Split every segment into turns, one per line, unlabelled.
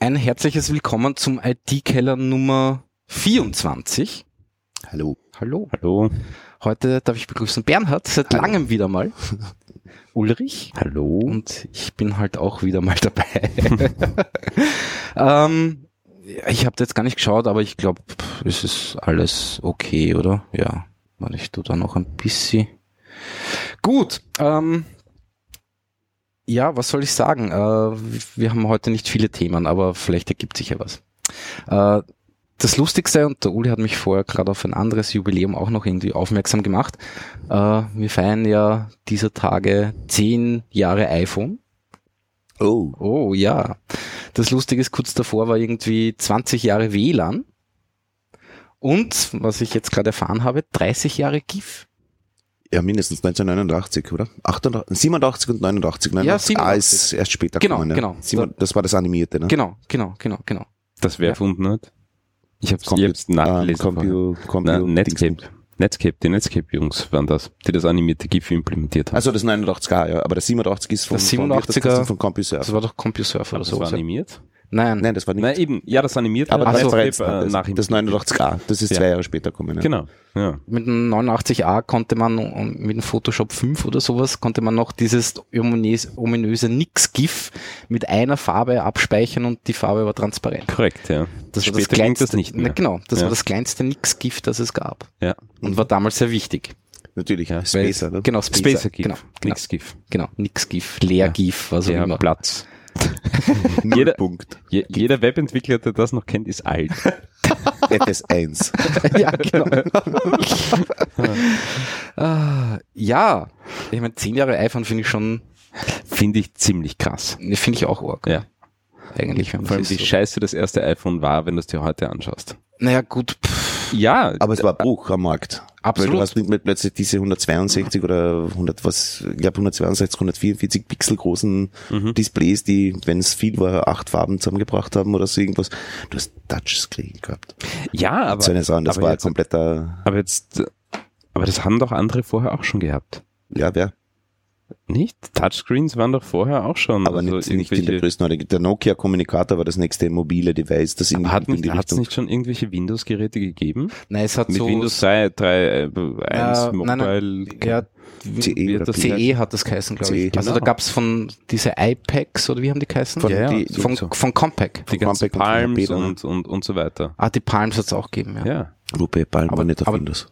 ein herzliches Willkommen zum IT-Keller Nummer 24.
Hallo.
Hallo.
Hallo.
Heute darf ich begrüßen Bernhard, seit
Hallo.
langem wieder mal. Ulrich.
Hallo.
Und ich bin halt auch wieder mal dabei. ähm, ich habe jetzt gar nicht geschaut, aber ich glaube, es ist alles okay, oder? Ja. Warte, ich tu da noch ein bisschen. Gut. Ähm, ja, was soll ich sagen? Äh, wir haben heute nicht viele Themen, aber vielleicht ergibt sich ja was. Äh, das Lustigste, und der Uli hat mich vorher gerade auf ein anderes Jubiläum auch noch irgendwie aufmerksam gemacht, äh, wir feiern ja dieser Tage zehn Jahre iPhone.
Oh.
Oh ja. Das Lustige ist, kurz davor war irgendwie 20 Jahre WLAN. Und, was ich jetzt gerade erfahren habe, 30 Jahre GIF.
Ja, mindestens 1989, oder? 88, 87 und 89.
Ja,
89. Ah, ist erst später
Genau,
gekommen.
genau.
Ja. Sieben- Das war das Animierte, ne?
Genau, genau, genau, genau.
Das wer
Ja.
erfunden hat? Ich hab's,
Compu-
ich hab's
Ähm,
nachgelesen. vorher.
Compu, Compu,
Na,
Dings-
Netscape. Netscape, die Netscape-Jungs waren das, die das animierte GIF implementiert haben.
Also das 89er, ja. Aber das 87 ist von,
Das
von-
87er
von, von CompuServe.
Also
Das war doch CompuServe
Aber
oder
das
also so.
war animiert?
Nein,
Nein, das war nicht.
Nein, eben, ja, das animierte
aber
hat
das
also-
Referenz,
Netscape, äh,
das, das
nachim-
89a. Das ist
Ja.
zwei Jahre später gekommen. ne? Ja.
Genau, ja.
mit dem 89a konnte man und mit dem Photoshop 5 oder sowas konnte man noch dieses ominöse, ominöse Nix-GIF mit einer Farbe abspeichern und die Farbe war transparent.
Korrekt, ja.
Das war
Später ging das nicht
Na,
mehr.
genau, das
Ja. Mhm.
war das kleinste Nix-GIF, das es gab.
Ja.
Und war damals sehr wichtig.
Natürlich.
Ja,
Spacer, ne?
Genau, Spacer,
Spacer GIF,
Genau, genau,
nix GIF.
genau, nix GIF, leer
Ja.
GIF, was auch
Der
immer.
Platz.
Null
Jeder-
Punkt.
Je, jeder Webentwickler, der das noch kennt, ist alt.
FS1.
ja, genau. Ah, ja, ich meine, zehn Jahre iPhone finde ich schon,
Finde ich ziemlich krass.
finde ich auch arg.
Ja.
Eigentlich, wenn
Vor
man
allem, wie
sich so.
scheiße das erste iPhone war, wenn du es dir heute anschaust.
Naja, gut, pff,
Ja, äh,
Aber es war Bruch am Markt. Weil
absolut.
du hast nicht mehr plötzlich diese 162 oder 100, was, ich glaube 162, 144 Pixel großen
Mhm.
Displays, die, wenn es viel war, acht Farben zusammengebracht haben oder so irgendwas. Du hast Touchscreen gehabt.
ja, aber,
so eine Sache, das
aber
war ein
jetzt-
kompletter,
aber jetzt, aber das haben doch andere vorher auch schon gehabt.
ja, wer,
Nicht? Touchscreens waren doch vorher auch schon.
aber
also
nicht, nicht in der
irgendwelche-
Größenordnung. Der Nokia-Kommunikator war das nächste mobile Device, das in,
Hat
in die
es
Richtung.
nicht schon irgendwelche Windows-Geräte gegeben?
Nein, es hat
Mit
so,
Windows 3, 3 äh, 1
Äh, nein,
Mobile.
ja,
CE E oder
das
P.
CE E hat das geheißen, glaube ich.
CE,
Also da
genau.
gab's von diese iPacks oder wie haben die geheißen?
Von-
ja, ja,
die-
von,
so.
von Compaq.
die ganzen
Compact und von
Palms
HP dann, ne?
und, und, und so weiter.
Ah, die Palms hat's auch gegeben, ja.
Ja.
Lupe, Palm
Aber-
war nicht auf
aber-
Windows.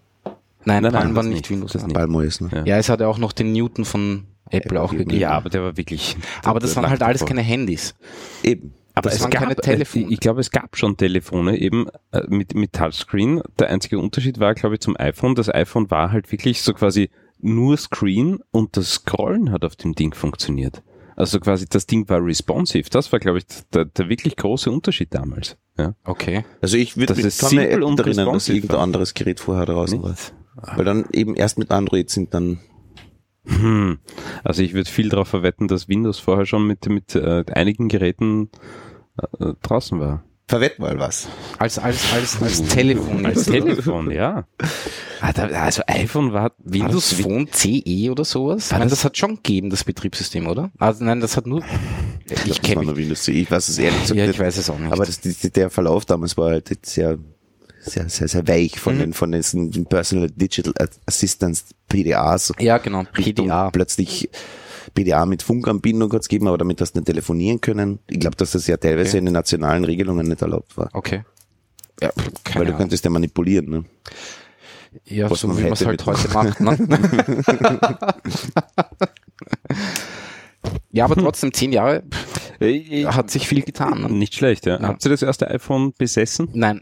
Nein,
Nein, nein,
Palm war
das
nicht,
nicht,
Windows.
das
nein.
nicht.
Palm OS, ne?
Ja.
Ja, es hat ja auch noch den Newton von Apple,
Apple
auch
gegeben.
gegeben.
Ja, aber der war wirklich.
Aber das
der
waren halt
lag
alles
davor.
keine Handys.
Eben.
Aber
das
es
waren
gab,
keine
äh,
Telefone.
Ich glaube, es gab schon Telefone eben äh, mit, mit Touchscreen. Der einzige Unterschied war, glaube ich, zum iPhone. Das iPhone war halt wirklich so quasi nur Screen und das Scrollen hat auf dem Ding funktioniert. Also quasi das Ding war responsive. Das war, glaube ich, der, der wirklich große Unterschied damals. Ja.
Okay.
Also ich würde
Das
mich
ist
kann mir
simpel
App
und
erinnern, dass
responsive.
irgendein anderes Gerät vorher draußen war.
Nicht?
Weil dann eben erst mit Android sind dann
Hm. Also ich würde viel darauf verwetten, dass Windows vorher schon mit, mit äh, einigen Geräten äh, draußen war.
Verwett mal was.
Als, als, als, als Telefon.
Als
jetzt.
Telefon, ja. Ah, da- Also iPhone war
äh, Windows
war das-
Phone CE oder sowas? Ich meine, das hat schon gegeben, das Betriebssystem, oder? Also nein, das hat nur. Ich
das war
kenne mich.
nur Windows CE. Ich weiß es ehrlich gesagt.
Ja,
nicht.
ich weiß es auch nicht.
Aber das, die, der Verlauf damals war halt jetzt sehr, sehr, sehr, sehr weich
Mhm.
von den, von diesen Personal Digital Assistance PDAs.
ja, genau.
Richtung
PDA.
Plötzlich PDA mit Funkanbindung hat es gegeben, aber damit das nicht telefonieren können. Ich glaube, dass das ja teilweise
Okay.
in den nationalen Regelungen nicht erlaubt war.
Okay.
Ja,
keine
weil du
Ahnung.
könntest ja manipulieren. Ne?
Ja,
was
so
man
wie man es
hätte
halt
mit-
heute macht. Ne? ja, aber trotzdem, zehn Jahre pff, hat sich viel getan. Ne?
Äh, Nicht schlecht, ja.
Ja.
Habt ihr das erste iPhone besessen?
Nein,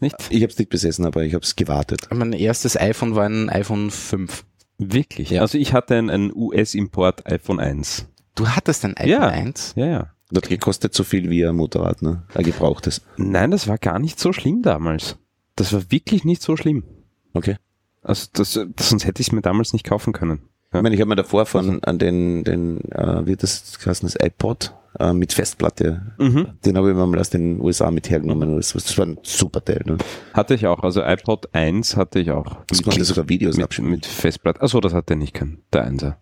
Nicht?
Ich habe es nicht besessen, aber ich habe es gewartet.
mein erstes iPhone war ein iPhone 5.
Wirklich? Also ich hatte ein, ein US-Import iPhone 1.
Du hattest ein iPhone
Ja.
1?
Ja, ja.
Das hat gekostet so viel wie ein Motorrad, ne? ein gebrauchtes.
Nein, das war gar nicht so schlimm damals. Das war wirklich nicht so schlimm.
Okay.
Also das, das, sonst hätte ich es mir damals nicht kaufen können.
Ich meine, ich habe mir davor
Also.
von an den, den äh, wie hat das heißen, das iPod äh, mit Festplatte.
Mhm.
Den habe ich mir mal aus den USA mit hergenommen. Das war- das war ein super Teil. Ne?
Hatte ich auch. Also iPod 1 hatte ich auch.
Das konnte sogar Videos
mit,
abspielen.
mit Festplatte. Achso, das hat er nicht können. Der Einser.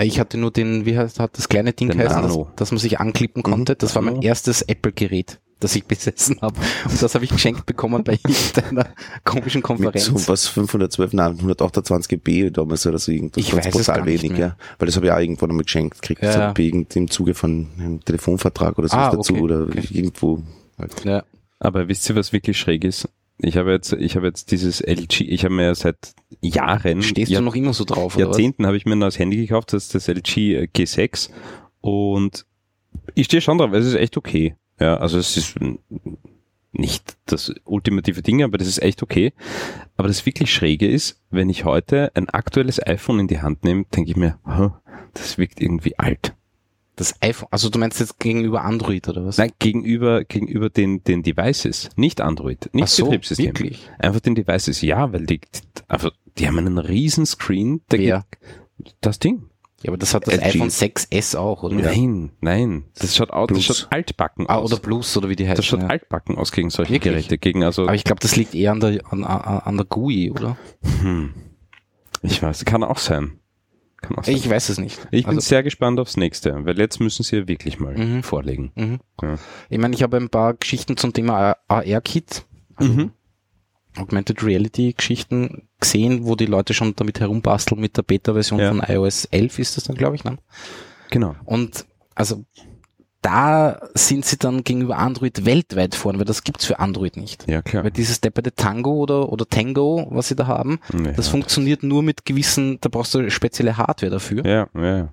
Ich hatte nur den, wie heißt, hat das kleine Ding
Den
geheißen, das,
Nano. Mhm.
das man sich anklippen konnte. Das war mein
Nano.
erstes Apple-Gerät, das ich besessen habe. Und das habe ich geschenkt bekommen bei irgendeiner komischen
Mit
Konferenz.
so was 512, nein, 128 GB damals oder so irgendwas.
Ich
ganz
weiß es
brutal
gar nicht
wenig,
mehr.
ja. Weil das habe ich auch irgendwann einmal geschenkt gekriegt.
Ja,
Das
ja.
hab ich irgend im Zuge von einem Telefonvertrag oder so
Ah,
dazu
okay,
oder
okay.
irgendwo. Halt.
Ja.
Aber wisst ihr, was wirklich schräg ist? Ich habe jetzt, ich habe jetzt dieses LG, ich habe mir seit Jahren,
Stehst
Jahr-
du noch immer so drauf? oder was?
Jahrzehnten habe ich mir ein neues Handy gekauft, das ist das LG äh, G6 und ich stehe schon drauf, es ist echt okay. Ja, also es ist mm, nicht das ultimative Ding, aber das ist echt okay. Aber das wirklich Schräge ist, wenn ich heute ein aktuelles iPhone in die Hand nehme, denke ich mir, "Hä, das wirkt irgendwie alt.
Das iPhone, also du meinst jetzt gegenüber Android oder was?
Nein, gegenüber, gegenüber den, den Devices, nicht Android, nicht
Ach so,
Betriebssystem.
wirklich?
Einfach den Devices, ja, weil die, also die haben einen riesen Screen, der
Wer?
geht- das Ding.
Ja, aber das hat das
LG.
iPhone 6S auch, oder?
Nein, nein, das schaut, aus, das
Plus.
schaut altbacken
Ah,
aus.
oder Plus, oder wie die heißt.
das schaut
ja.
altbacken aus gegen solche
Wirklich?
Geräte, gegen also,
Aber ich glaube, das liegt eher an der, an, an, an der GUI, oder?
hm, ich weiß, kann auch sein. Kann auch sein.
Ich weiß es nicht.
Ich bin
Also-
sehr gespannt aufs nächste, weil jetzt müssen sie ja wirklich mal
Mhm.
vorlegen.
Mhm.
Ja.
Ich meine, ich habe ein paar Geschichten zum Thema AR-Kit,
Mhm.
Augmented Reality-Geschichten gesehen, wo die Leute schon damit herumbasteln mit der Beta-Version
Ja.
von iOS 11 ist das dann, glaube ich. Ne?
Genau.
Und also da sind sie dann gegenüber Android weltweit vorn, weil das gibt's für Android nicht.
Ja, klar.
Weil dieses depperte Tango oder, oder Tango, was sie da haben,
Ja.
das funktioniert nur mit gewissen, da brauchst du spezielle Hardware dafür.
ja, ja, ja.
Und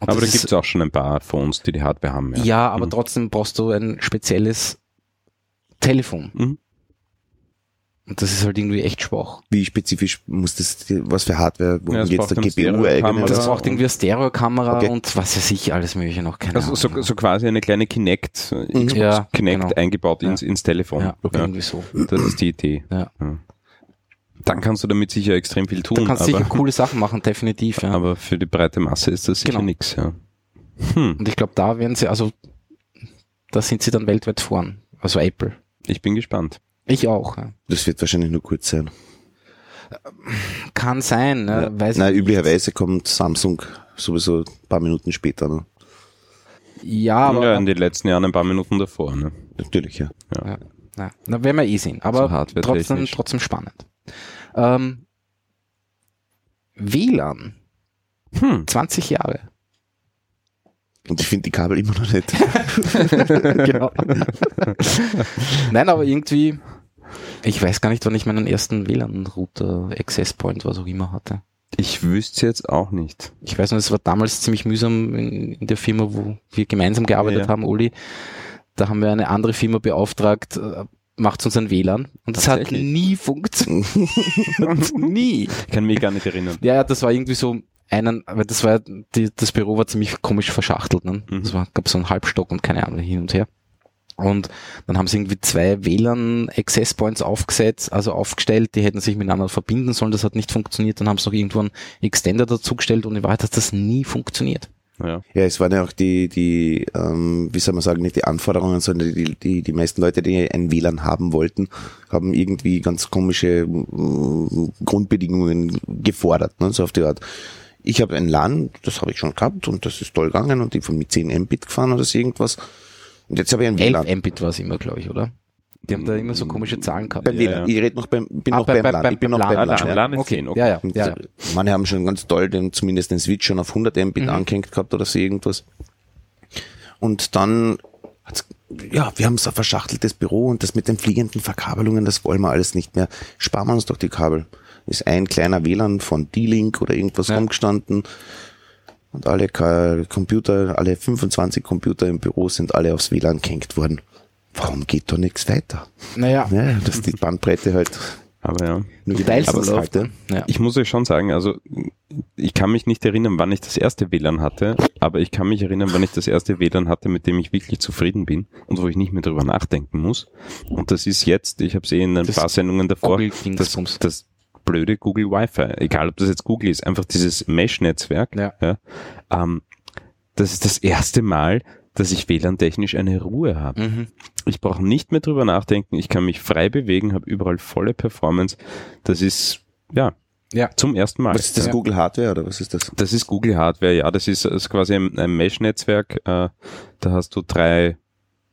Aber da
das
gibt
ist-
es auch schon ein paar Phones, die die Hardware haben.
ja. aber
Mhm.
trotzdem brauchst du ein spezielles Telefon.
Mhm.
Und das ist halt irgendwie echt schwach.
Wie spezifisch muss das, was für Hardware, worum
Ja, es
geht's
braucht
da?
eine
GPU
Stereokamera.
eigentlich?
Das
Ja,
braucht
und-
irgendwie eine Stereokamera
Okay.
und was weiß ich, alles mögliche noch, keine
Also so,
Ahnung.
so quasi eine kleine Kinect, äh, Xbox
genau, Mhm. Ja,
Kinect
genau.
eingebaut
Ja.
ins, ins Telefon.
ja,
Ja,
irgendwie so.
Das ist die Idee.
Ja.
Dann kannst du damit sicher extrem viel
Da
tun,
kannst du sicher
Hm, aber,
coole Sachen machen, definitiv. Ja.
aber für die breite Masse ist das sicher
Genau.
nix. Ja. Hm,
Und ich glaube, da werden sie, also da sind sie dann weltweit vorn. Also Apple.
ich bin gespannt.
Ich auch. Ja.
Das wird wahrscheinlich nur kurz sein.
Kann sein, ne?
Ja.
weiß
Nein,
ich nicht.
üblicherweise kommt Samsung sowieso ein paar Minuten später. Ne?
Ja, aber
ja, in den letzten Jahren ein paar Minuten davor. Ne?
Natürlich, ja.
Na, na, werden wir eh sehen. Aber
So hardwaretechnisch.
trotzdem, trotzdem spannend. Ähm, WLAN,
Hm.
20 Jahre.
Und ich finde die Kabel immer noch nicht.
genau. Nein, aber irgendwie, ich weiß gar nicht, wann ich meinen ersten WLAN-Router, Access Point, was auch immer hatte.
Ich wüsste jetzt auch nicht.
Ich weiß noch, es war damals ziemlich mühsam in, in der Firma, wo wir gemeinsam gearbeitet
Ja.
haben, Uli. Da haben wir eine andere Firma beauftragt, äh, macht uns ein WLAN. Und das hat
Tatsächlich?
nie funktioniert. nie.
Ich kann mich gar nicht erinnern.
Ja, ja, das war irgendwie so einen, weil das war die, das Büro war ziemlich komisch verschachtelt, ne?
Mhm.
Es war gab so einen Halbstock und keine Ahnung hin und her. Und dann haben sie irgendwie zwei WLAN Access Points aufgesetzt, also aufgestellt, die hätten sich miteinander verbinden sollen, das hat nicht funktioniert, dann haben sie noch irgendwann Extender dazugestellt und in Wahrheit hat das nie funktioniert.
Ja.
Ja, es waren ja auch die, die ähm, wie soll man sagen, nicht die Anforderungen, sondern die, die, die meisten Leute, die ein WLAN haben wollten, haben irgendwie ganz komische mm, Grundbedingungen gefordert, ne? so auf die Art. Ich habe ein LAN, das habe ich schon gehabt und das ist toll gegangen und ich bin mit 10 Mbit gefahren oder so irgendwas. Und jetzt habe ich ein
11
WLAN.
Mbit war es immer, glaube ich, oder? Die haben da immer so komische Zahlen gehabt.
Beim WLAN. Ich rede noch beim, bin
Ah,
noch
bei-
beim
bei-
LAN.
beim-
Ich bin
beim
noch beim
LAN.
LAN.
Ah,
ja.
Alarm ist
Okay.
10,
Ja, ja,
Und
ja.
Manche haben schon ganz toll den, zumindest den Switch schon auf 100 Mbit
Mhm.
angehängt gehabt oder so irgendwas. Und dann hat's, ja, wir haben so ein verschachteltes Büro und das mit den fliegenden Verkabelungen, das wollen wir alles nicht mehr. Sparen wir uns doch die Kabel. Ist ein kleiner WLAN von D-Link oder irgendwas
Ja.
rumgestanden. Und alle Ka- Computer, alle 25 Computer im Büro sind alle aufs WLAN gehängt worden. Warum geht da nichts weiter?
Naja,
Ja, dass die Bandbreite halt
Aber ja.
nur
du teilst
aber
es
läuft,
halt,
ja.
ne? Ja.
Ich muss euch schon sagen, also ich kann mich nicht erinnern, wann ich das erste WLAN hatte, aber ich kann mich erinnern, wann ich das erste WLAN hatte, mit dem ich wirklich zufrieden bin und wo ich nicht mehr drüber nachdenken muss. Und das ist jetzt, ich habe es eh in ein
Das
paar Sendungen davor, das,
Google-Dingsbums.
das blöde Google Wi-Fi, egal ob das jetzt Google ist, einfach dieses Mesh-Netzwerk.
Ja.
ähm, das ist das erste Mal, dass ich WLAN-technisch eine Ruhe habe.
Mhm.
Ich brauche nicht mehr drüber nachdenken, ich kann mich frei bewegen, habe überall volle Performance. Das ist, ja,
Ja.
Zum ersten Mal.
Was ist das
Ja.
Google Hardware oder was ist das?
Das ist Google Hardware, ja. Das ist, ist quasi ein, ein Mesh-Netzwerk. Äh, da hast du drei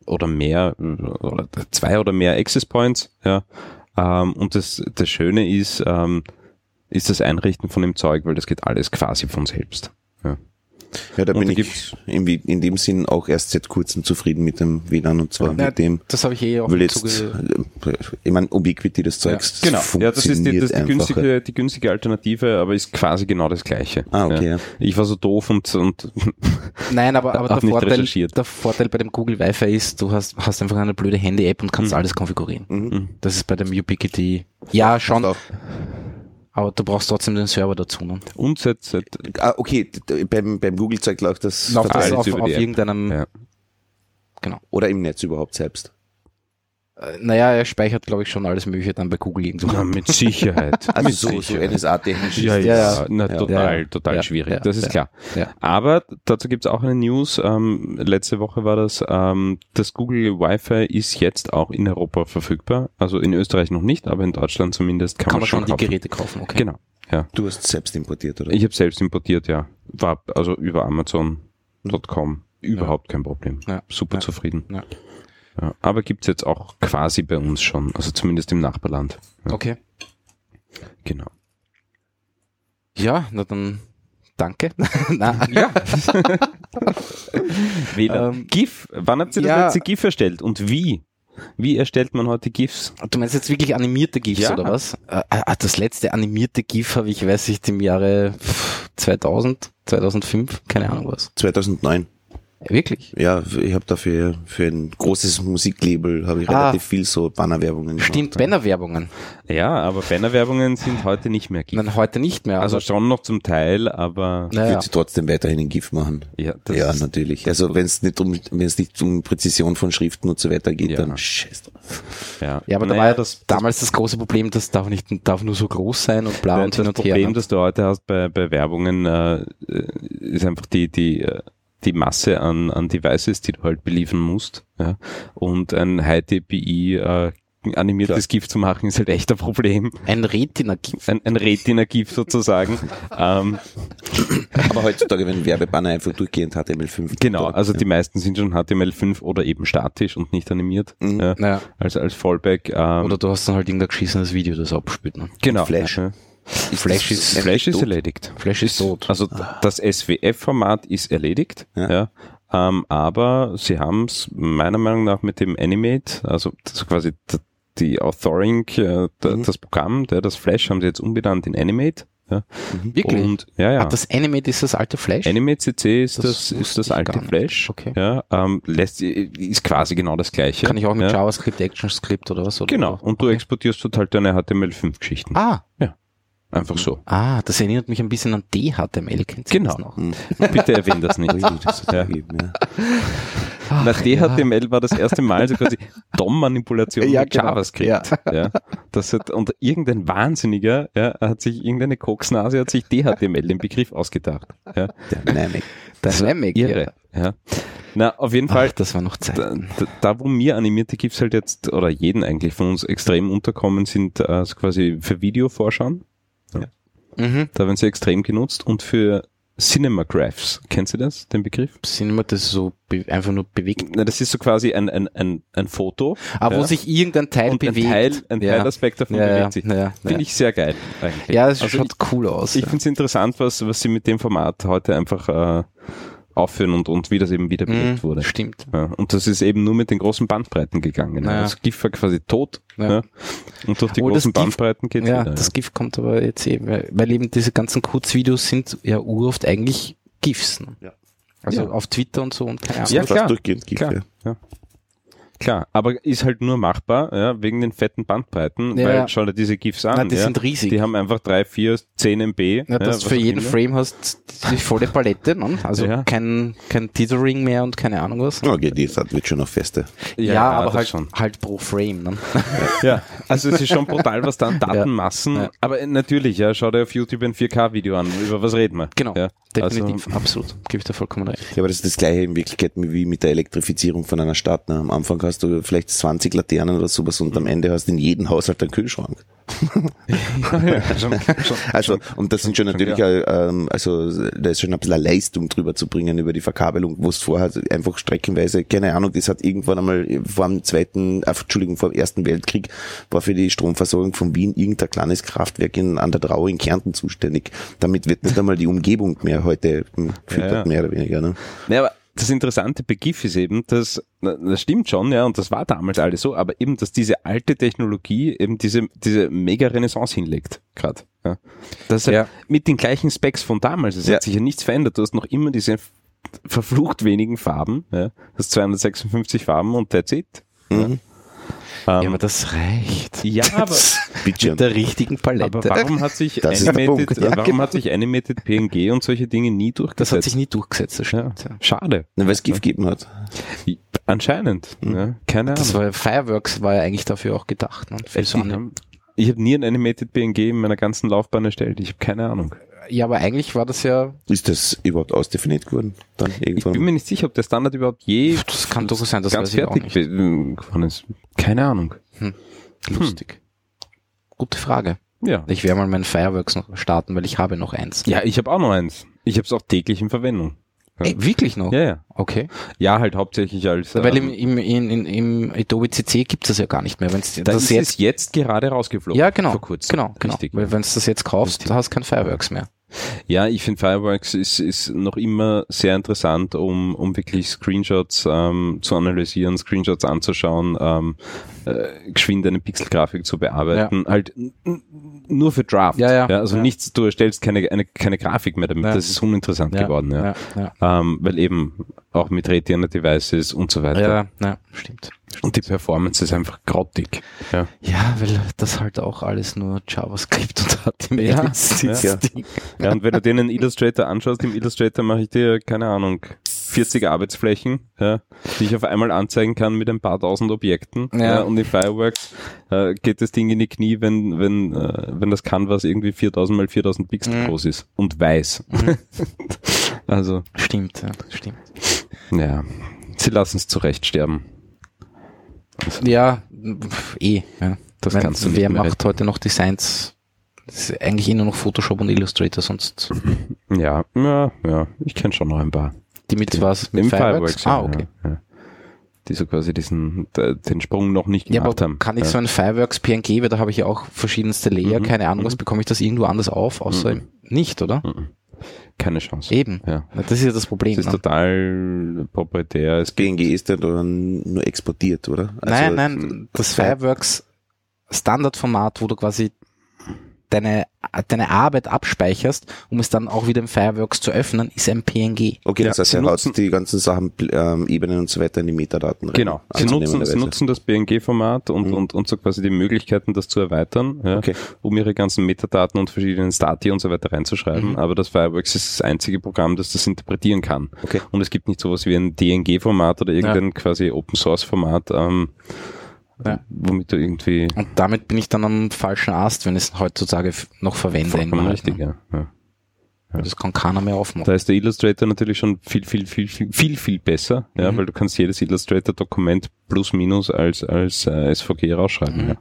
oder mehr, äh, oder zwei oder mehr Access Points. Ja. Ähm, und das, das Schöne ist, ähm, ist das Einrichten von dem Zeug, weil das geht alles quasi von selbst.
Ja, da
Und
bin
da
ich irgendwie in dem Sinn auch erst seit kurzem zufrieden mit dem WLAN und zwar
Ja,
mit dem,
Das habe ich eh auch
weil
im
jetzt,
Zuge-
äh, ich meine, Ubiquiti des Zeugs,
Genau,
das
ja, das ist die, das ist die,
funktioniert einfacher.
günstige, die günstige Alternative, aber ist quasi genau das Gleiche.
Ah, okay.
Ja.
Ja.
Ich war so doof und, und
Nein, aber, aber
Hab
der,
nicht
Vorteil,
recherchiert.
der Vorteil bei dem Google Wi-Fi ist, du hast, hast einfach eine blöde Handy-App und
Hm.
kannst alles konfigurieren.
Mhm.
Das ist bei dem Ubiquiti. Ja, schon,
Auch.
aber du brauchst trotzdem den Server dazu. Ne?
und seit, seit
Ah, okay, d- d- beim, beim Google-Zeug läuft das,
Läuft das
verteilt
auf,
über die
auf
App.
irgendeinem,
Ja.
oder im Netz überhaupt selbst.
äh, naja, er speichert, glaube ich, schon alles Mögliche dann bei Google irgendwo.
na, mit Sicherheit.
Also
Ah, mit
so, so
Sicherheit.
NSA-technisch.
Ja,
ist
ja,
das.
ja.
Na,
Ja.
total,
Ja.
total
Ja.
schwierig,
Ja.
das ist
Ja.
klar.
Ja.
Aber dazu gibt's auch eine News. Ähm, letzte Woche war das, ähm, das Google Wi-Fi ist jetzt auch in Europa verfügbar. Also in Österreich noch nicht, aber in Deutschland zumindest kann,
Kann
man schon
die
kaufen.
Geräte kaufen, okay.
Genau.
Du hast selbst importiert, oder?
Ich habe selbst importiert, ja. War also über Amazon.com überhaupt kein Problem.
Ja.
Super
Ja.
zufrieden.
Ja.
Ja. Aber gibt's jetzt auch quasi bei uns schon, also zumindest im Nachbarland. Ja.
Okay.
Genau.
Ja, na dann danke. Na, ja. Ähm,
GIF, wann habt ihr das
ja.
letzte GIF erstellt und wie? Wie erstellt man heute GIFs?
Du meinst jetzt wirklich animierte GIFs
Ja.
oder was? Äh, ah, das letzte animierte GIF habe ich, weiß ich, im Jahre 2000, 2005, keine Ahnung was.
2009.
Wirklich?
Ja, ich habe dafür für ein großes Musiklabel habe ich
Ah.
relativ viel so Bannerwerbungen gemacht.
Stimmt, Bannerwerbungen.
Ja, aber Bannerwerbungen sind heute nicht mehr GIF.
Nein, heute nicht mehr.
Also
aber-
schon noch zum Teil, aber
Ich
naja.
würde sie trotzdem weiterhin in GIF machen.
ja, das
ja,
ist,
natürlich. Also wenn es nicht um wenn es nicht um Präzision von Schriften und so weiter geht,
Ja.
dann scheiß drauf.
ja.
Ja, aber da
Naja,
war ja
das,
damals das große Problem, das darf nicht, darf nur so groß sein und bla und
das
hin und
Problem,
her. ne?
das du heute hast bei, bei Werbungen, äh, ist einfach die, die, äh, die Masse an, an Devices, die du halt beliefern musst. Ja. Und ein High-DPI äh, animiertes GIF zu machen, ist halt echt ein Problem.
Ein Retina-GIF.
Ein, ein Retina-GIF sozusagen. ähm,
Aber heutzutage werden Werbebanner einfach durchgehend HTML5.
Genau,
gedruckt,
also
ja.
die meisten sind schon HTML5 oder eben statisch und nicht animiert.
Mhm.
Ja,
Naja.
also als Fallback. Ähm,
Oder du hast dann halt irgendein geschissenes Video, das abspielt. Ne?
genau.
Flash.
Ja.
Ist
Flash
das
ist-
eigentlich
Flash ist
tot?
erledigt.
Flash ist tot. Ah.
Also das SWF-Format ist erledigt.
Ja.
Ja. Ähm, aber sie haben es meiner Meinung nach mit dem Animate, also das ist quasi d- die Authoring, äh, d-
Mhm.
das Programm, der, das Flash haben sie jetzt umbenannt in Animate. Ja.
Wirklich?
Und ja, ja.
Ah, das Animate ist das alte Flash?
Animate CC ist
Das
das, ist
wusste
das
ich
alte
gar nicht.
Flash.
Okay.
Ja, ähm, lässt, ist quasi genau das gleiche.
Kann ich auch mit
ja.
JavaScript, ActionScript oder was? Oder
Genau, und du exportierst dort halt deine HTML5-Geschichten.
Ah,
Einfach so.
ah, das erinnert mich ein bisschen an DHTML. Kennst
Genau.
Das noch?
Hm.
Bitte erwähn das nicht.
Ui, das ist
Ja.
ergeben, ja.
Na, DHTML war das erste Mal so quasi DOM-Manipulation
Ja,
mit
genau.
JavaScript. Ja. Das hat, und irgendein Wahnsinniger ja, hat sich, irgendeine Koksnase hat sich DHTML den Begriff ausgedacht. Ja.
Dynamic.
Dynamic.
Irre. Ja. Na, auf jeden Fall,
Ach, das war noch Zeit.
da, da- da, wo mir animierte GIFs halt jetzt, oder jeden eigentlich von uns extrem unterkommen sind, äh, so quasi für Videovorschauen.
Mhm.
Da werden sie extrem genutzt und für Cinemagraphs. Kennst du das, den Begriff?
Sind immer das so be einfach nur bewegt.
Na, das ist so quasi ein, ein, ein, ein Foto
Aber Ah, wo
Ja.
sich irgendein Teil
und ein
bewegt.
Teil, ein
ja.
Teilaspekt davon
ja, ja,
bewegt sich.
ja, ja.
Finde ich sehr geil. Eigentlich.
ja, das
also
schaut cool aus.
ich, ich
ja.
finde es interessant, was, was sie mit dem Format heute einfach äh, aufführen und, und wie das eben wieder belegt
Mhm,
wurde.
Stimmt.
Ja, und das ist eben nur mit den großen Bandbreiten gegangen.
Ja.
Ja. Das GIF war quasi tot.
Ja.
Ja. Und durch die
Oh, das
großen
GIF-
Bandbreiten geht
Ja,
wieder.
das GIF kommt aber jetzt eben, weil, weil eben diese ganzen Kurzvideos sind ja uroft eigentlich GIFs. Ne?
Ja.
Also
Ja.
auf Twitter und so und keine Ahnung.
Ja,
Fast
klar.
durchgehend GIF,
Klar.
ja.
Klar, aber ist halt nur machbar, ja, wegen den fetten Bandbreiten,
Ja.
weil schau dir diese GIFs an.
Na, die
ja.
sind riesig.
Die haben einfach 3, 4, 10 MB.
Ja, dass
was
du für
auch
jeden
immer.
Frame hast die volle Palette, ne? also
Ja.
kein, kein Tethering mehr und keine Ahnung was.
Ja, geht jetzt hat wird schon noch feste.
Ja, aber
das
halt,
schon.
halt pro Frame. Ne?
Ja, also es ist schon brutal, was da an Datenmassen.
Ja.
Aber natürlich, ja, schau dir auf YouTube ein 4K-Video an. Über was reden wir?
Genau,
Ja,
definitiv,
Also,
absolut. Gebe ich dir vollkommen recht.
Ja, aber das ist das gleiche in Wirklichkeit wie mit der Elektrifizierung von einer Stadt. Ne? Am Anfang hast du vielleicht 20 Laternen oder sowas und am Ende hast du in jedem Haushalt einen Kühlschrank. Also, und das sind schon natürlich, äh, ähm, also da ist schon ein bisschen eine Leistung drüber zu bringen über die Verkabelung, wo es vorher einfach streckenweise, keine Ahnung, das hat irgendwann einmal vor dem zweiten, äh, Entschuldigung, vor dem ersten Weltkrieg war für die Stromversorgung von Wien irgendein kleines Kraftwerk in, an der Drau in Kärnten zuständig. Damit wird nicht einmal die Umgebung mehr heute hm, gefüttert,
Ja, ja.
mehr oder weniger. Ne?
Ja, aber das Interessante bei GIF ist eben, dass, na, das stimmt schon, ja, und das war damals alles so, aber eben, dass diese alte Technologie eben diese, diese mega Renaissance hinlegt, gerade. Ja. Das ist
Ja.
Halt mit den gleichen Specs von damals, es
Ja.
hat sich ja nichts verändert, du hast noch immer diese f- verflucht wenigen Farben, ja. du hast 256 Farben und that's it.
Mhm.
Ähm,
Ja, aber das reicht.
ja, aber,
Bitte.
Mit der richtigen Palette.
aber warum hat sich
Das ist der
Animated,
Punkt, ja,
warum hat sich Animated PNG und solche Dinge nie
das hat
durchgesetzt?
sich nie durchgesetzt, das
ja.
stimmt. Ja.
Schade.
Na, Mhm. Weil es GIF gegeben hat.
Anscheinend. Ja. Keine Ahnung.
Das war, Fireworks war ja eigentlich dafür auch gedacht. Ne? Für so
Ich,
eine,
hab- ich habe nie ein Animated PNG in meiner ganzen Laufbahn erstellt. Ich habe keine Ahnung.
ja, aber eigentlich war das ja,
Ist das überhaupt ausdefiniert geworden? Dann
Ich bin
irgendwann.
mir nicht sicher, ob der Standard überhaupt je
das kann durchaus sein, das
ganz
weiß ich auch
fertig
nicht.
be- äh, geworden ist. Keine Ahnung.
Lustig. Gute Frage.
Ja.
Ich werde mal mein Fireworks noch starten, weil ich habe noch eins.
Ja, ich habe auch noch eins. Ich habe es auch täglich in Verwendung.
Ey, wirklich noch?
Ja, ja.
Okay.
Ja, halt hauptsächlich als.
Oh. Weil im, im,
ähm,
in, in, im Adobe CC gibt es das ja gar nicht mehr. Wenn's
das
das
ist
jetzt,
jetzt, jetzt gerade rausgeflogen.
ja, genau.
Vor kurzem.
Genau, genau.
Richtig.
Weil wenn du das jetzt kaufst,
Richtig.
da hast du kein Fireworks mehr.
Ja, ich finde Fireworks ist, ist noch immer sehr interessant, um, um wirklich Screenshots ähm, zu analysieren, Screenshots anzuschauen, ähm, äh, geschwind eine Pixelgrafik zu bearbeiten. Halt n- n- nur für Draft.
Ja, ja.
also
Ja.
nichts, du erstellst keine, eine, keine Grafik mehr damit.
Ja.
Das ist uninteressant geworden, ja.
Ja, ja.
Ähm, weil eben auch mit Retina Devices und so
Ja,
weiter.
ja, ja, stimmt.
Und die Performance ist einfach grottig. Ja.
Ja, weil das halt auch alles nur JavaScript und HTML
Ja,
ist.
ja.
Das
Ja.
Ding.
Ja, und wenn du den in Illustrator anschaust, im Illustrator mache ich dir, keine Ahnung, 40 Arbeitsflächen, ja, die ich auf einmal anzeigen kann mit ein paar tausend Objekten.
Ja.
Ja. und in Fireworks äh, geht das Ding in die Knie, wenn, wenn, äh, wenn das Canvas irgendwie 4000 mal 4000 Pixel
Mhm.
groß ist und weiß. also,
Stimmt, ja, stimmt.
ja, sie lassen es zurecht sterben.
Ja, pf, eh. Ja.
Das
Weil
kannst du nicht
Wer
mehr
macht heute noch Designs? Das ist eigentlich eh nur noch Photoshop und Illustrator, sonst
Ja, ja, ja, ich kenne schon noch ein paar.
die mit was? Mit
Im Fireworks,
ah,
ja,
okay.
ja, ja. Die so quasi diesen, d- den Sprung noch nicht
Ja,
gemacht
aber
haben.
kann ich
ja.
so ein Fireworks PNG, weil da habe ich ja auch verschiedenste Layer,
Mhm,
keine Ahnung,
mhm.
was bekomme ich das irgendwo anders auf, außer
Mhm.
im- nicht, oder?
Keine Chance.
Eben.
Ja.
Na, Das ist ja das Problem.
Es ist
ne?
total proprietär. Es gibt,
PNG ist ja dann nur exportiert, oder? Also,
nein,
also
nein, das
äh.
Fireworks Standardformat, wo du quasi deine, deine Arbeit abspeicherst, um es dann auch wieder im Fireworks zu öffnen, ist ein PNG.
Okay,
Ja,
das heißt,
sie
er
nutzen-
haut die ganzen Sachen, ähm, Ebenen und so weiter in die Metadaten rein. Also
genau. Sie nutzen, sie
Anzunehmenderweise.
nutzen das BNG-Format und,
Mhm.
und, und so quasi die Möglichkeiten, das zu erweitern, ja,
Okay.
um ihre ganzen Metadaten und verschiedenen Stati und so weiter reinzuschreiben.
Mhm.
Aber das Fireworks ist das einzige Programm, das das interpretieren kann.
Okay.
Und es gibt nicht sowas wie ein DNG-Format oder irgendein quasi Open-Source-Format, ähm,
Ja.
womit du irgendwie
Und damit bin ich dann am falschen Ast, wenn ich es heutzutage f- noch verwende. in
vollkommen
Wahrheit,
richtig,
ne?
ja. ja.
Das kann keiner mehr aufmachen.
Da ist der Illustrator natürlich schon viel, viel, viel, viel, viel, viel besser, ja,
Mhm.
weil du kannst jedes Illustrator-Dokument plus minus als, als äh, SVG rausschreiben.
Mhm.
Ja.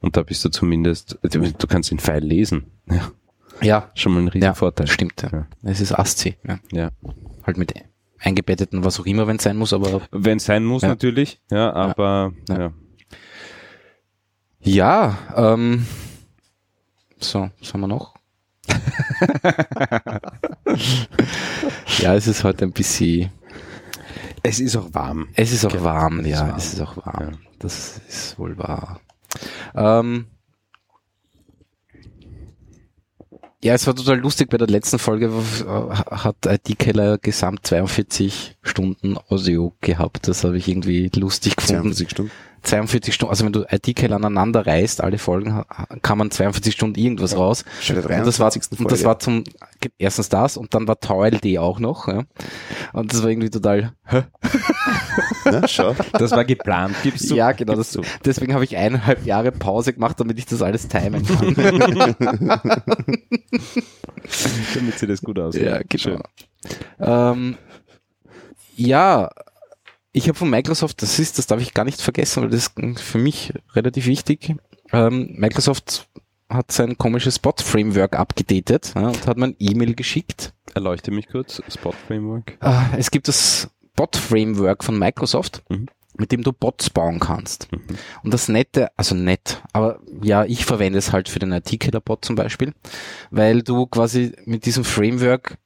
Und da bist du zumindest, du du kannst den Pfeil lesen. Ja,
Ja,
schon mal ein riesen
Ja,
Vorteil.
das stimmt. Ja.
Ja.
Es ist ASCII. Ja.
Ja.
Halt mit eingebetteten, was auch immer, wenn es sein muss, aber
Wenn es sein muss,
Ja.
natürlich, ja, aber
Ja.
ja.
ja, ähm, so, was haben wir noch? ja, es ist heute ein bisschen,
Es ist auch warm.
es ist auch warm,
es ist
ja,
warm.
es ist auch warm.
Ja.
Das ist wohl wahr. Ähm, ja, es war total lustig, bei der letzten Folge äh, hat IT-Keller gesamt 42 Stunden Audio gehabt. Das habe ich irgendwie lustig gefunden.
42 Stunden.
42 Stunden, also wenn du IT-Keller aneinander reißt, alle Folgen, ha- kann man 42 Stunden irgendwas raus.
Schon der
Und das, war,
23.
und das
Folge.
war zum, erstens das, und dann war ToilD auch noch, ja. Und das war irgendwie total,
Na, schau.
Das war geplant, gibst du?
ja, genau,
gibst
das,
du.
deswegen habe ich eineinhalb Jahre Pause gemacht, damit ich das alles timen kann.
Damit genau. sie das gut aussieht.
ja, genau. Ähm, ja, Ich habe von Microsoft, das ist, das darf ich gar nicht vergessen, weil das ist für mich relativ wichtig. Ähm, Microsoft hat sein komisches Spot-Framework abgedatet ja, und hat mir ein E-Mail geschickt.
Erleuchte mich kurz, Spot Framework.
Äh, es gibt das Bot-Framework von Microsoft,
Mhm.
mit dem du Bots bauen kannst.
Mhm.
Und das Nette, also nett, aber ja, ich verwende es halt für den Artikeler-Bot zum Beispiel, weil du quasi mit diesem Framework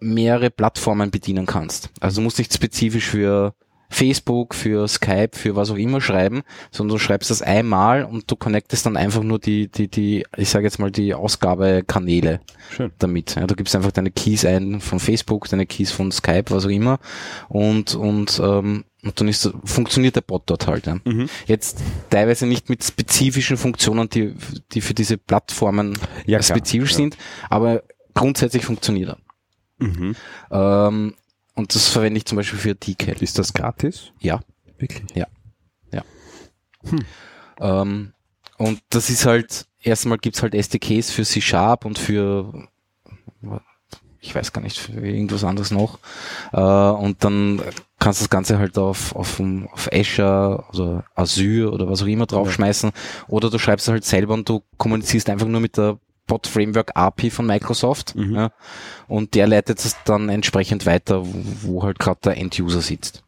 mehrere Plattformen bedienen kannst. Also du musst nicht spezifisch für Facebook, für Skype, für was auch immer schreiben, sondern du schreibst das einmal und du connectest dann einfach nur die, die, die, ich sage jetzt mal die Ausgabekanäle
Schön.
damit. Ja, du gibst einfach deine Keys ein von Facebook, deine Keys von Skype, was auch immer und und ähm, und dann ist, funktioniert der Bot dort halt. Ja.
Mhm.
Jetzt teilweise nicht mit spezifischen Funktionen, die, die für diese Plattformen
Ja, klar.
spezifisch
Ja.
sind, aber grundsätzlich funktioniert
Mhm.
er. Ähm, und das verwende ich zum Beispiel für Decal.
Ist das gratis?
Ja.
Wirklich?
Ähm, und das ist halt, erstmal gibt's halt SDKs für C-Sharp und für, ich weiß gar nicht, für irgendwas anderes noch. Äh, und dann kannst du das Ganze halt auf, auf, dem- auf Azure oder Azure oder was auch immer draufschmeißen. Oder du schreibst es halt selber und du kommunizierst einfach nur mit der Bot Framework API von Microsoft.
Mhm.
Ja, und der leitet es dann entsprechend weiter, wo, wo halt gerade der End-User sitzt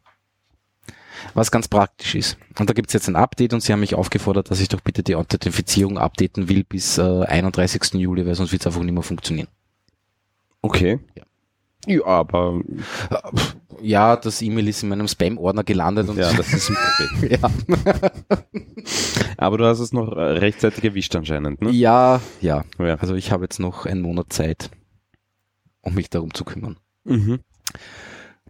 was ganz praktisch ist. Und da gibt's jetzt ein Update und sie haben mich aufgefordert, dass ich doch bitte die Authentifizierung updaten will bis äh, 31. Juli, weil sonst wird's einfach nicht mehr funktionieren.
Okay.
Ja.
Ja, aber
Ja, das E-Mail ist in meinem Spam-Ordner gelandet und
ja, das ist ein Problem.
ja,
Aber du hast es noch äh, rechtzeitig erwischt anscheinend, ne?
ja, ja.
Ja.
Also ich habe jetzt noch einen Monat Zeit, um mich darum zu kümmern.
Mhm.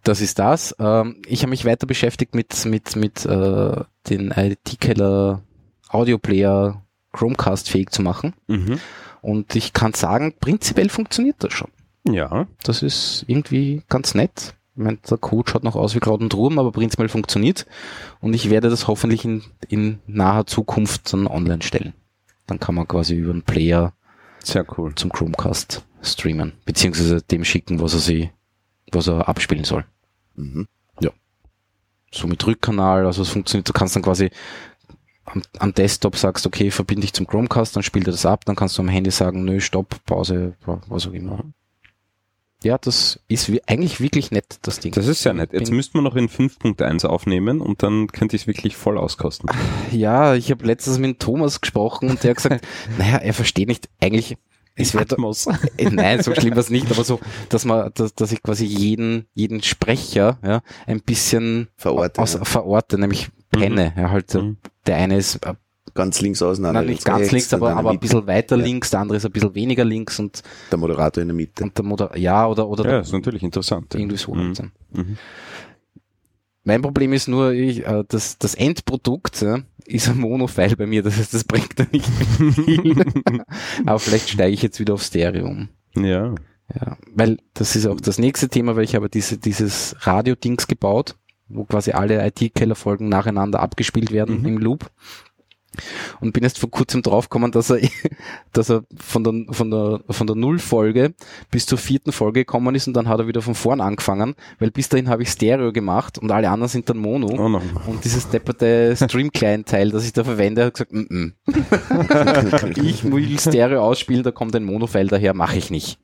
Das ist das. Ähm, ich habe mich weiter beschäftigt mit mit mit äh, den IT-Keller Audioplayer Chromecast fähig zu machen
Mhm.
und ich kann sagen, prinzipiell funktioniert das schon.
Ja.
Das ist irgendwie ganz nett. Ich meine, der Code schaut noch aus wie Kraut und Ruhm, aber prinzipiell funktioniert. Und ich werde das hoffentlich in, in naher Zukunft dann online stellen. Dann kann man quasi über einen Player
Sehr cool.
zum Chromecast streamen, beziehungsweise dem schicken, was er sie, was er abspielen soll.
Mhm.
So mit Rückkanal, also es funktioniert, du kannst dann quasi am, am Desktop sagst, okay, verbinde dich zum Chromecast, dann spielt er das ab, dann kannst du am Handy sagen, nö, stopp, Pause, was auch immer. Ja, das ist wie, eigentlich wirklich nett, das Ding.
Das ist ja nett. Jetzt
Bin-
müssten wir noch in 5.1 aufnehmen und dann könnte ich es wirklich voll auskosten.
Ja, ich habe letztens mit Thomas gesprochen und der hat gesagt, naja, er versteht nicht eigentlich. Es wäre doch-
Atmos.
äh, nein, so schlimm war's nicht, aber so, dass man, dass, dass ich quasi jeden, jeden Sprecher ja, ein bisschen
Verorte.
aus, verorte, nämlich penne. Ja, halt, äh,
Mhm.
Der eine ist äh,
ganz links auseinander.
nein, nicht ganz links,
dann
aber,
einer
aber ein
mitten.
bisschen weiter
Ja.
links, der andere ist ein bisschen weniger links und,
Der Moderator in der Mitte.
und der Moder ja oder oder
Ja, ist natürlich interessant.
irgendwie so.
Mhm. Mhm.
Mein Problem ist nur, ich, äh, das, das Endprodukt ja, ist ein Monofile bei mir, das heißt, das bringt da nicht viel. Aber vielleicht steige ich jetzt wieder auf Stereo um.
Ja.
Ja, weil das ist auch das nächste Thema, weil ich habe diese, dieses Radio-Dings gebaut, wo quasi alle IT-Keller-Folgen nacheinander abgespielt werden
Mhm.
im Loop. Und bin erst vor kurzem draufgekommen, dass er, dass er von der, von der, von der Null-Folge bis zur vierten Folge gekommen ist und dann hat er wieder von vorn angefangen, weil bis dahin habe ich Stereo gemacht und alle anderen sind dann Mono.
Oh no.
Und dieses depperte Stream-Client-Teil, das ich da verwende, hat gesagt, mm -mm. ich will Stereo ausspielen, da kommt ein Monofile daher, mache ich nicht.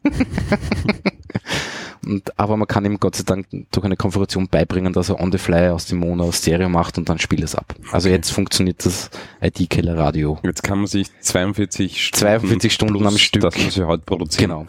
und, aber man kann ihm Gott sei Dank durch eine Konfiguration beibringen, dass er on the fly aus dem Mono auf Stereo macht und dann spielt es ab. Also jetzt funktioniert das IT-Keller-Radio.
Jetzt kann man sich 42 Stunden,
42 Stunden
Hm. plus
am Stück.
Das, was wir heute produzieren.
Genau.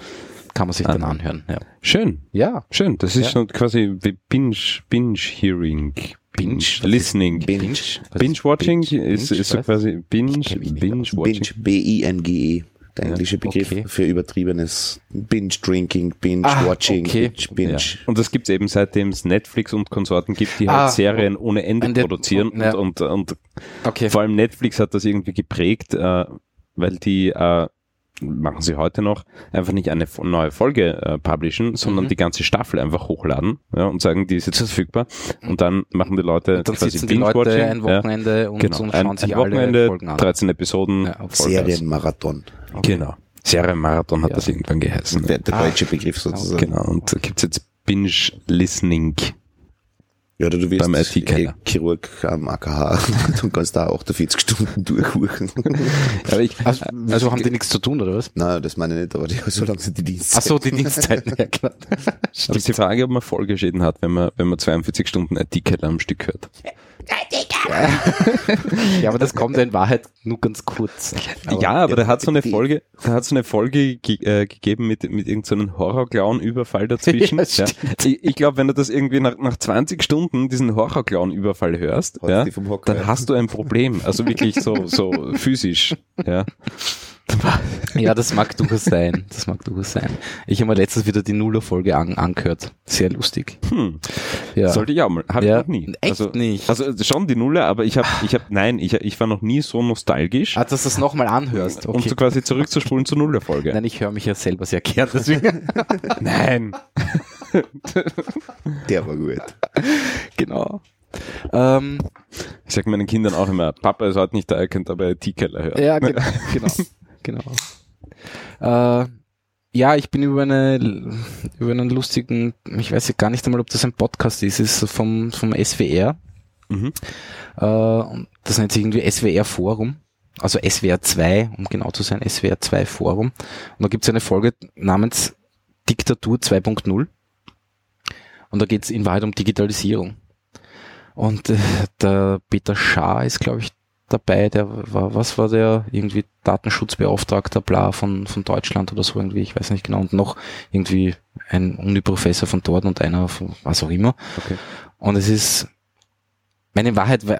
Kann man sich dann
Ah.
anhören. Ja.
Schön.
ja.
Schön. Das ist
Ja.
so quasi wie Binge, Binge Hearing.
Binge?
Listening.
Binge.
Binge Watching ist,
Binge,
ist so
was?
quasi Binge,
Ich kenn mich nicht
Binge Watching.
Binge, B-I-N-G-E. E. Der
Ja,
englische Begriff
okay.
für übertriebenes Binge-Drinking,
Ah,
Binge-Watching,
okay.
Binge,
Ja.
Binge.
Und das gibt's eben seitdem es Netflix und Konsorten gibt, die
Ah,
halt Serien ohne Ende
und der-
produzieren.
und- ja.
Und, und, und
Okay.
vor allem Netflix hat das irgendwie geprägt, äh, weil die, äh, machen sie heute noch, einfach nicht eine fo- neue Folge äh, publishen, sondern
Mhm.
die ganze Staffel einfach hochladen ja, und sagen, die ist jetzt verfügbar. Und dann machen die Leute
Dann
Äh, quasi
sitzen die Leute
Binge-Watching,
ein
ja.
Wochenende und,
Genau,
und
ein,
schauen
ein
sich
Wochenende,
alle Folgen an.
13 Episoden.
Ja, Vollgas.
Serienmarathon.
Genau. Serienmarathon hat
Ja.
das irgendwann geheißen.
Der der
Ah.
deutsche Begriff sozusagen.
Genau, und da gibt's jetzt Binge-Listening.
Ja, oder du wirst
Beim IT-Keller.
eh Chirurg am AKH und kannst da 48 Stunden durchhuchen.
Aber ich,
Also, also haben die nichts zu tun, oder was?
Nein, das meine ich nicht, aber die, so lang sind die Dienste.
Ach so, die Dienstzeiten, ja klar.
aber ist die Frage, ob man Folgeschäden hat, wenn man, wenn man 42 Stunden IT-Keller am Stück hört.
Ja, aber das kommt ja in Wahrheit nur ganz kurz.
ja, aber da hat so eine
die-
Folge, da hat so eine Folge ge äh, gegeben mit, mit irgendeinem so Horror-Clown-Überfall dazwischen.
Ja,
ja. Ich, ich glaube, wenn du das irgendwie nach, nach 20 Stunden diesen Horror-Clown-Überfall hörst,
Haut
ja,
die vom Hocker,
dann
ja.
hast du ein Problem. Also wirklich so, so physisch, ja.
Ja, das mag durchaus sein. Das mag durchaus sein. Ich habe mir letztens wieder die Nuller-Folge an, angehört. Sehr lustig.
Hm.
Ja.
Sollte ich auch mal. Hab
Ja.
ich noch nie.
Echt
also,
nicht.
Also schon die Nuller, aber ich habe, ich habe, nein, ich, ich war noch nie so nostalgisch,
ah, dass du es nochmal anhörst.
um
Okay.
so quasi zurückzuspulen zur Nuller-Folge.
Nein, ich höre mich ja selber sehr gern, deswegen.
Nein.
Der war gut.
genau. Ähm,
Ich sag meinen Kindern auch immer, Papa ist heute nicht da, ihr könnt aber IT-Keller hören.
ja, genau. genau, genau. Äh, ja, ich bin über, eine, über einen lustigen, ich weiß ja gar nicht einmal, ob das ein Podcast ist, ist vom, vom SWR.
Mhm.
Äh, und das nennt sich irgendwie SWR Forum. Also SWR 2, um genau zu sein, SWR 2 Forum. Und da gibt es eine Folge namens Diktatur 2.0. Und da geht es in Wahrheit um Digitalisierung. Und äh, der Peter Schaar ist, glaube ich, dabei. Der war, was war der? Irgendwie Datenschutzbeauftragter, bla, von, von Deutschland oder so irgendwie. Ich weiß nicht genau. Und noch irgendwie ein Uni-Professor von dort und einer von was auch immer.
Okay.
Und es ist, meine in Wahrheit, we-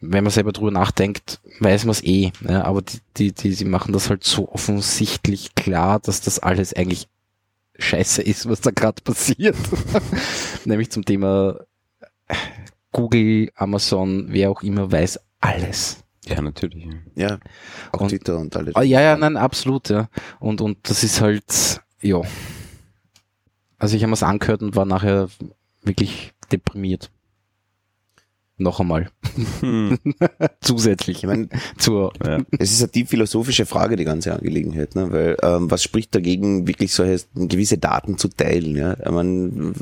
wenn man selber drüber nachdenkt, weiß man es eh. Ne? Aber die, die, die, die machen das halt so offensichtlich klar, dass das alles eigentlich scheiße ist, was da gerade passiert. Nämlich zum Thema Google, Amazon, wer auch immer weiß alles.
Ja, natürlich.
Ja, auch
Und-
Twitter und alles.
Ah, ja, ja, nein, absolut, ja. Und, und das ist halt, ja. Also ich habe es angehört und war nachher wirklich deprimiert. Noch einmal.
Hm.
Zusätzlich.
Ich meine,
zur
Ja.
es ist eine tief philosophische Frage, die ganze Angelegenheit, ne? weil ähm, was spricht dagegen, wirklich so heißt, gewisse Daten zu teilen? Ja? Ich meine,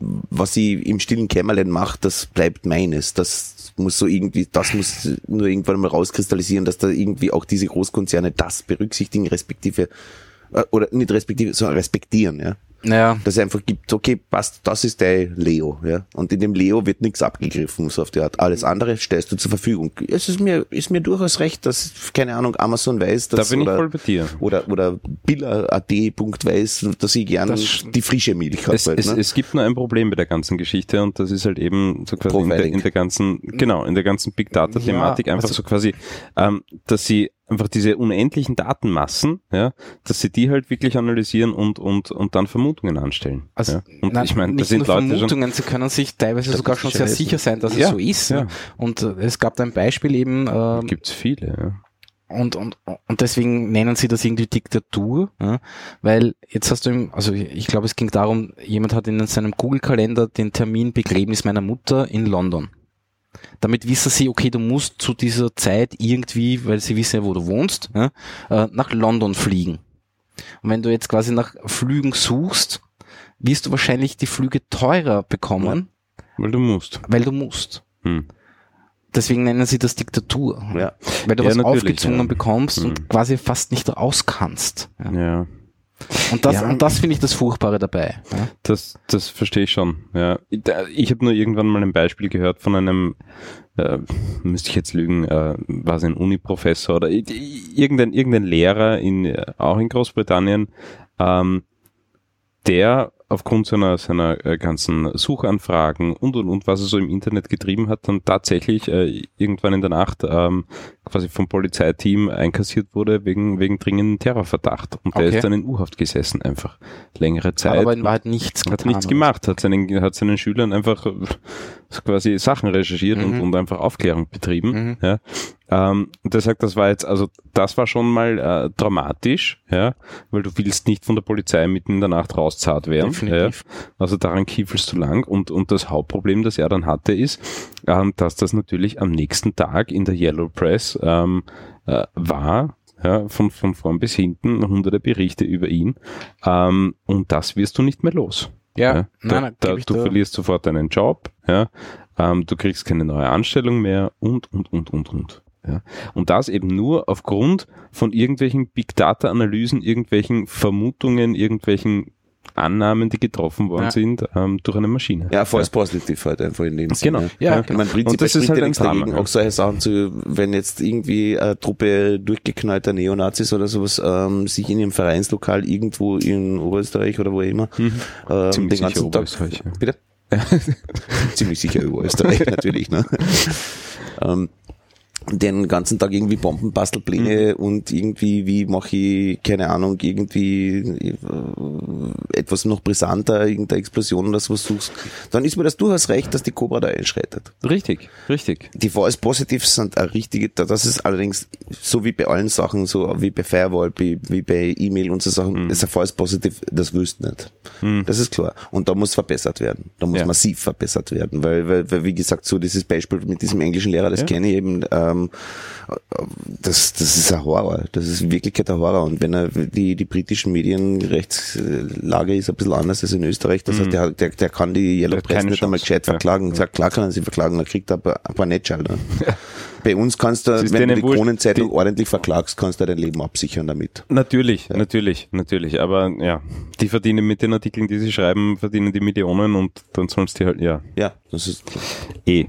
was sie im stillen Kämmerlein macht, das bleibt meines. Das muss so irgendwie, das muss nur irgendwann mal rauskristallisieren, dass da irgendwie auch diese Großkonzerne das berücksichtigen, respektive äh, oder nicht respektive, sondern respektieren, ja.
Naja,
dass es einfach gibt, okay, passt, das ist der Leo, ja. Und in dem Leo wird nichts abgegriffen, so auf die Art. Alles andere stellst du zur Verfügung. Es ist mir, ist mir durchaus recht, dass, keine Ahnung, Amazon weiß,
Da
dass,
bin ich
oder,
voll bei dir.
oder, oder Billa.at. weiß, dass ich gerne
Das sch-
die frische Milch habe.
Es,
halt,
es,
ne?
es gibt nur ein Problem bei der ganzen Geschichte und das ist halt eben so quasi in der,
Profiling.
in der ganzen, genau, in der ganzen Big Data Thematik
Ja,
einfach
also-
so quasi, ähm, dass sie einfach diese unendlichen Datenmassen, ja, dass sie die halt wirklich analysieren und, und, und dann Vermutungen anstellen.
also
ja. Und
nein,
ich meine,
nicht
das sind
nur
Leute schon,
Vermutungen, sie können sich teilweise sogar schon sehr
Statistische
sicher sein, dass es
Ja,
so ist.
ja.
ne? Und äh, es gab da ein Beispiel eben, ähm,
gibt's viele, ja.
und, und, und deswegen nennen sie das irgendwie Diktatur, ja? weil jetzt hast du im, also ich glaube, es ging darum, jemand hat in seinem Google-Kalender den Termin Begräbnis meiner Mutter in London. Damit wissen sie, okay, du musst zu dieser Zeit irgendwie, weil sie wissen ja, wo du wohnst, ja, äh, nach London fliegen. Und wenn du jetzt quasi nach Flügen suchst, wirst du wahrscheinlich die Flüge teurer bekommen,
Weil du musst.
weil du musst.
Hm.
Deswegen nennen sie das Diktatur.
ja.
Weil du
Ja,
was
natürlich,
aufgezwungen
ja.
bekommst
Mhm.
und quasi fast nicht raus kannst. Ja.
Ja.
Und das,
Ja.
und das finde ich das Furchtbare dabei. Ja.
Das, das verstehe ich schon. Ja. Ich, da- ich habe nur irgendwann mal ein Beispiel gehört von einem, äh, müsste ich jetzt lügen, äh, war es ein Uni-Professor oder i- i- irgendein, irgendein Lehrer in, äh, auch in Großbritannien, ähm, der aufgrund seiner, seiner äh, ganzen Suchanfragen und und und, was er so im Internet getrieben hat, dann tatsächlich äh, irgendwann in der Nacht ähm, quasi vom Polizeiteam einkassiert wurde wegen, wegen dringenden Terrorverdacht. Und der
Okay.
ist dann in U-Haft gesessen, einfach längere
Hat
Zeit.
aber in Wahrheit nichts
halt Hat
getan.
nichts gemacht, hat seinen, hat seinen Schülern einfach äh, quasi Sachen recherchiert und,
Mhm.
und einfach Aufklärung betrieben.
Mhm.
Ja. Ähm, und er sagt, das war jetzt, also das war schon mal äh, dramatisch, ja, weil du willst nicht von der Polizei mitten in der Nacht rauszahlt werden. Ja.
Definitiv.
Also daran kiefelst du lang. Und, und das Hauptproblem, das er dann hatte, ist, ähm, dass das natürlich am nächsten Tag in der Yellow Press ähm, äh, war, ja, von, von vorn bis hinten, hunderte Berichte über ihn. Ähm, und das wirst du nicht mehr los.
Ja,
Ja,
nein,
da,
nein,
da,
geb ich
du
da-
verlierst sofort deinen Job, ja, ähm, du kriegst keine neue Anstellung mehr und, und, und, und, und. Ja. Und das eben nur aufgrund von irgendwelchen Big Data Analysen, irgendwelchen Vermutungen, irgendwelchen Annahmen, die getroffen worden
Ja.
sind ähm, durch eine Maschine.
Ja, false positive halt einfach in dem Sinne.
Genau.
Ja,
Ich meine, prinzipiell
Und das ist
spricht
halt
ja
ein
nichts
Drama,
dagegen,
ja.
auch solche Sachen zu, wenn jetzt irgendwie eine Truppe durchgeknallter Neonazis oder sowas ähm, sich in ihrem Vereinslokal irgendwo in Oberösterreich oder wo immer ähm,
Mhm. Ziemlich
den
sicher
ganzen Tag,
Oberösterreich, ja.
bitte? Ziemlich sicher Oberösterreich natürlich, ne? ähm, den ganzen Tag irgendwie Bombenbastelpläne
Mhm.
und irgendwie, wie mache ich, keine Ahnung, irgendwie äh, etwas noch brisanter, irgendeine Explosion oder sowas suchst, dann ist mir das durchaus recht, dass die Cobra da einschreitet.
Richtig, richtig.
Die False Positives sind eine richtige, das ist allerdings so wie bei allen Sachen, so wie bei Firewall, wie, wie bei E-Mail und so Sachen, ist ein False Positive, das willst du nicht. Das ist klar. Und da muss verbessert werden. Da muss
Ja.
massiv verbessert werden, weil, weil, weil, wie gesagt, so dieses Beispiel mit diesem englischen Lehrer, das kenne ich eben, ähm, das, das ist ein Horror. Das ist in Wirklichkeit ein Horror. Und wenn er die, die britischen Medien, Rechtslage ist ein bisschen anders als in Österreich. Das heißt, der, hat- der, der kann die Yellow
Mhm. hat
Press
keine
nicht einmal
Chance.
gescheit
Ja.
verklagen. Sagt, klar kann er sie verklagen, dann kriegt er ein paar, ein paar Netzschalter. Bei uns kannst du,
ist
wenn du
denen
die
wurscht.
Kronenzeitung ordentlich verklagst, kannst du dein Leben absichern damit.
Natürlich, natürlich, natürlich. Aber ja, die verdienen mit den Artikeln, die sie schreiben, verdienen die Millionen und dann sollen die halt, ja,
Ja, das ist,
eh.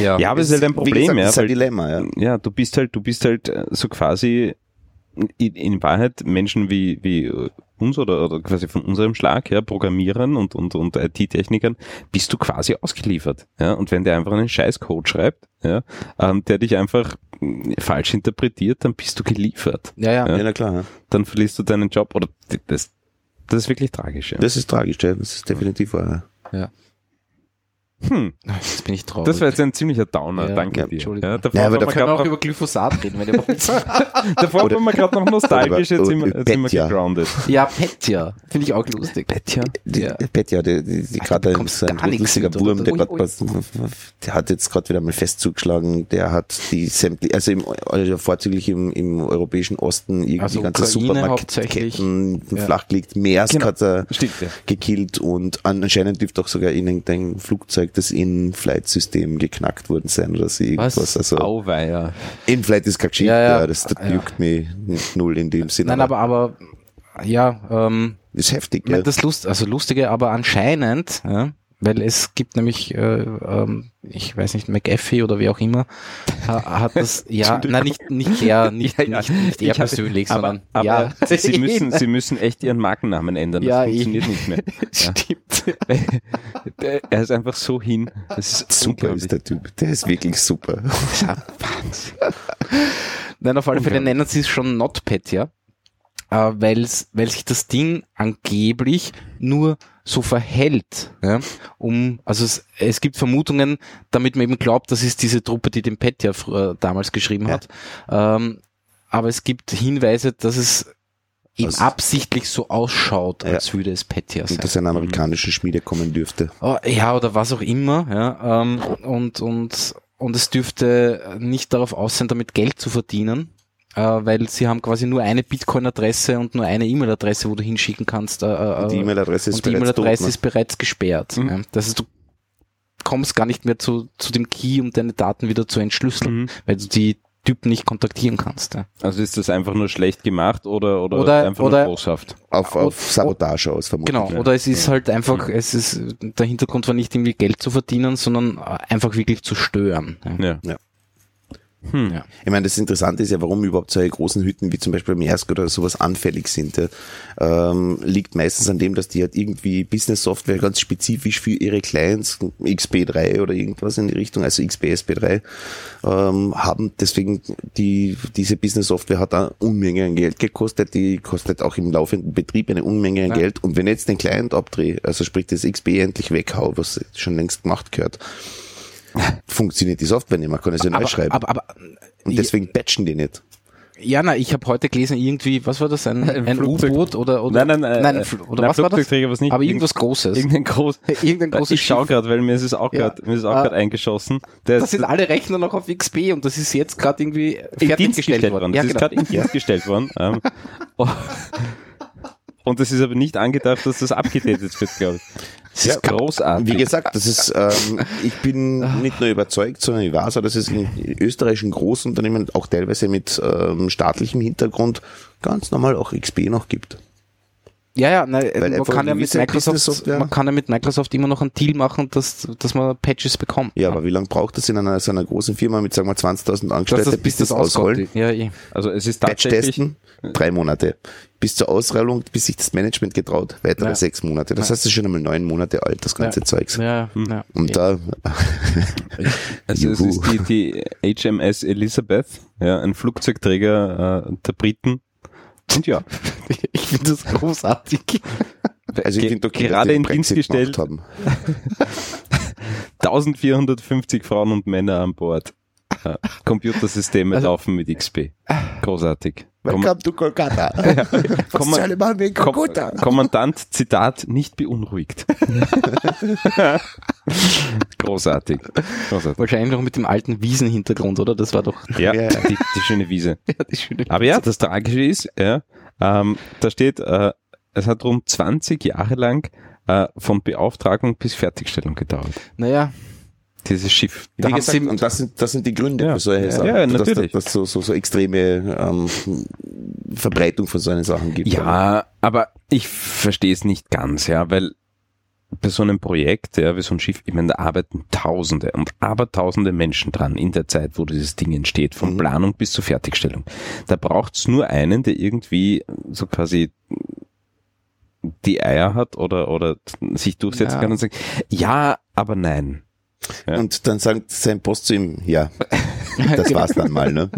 ja.
Ja, aber es ist halt ein
wie
Problem,
gesagt, das
ja,
ist ein
weil
Dilemma, ja.
ja, du bist halt, du bist halt äh, so quasi in, in Wahrheit Menschen wie, wie äh, uns oder, oder quasi von unserem Schlag, ja, Programmierern und, und, und IT-Technikern, bist du quasi ausgeliefert. Ja? Und wenn der einfach einen Scheißcode schreibt, ja, ähm, der dich einfach mh, falsch interpretiert, dann bist du geliefert.
ja, ja.
Ja, na klar, ja.
Dann verlierst du deinen Job oder d- das, das ist wirklich tragisch. Ja.
Das ist tragisch, ja. Das ist definitiv wahr. Ja.
Hm,
Jetzt bin ich traurig.
das war jetzt ein ziemlicher Downer,
Ja,
danke
ja,
dir.
Entschuldigung.
Ja, davor
Ja, aber
waren
da
wir
Können
gerade
wir auch
noch-
über Glyphosat reden, wenn ihr wollt.
davor waren wir gerade noch nostalgisch, jetzt sind wir
oder
jetzt sind wir
Petja.
gegroundet.
Ja, Petja. Finde ich auch lustig. Petja?
Die,
Ja.
Petja, die, die, die gerade ein,
kommst
so ein
gar nix
lustiger
mit,
Wurm,
oder?
der,
Ui,
grad,
ui.
was- der hat jetzt gerade wieder mal fest zugeschlagen, der hat die sämtliche, also, im, also vorzüglich im, im europäischen Osten irgendwie
Also
ganze
Ukraine hauptsächlich.
Supermarktketten
Ja.
flach gelegt, Maersk
Genau.
hat er
Stimmt, ja.
gekillt und an, anscheinend dürfte auch sogar in irgendein Flugzeug, das in Flight-System geknackt worden sein oder so irgendwas. Also
Auweia.
in Flight ist keine Geschichte,
Ja,
ja,
ja. Ah,
das, das
Ja.
juckt mich nicht null in dem Sinne.
Nein, aber, aber, ja, ähm,
ist heftig,
Ich meine,
ja.
das Lust, also Lustige, aber anscheinend, ja, weil es gibt nämlich, äh, ähm, ich weiß nicht, McAfee oder wie auch immer, ha, hat das, ja,
Entschuldigung.
nein, nicht, nicht er, nicht,
Ja, ja.
nicht, nicht er
Ich hab-
persönlich,
Aber,
sondern,
aber
ja.
sie, sie, müssen, sie müssen echt ihren Markennamen ändern. Das
Ja,
funktioniert
eh.
nicht mehr.
Stimmt.
Der- Er ist einfach so hin. Das ist
Super
unglaublich.
ist der Typ, der ist wirklich super.
Nein, auf alle Fälle nennen sie es schon Notpad, ja. Äh, weil's, weil sich das Ding angeblich nur so verhält, ja, um, also es, es gibt Vermutungen, damit man eben glaubt, das ist diese Truppe, die den Pet ja fr- äh, damals geschrieben
Ja.
hat. Ähm, aber es gibt Hinweise, dass es eben
Also-
absichtlich so ausschaut,
Ja.
als würde es Petja sein.
Und das in einer amerikanischen Schmiede kommen dürfte.
Oh, ja, oder was auch immer, ja, ähm, und, und, und es dürfte nicht darauf aus sein, damit Geld zu verdienen, äh, weil sie haben quasi nur eine Bitcoin-Adresse und nur eine E-Mail-Adresse, wo du hinschicken kannst. Äh, äh,
Und die E-Mail-Adresse ist
und die
bereits
E-Mail-Adresse
tot, ne?
ist bereits gesperrt.
Mhm.
Ja. Das heißt, du kommst gar nicht mehr zu, zu dem Key, um deine Daten wieder zu entschlüsseln,
Mhm.
weil du die Typen nicht kontaktieren kannst. Ja.
Also ist das einfach nur schlecht gemacht oder, oder,
Oder-
einfach
oder-
nur boshaft?
auf, auf Sabotage aus, vermutlich.
Genau,
Ja.
oder es ist halt einfach, es ist, der Hintergrund war nicht irgendwie Geld zu verdienen, sondern äh, einfach wirklich zu stören. Ja.
Ja.
Ja.
Hm.
Ja.
Ich meine, das Interessante ist ja, warum überhaupt solche großen Hütten wie zum Beispiel Maersk oder sowas anfällig sind. Ja. Ähm, liegt meistens an dem, dass die halt irgendwie Business-Software ganz spezifisch für ihre Clients, XP3 oder irgendwas in die Richtung, also XPSP3, ähm, haben. Deswegen, die, diese Business-Software hat eine Unmenge an Geld gekostet. Die kostet auch im laufenden Betrieb eine Unmenge an
Ja.
Geld. Und wenn ich jetzt den Client abdrehe, also sprich das XP endlich weghau, was schon längst gemacht gehört, funktioniert die Software nicht mehr, kann ich sie neu
aber,
schreiben.
aber, aber
Und deswegen patchen die nicht.
ja, na, ich habe heute gelesen, irgendwie, was war das, ein,
Ein
ein,
Flugzeug.
U-Boot oder, oder
Nein, nein, äh,
nein, ein Fl- oder
nein,
was war das?
Flugzeugträger war's nicht.
Aber irgendwas
Irgend-
Großes.
Irgendein groß. Äh,
Irgendein großes
ich schau
Schiff.
gerade, weil mir ist es auch
Ja.
gerade, mir ist es auch
Ah.
gerade eingeschossen. Der
Das sind alle Rechner noch auf XP und das ist jetzt gerade irgendwie
in Dienst gestellt
fertiggestellt
worden.
worden. genau. Ja,
das ist
genau.
gerade in Dienst gestellt worden. Ähm, oh. Und es ist aber nicht angedacht, dass das abgedatet wird, glaube ich.
Es ist kap-
großartig.
Wie gesagt, das ist, ähm, ich bin nicht nur überzeugt, sondern ich weiß auch, dass es in österreichischen Großunternehmen auch teilweise mit ähm, staatlichem Hintergrund ganz normal auch XP noch gibt.
Ja, ja, nein,
Weil
man,
einfach
kann ja mit
gewisse
Microsoft,
Business-Software-
man kann ja mit Microsoft immer noch einen Deal machen, dass, dass man Patches bekommt.
Ja, aber wie lange braucht es in einer, so einer großen Firma mit, sagen wir, 20.000
dass
Angestellten,
das, bis das
ausrollen?
ausrollt. Ja, eh.
Also es ist
Patch
tatsächlich.
testen, drei Monate. Bis zur Ausrollung, bis sich das Management getraut, weitere
Ja.
sechs Monate. Das heißt, es ist schon einmal neun Monate alt, das ganze
Ja.
Zeugs.
Ja,
Hm.
ja.
Und da,
Also es
Juhu.
ist die, die HMS Elizabeth, ja, ein Flugzeugträger äh, der Briten. Und ja,
Ich finde das großartig.
also ich
Ge-
finde okay,
gerade
dass die
in
den
Dienst
Brexit
gestellt.
gemacht haben.
1450 Frauen und Männer an Bord. Ja, Computersysteme
Also-
laufen mit XP. Großartig.
Welcome to Kolkata.
Komm-
Was soll ich machen in
Kom
Kolkata?
Kommandant, Zitat, nicht beunruhigt. Großartig. Großartig.
Wahrscheinlich noch mit dem alten Wiesenhintergrund, oder? Das war doch
Ja,
Ja.
die, die schöne Wiese.
die schöne.
Aber ja, das Tragische ist, ja, ähm, da steht, äh, es hat rund 20 Jahre lang äh, von Beauftragung bis Fertigstellung gedauert.
Naja,
Dieses Schiff.
Da
Wie
haben
gesagt,
sie-
und das sind, das sind die Gründe
Ja.
für solche
Ja,
Sachen.
ja,
dass,
natürlich.
Dass, dass so, so, so extreme ähm, Verbreitung von solchen Sachen gibt.
Ja, aber ich verstehe es nicht ganz, ja, weil bei so einem Projekt, ja, wie so ein Schiff, ich meine, da arbeiten Tausende und Abertausende Menschen dran in der Zeit, wo dieses Ding entsteht, von
Mhm.
Planung bis zur Fertigstellung. Da braucht's nur einen, der irgendwie so quasi die Eier hat oder, oder sich durchsetzen
Ja.
kann und sagt, ja, aber nein. Ja.
Und dann sagt sein Post zu ihm, ja, das war's dann mal. Ne?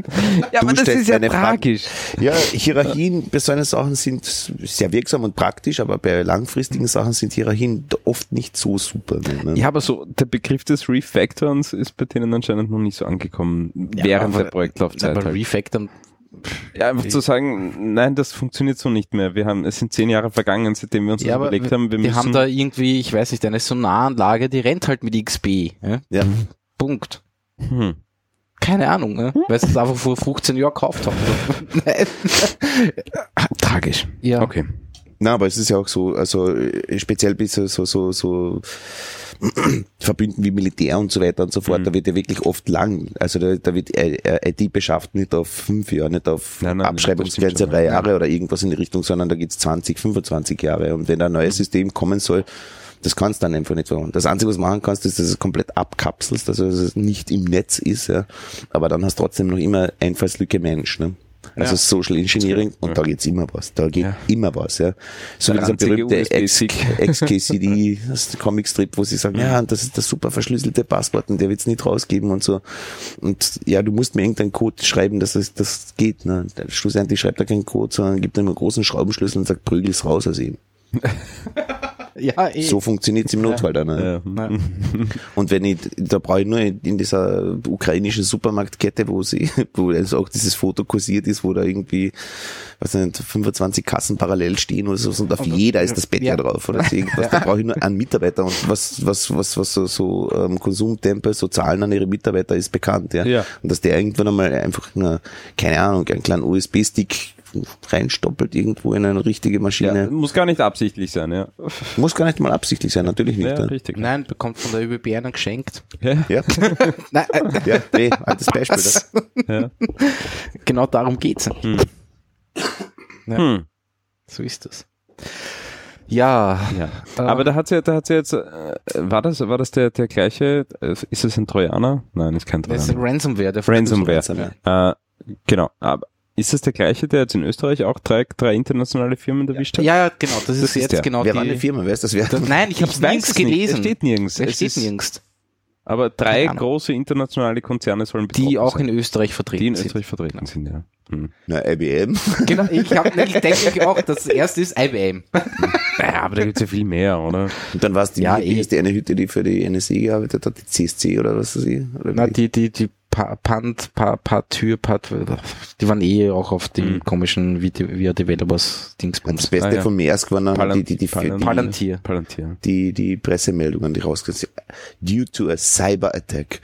Ja,
aber das stellst ist ja eine Frage.
tragisch.
Ja, Hierarchien bei solchen Sachen sind sehr wirksam und praktisch, aber bei langfristigen Sachen sind Hierarchien oft nicht so super. Ne?
Ja, aber so der Begriff des Refactorns ist bei denen anscheinend noch nicht so angekommen,
Ja,
während
aber-
der Projektlaufzeit.
aber
halt.
Refactor,
Ja, einfach zu sagen, nein, das funktioniert so nicht mehr. Wir haben, es sind zehn Jahre vergangen, seitdem wir uns
ja,
das
aber
überlegt haben, wir
die
müssen.
haben da irgendwie, ich weiß nicht, eine Sonaranlage, die rennt halt mit XP. Ja?
Ja.
Punkt.
hm.
Keine Ahnung, ne? weil sie es einfach vor 15 Jahren gekauft haben. Nein.
Tragisch.
Ja.
Okay.
Na, aber es ist ja auch so, also äh, speziell bis so, so, so, so Verbünden wie Militär und so weiter und so fort,
Mhm.
da wird ja wirklich oft lang, also da, da wird äh, äh, IT beschafft nicht auf fünf Jahre, nicht auf
Nein, nein, das stimmt
Abschreibungsgrenze
schon,
drei
ja.
Jahre oder irgendwas in die Richtung, sondern da geht's 20, 25 Jahre und wenn da ein neues System kommen soll, das kannst du dann einfach nicht machen. Das Einzige, was du machen kannst, ist, dass du es komplett abkapselst, also dass es nicht im Netz ist, ja. aber dann hast du trotzdem noch immer Einfallslücke Mensch. Ne? Also
Ja.
Social Engineering und
Ja.
da geht's immer was, da geht
Ja.
immer was. Ja. So wie
Der
dieser
ranzige
berühmte
USB-Stick.
XKCD-Comicstrip, wo sie sagen, ja,
Mhm.
und das ist das super verschlüsselte Passwort und der wird's nicht rausgeben und so. Und ja, du musst mir irgendeinen Code schreiben, dass es, das geht. Ne? Schlussendlich schreibt er keinen Code, sondern gibt einem einen großen Schraubenschlüssel und sagt, prügel's raus aus ihm.
Ja, eh.
So funktioniert's im Notfall dann. Ne?
Ja.
Na,
Und wenn ich, da brauche ich nur in in dieser ukrainischen Supermarktkette, wo sie, wo also auch dieses Foto kursiert ist, wo da irgendwie, was sind 25 Kassen parallel stehen oder so, und auf jeder ist das Bett ja
ja.
drauf oder so irgendwas. Da brauche ich nur einen Mitarbeiter und was, was, was, was so, so ähm, Konsumtempel, so Zahlen an ihre Mitarbeiter ist bekannt, ja.
Ja.
Und dass der irgendwann einmal einfach, na, keine Ahnung, einen kleinen USB-Stick reinstoppelt irgendwo in eine richtige Maschine.
Ja, muss gar nicht absichtlich sein, ja.
Muss gar nicht mal absichtlich sein, natürlich nicht. ne?
Ja,
Ja,
richtig.
Nein, bekommt von der ÖBB einer geschenkt.
Ja,
ja.
Nein, äh,
ja nee, altes Beispiel. ne? Das.
ja.
genau darum geht's.
Hm.
So ist das. Ja,
ja. Aber da hat sie, da hat sie jetzt, äh, war das, war das der, der gleiche, äh, ist es ein Trojaner? Nein, ist kein
das ist
Trojaner.
Ransomware. Der
Ransomware.
Ransomware.
Äh, genau. Aber ist es der gleiche, der jetzt in Österreich auch drei, drei internationale Firmen erwischt hat?
Ja, ja, genau. Das, ist
ist
jetzt
der.
genau
Wer
die.
war eine Firma? Wer ist das? Wer?
Nein, ich habe
Ich weiß
nirgends
es nicht.
gelesen.
Es steht nirgends.
Es
Es
steht
ist-
nirgends.
Aber drei
Keine Ahnung.
große internationale Konzerne sollen
Die
betroffen
auch
sein.
in Österreich vertreten
die in
sind.
Österreich vertreten sind, ja. Hm.
Na, IBM.
Genau, ich, hab, ich denke auch, das erste ist IBM.
Naja, aber da gibt's ja viel mehr, oder?
Und dann war es die,
Ja,
wie
eh.
ist die eine Hütte, die für die NSE gearbeitet hat, die CSC oder was weiß ich. Oder
Na,
wie?
die, die, die Pa- Pant, Pa- Partür, Part, die waren eh auch auf dem
Mhm.
komischen Via Developers
Und das
Dingsbums.
Beste
Ah, ja.
von Maersk waren dann
Palan-
die, die, die,
Palan-
die,
Palantir.
Palantir.
die, die Pressemeldungen, die rausgekommen sind. Due to a cyber attack.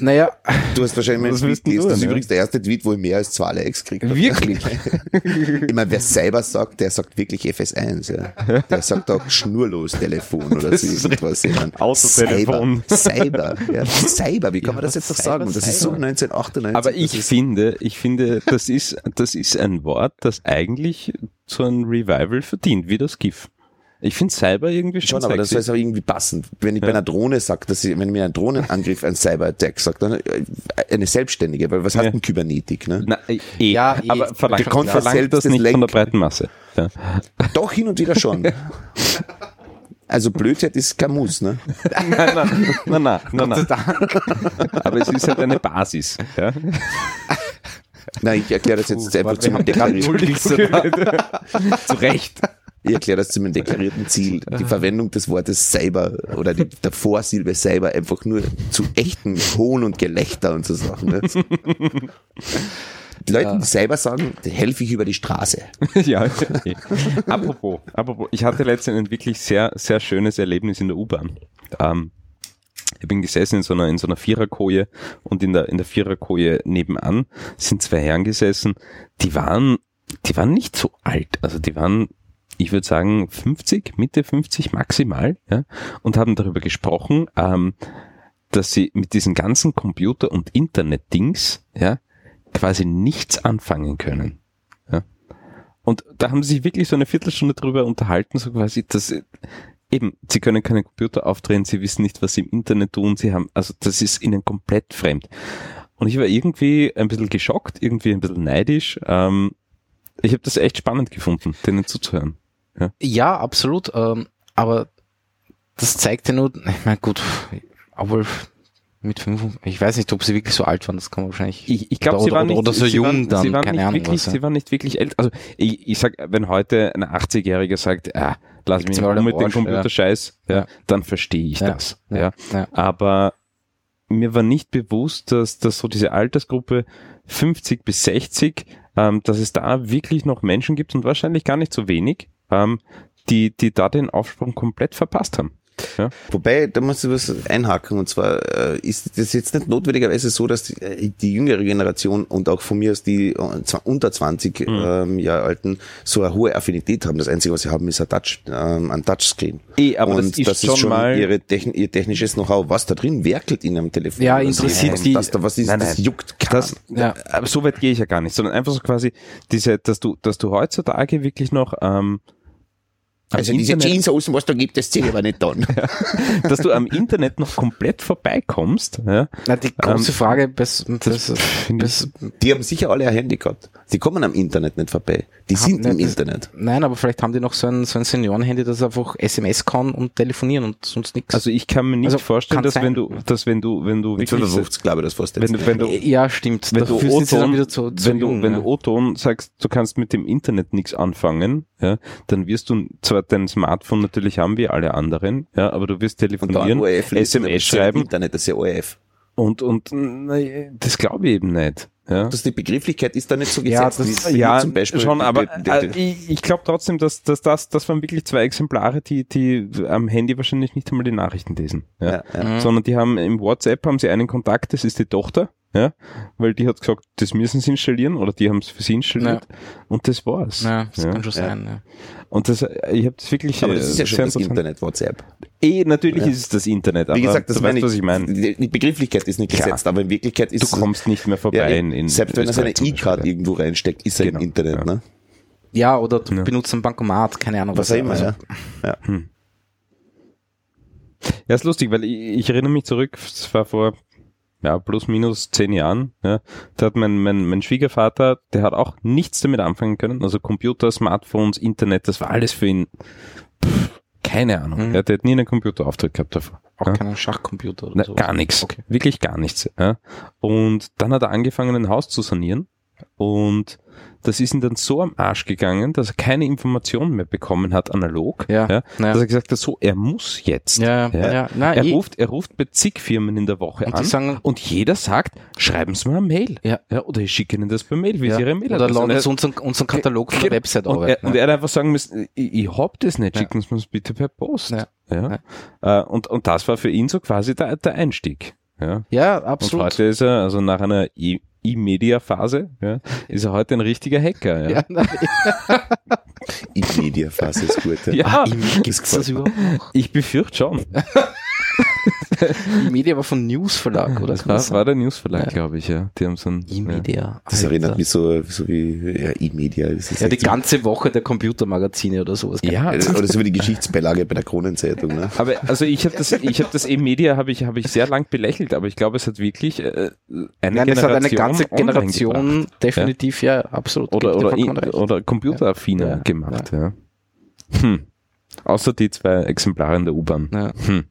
Naja,
Du hast wahrscheinlich meinen
Was
Tweet
willst denn du,
gelesen. Das ist
ne?
übrigens der erste Tweet, wo ich mehr als zwei Likes kriege.
wirklich.
Ich meine, wer selber sagt, der sagt wirklich FS1. Ja. Der sagt auch schnurlos Telefon oder
Das
so
ist
irgendwas. Ja.
Autotelefon.
Cyber. Cyber. Ja. Cyber. Wie kann man das jetzt noch
Cyber,
sagen? Das ist so
Cyber.
1998.
Aber ich finde, ich finde, das ist, das ist ein Wort, das eigentlich so ein Revival verdient, wie das GIF. Ich finde Cyber irgendwie schon,
Schon, aber das
sexy.
ist aber irgendwie passend. Wenn ich bei einer Drohne sage, dass ich, wenn mir ein Drohnenangriff, ein Cyber-Attack sagt, dann äh, eine selbstständige, weil was hat
Ja.
ein Kybernetik, ne?
Na, eh, eh,
Ja, eh.
aber verlangt,
Du kannst
verlangt
selbst
das
das
nicht von der
lenken.
breiten Masse. Ja.
Doch hin und wieder schon. Also Blödheit ist kein Muss, ne?
Nein, nein, nein, nein, nein, nein. Aber es ist halt eine Basis. Ja?
Nein, ich erkläre das jetzt einfach zu meinem deklarierten,
Zu Recht.
ich erkläre das zu meinem deklarierten Ziel. Die Verwendung des Wortes Cyber oder die, der Vorsilbe Cyber einfach nur zu echten Hohn und Gelächter und so Sachen. Ne? Die Leute, die Cyber sagen, die helfe ich über die Straße.
ja. okay. Apropos, apropos, ich hatte letztens ein wirklich sehr, sehr schönes Erlebnis in der U-Bahn. Ähm, ich bin gesessen in so einer, in so einer Viererkoje und in der, in der Viererkoje nebenan sind zwei Herren gesessen, die waren, die waren nicht so alt, also die waren, ich würde sagen, 50, Mitte 50 maximal, ja, und haben darüber gesprochen, ähm, dass sie mit diesen ganzen Computer- und Internet-Dings, ja, quasi nichts anfangen können. Und da haben sie sich wirklich so eine Viertelstunde drüber unterhalten, so quasi, dass äh, eben, sie können keinen Computer aufdrehen, sie wissen nicht, was sie im Internet tun, sie haben, also das ist ihnen komplett fremd. Und ich war irgendwie ein bisschen geschockt, irgendwie ein bisschen neidisch. Ähm, ich habe das echt spannend gefunden, denen zuzuhören.
Ja, absolut. Ähm, aber das zeigt ja nur, ich meine, gut, obwohl mit 5, ich weiß nicht, ob sie wirklich so alt waren, das kann man wahrscheinlich.
Ich, ich glaube,
Oder-
sie waren
oder-
nicht
oder so
sie
jung
waren,
dann,
sie waren
keine
nicht
Ahnung,
wirklich,
was, ja.
sie waren nicht wirklich älter. Also ich, ich sag, wenn heute ein 80-Jähriger sagt, ah, lass mich
Sind wir
mal
alle
mit dem
Arsch, ja.
Computerscheiß, ja.
Ja.
dann verstehe ich
Ja,
das.
ja,
ja.
ja.
Aber mir war nicht bewusst, dass, dass so diese Altersgruppe 50 bis 60, ähm, dass es da wirklich noch Menschen gibt und wahrscheinlich gar nicht so wenig, ähm, die, die da den Aufsprung komplett verpasst haben.
Wobei, da muss ich was einhaken. Und zwar äh, ist das jetzt nicht notwendigerweise so, dass die, äh, die jüngere Generation und auch von mir aus die äh, zwa- unter 20
Mhm.
ähm, Jahre alten so eine hohe Affinität haben. Das Einzige, was sie haben, ist ein, Touch, ähm, ein Touchscreen.
Eh, aber das
und
ist schon mal-
ihre Techn ihr technisches Know-how. Was da drin werkelt in einem Telefon?
Ja,
oder so.
interessiert
was,
die-
Das, da, was ist,
Nein,
das
nein.
juckt keinen.
Das,
Ja.
Aber so weit gehe ich ja gar nicht, sondern einfach so quasi diese, dass du, dass du heutzutage wirklich noch ähm, am
also diese
Internet-
Jeans außen, was da gibt, das ziehe ich aber nicht an.
dass du am Internet noch komplett vorbeikommst. Ja?
Na, die große
Ähm,
Frage, bis, bis,
find
bis,
Die haben sicher alle ein Handy gehabt. Die kommen am Internet nicht vorbei. Die
Haben
sind im
nicht-
Internet.
nein, aber vielleicht haben die noch so ein, so ein Seniorenhandy, das einfach SMS kann und telefonieren und sonst nichts.
Also ich kann mir nicht
Also,
vorstellen,
kann
dass
sein.
wenn du, dass wenn du, wenn du
Mit
wirklich,
55 glaube ich das fast jetzt.
wenn du, wenn du,
ja, stimmt.
wenn du
Dafür sind sie dann
O-Ton-
wieder zu, zu
wenn
jung.
du, wenn
ja.
du O-Ton sagst, du kannst mit dem Internet nichts anfangen, ja, dann wirst du zwar dein Smartphone natürlich haben wie alle anderen, ja, aber du wirst
und da ein
telefonieren,
ORF liest, dann
SMS
bist du im
schreiben
Internet, das ist ja ORF.
und, und, na, das glaube ich eben nicht, ja.
Das, die Begrifflichkeit ist da nicht so
Ja,
gesetzt.
das-
wie es
ja,
zum Beispiel
schon,
die-
aber
die- die-
äh, ich, ich glaube trotzdem, dass, dass das, das waren wirklich zwei Exemplare, die, die am Handy wahrscheinlich nicht einmal die Nachrichten lesen. Ja.
ja, ja.
Mhm.
Sondern die haben im WhatsApp haben sie einen Kontakt, das ist die Tochter, ja, weil die hat gesagt, das müssen sie installieren oder die haben es für sie installiert und das war's.
ja, das
Ja.
kann schon sein. Ja.
Und das, äh, ich habe das wirklich.
Aber das
äh,
ist ja schon
sehr
das
interessant.
Internet, WhatsApp.
Eh, natürlich
Ja.
ist es das Internet, aber
Wie gesagt, das
du
meine
weißt, was ich meine.
Die die Begrifflichkeit ist nicht
Klar.
gesetzt, aber in Wirklichkeit ist
Du
es-
kommst nicht mehr vorbei
ja,
in, in
Selbst wenn er seine
Österreich zum
E-Card
Beispiel.
irgendwo reinsteckt, ist er
Genau,
im Internet,
ja.
ne?
ja, oder du
Ja.
benutzt einen Bankomat, keine Ahnung.
Was auch immer,
also,
ja.
Ja, ist lustig, weil ich, ich erinnere mich zurück, es war vor ja, plus minus zehn Jahren, ja, da hat mein, mein, mein Schwiegervater, der hat auch nichts damit anfangen können, also Computer, Smartphones, Internet, das war alles für ihn, pff, keine Ahnung,
Mhm.
ja, der hat nie einen Computerauftritt gehabt davor.
Auch
ja.
keinen Schachcomputer oder
Na,
so.
gar nichts.
Okay.
Wirklich gar nichts. Ja. Und dann hat er angefangen, ein Haus zu sanieren. Und das ist ihm dann so am Arsch gegangen, dass er keine Informationen mehr bekommen hat, analog.
Ja,
ja,
na ja.
Dass er gesagt hat, so, er muss jetzt.
Ja, ja, ja. Nein,
er,
eh.
ruft, er ruft bei zig Firmen in der Woche
Und die
an
sagen-
und jeder sagt, schreiben Sie mir eine Mail.
Ja.
oder ich schicke Ihnen das per Mail, wie Sie Ihre Mail
Oder laden
Und er-
Sie unseren, unseren Katalog von der Website
und
arbeiten.
er, und er hat einfach sagen müssen, ich, ich hab das nicht,
Ja.
schicken Sie mir bitte per Post.
Ja.
Ja. Äh, und, und das war für ihn so quasi der, der Einstieg. Ja.
Ja,
Und
absolut.
heute ist er, also nach einer E- E-Media-Phase, ja, ist er heute ein richtiger Hacker. Ja.
Ja, nein,
In Media Phase ist gut. Ah,
Ja.
gibt's das überhaupt noch?
Ich befürchte schon.
E-Media war von News Verlag, oder?
Das war, war der Newsverlag,
Ja.
glaube ich, ja. Die haben so ein, ja.
E-Media.
Das
Alter.
erinnert mich so, so wie ja, E-Media. Das ist
Ja, die
echt so-
ganze Woche der Computermagazine oder sowas. gell?
Ja,
Oder so wie die Geschichtsbeilage bei der Kronenzeitung. Ne?
Aber also ich habe das, ich habe das E-Media habe ich habe ich sehr lang belächelt, aber ich glaube, es hat wirklich äh, eine
Nein, es
Generation
hat eine ganze
online gebracht.
Generation definitiv, ja, absolut.
oder
Gibt dir
oder,
vollkommen
in,
recht.
oder computeraffiner
Ja. Ja.
gemacht. Ja. Hm. Außer die zwei Exemplare in der U-Bahn.
Ja.
Hm.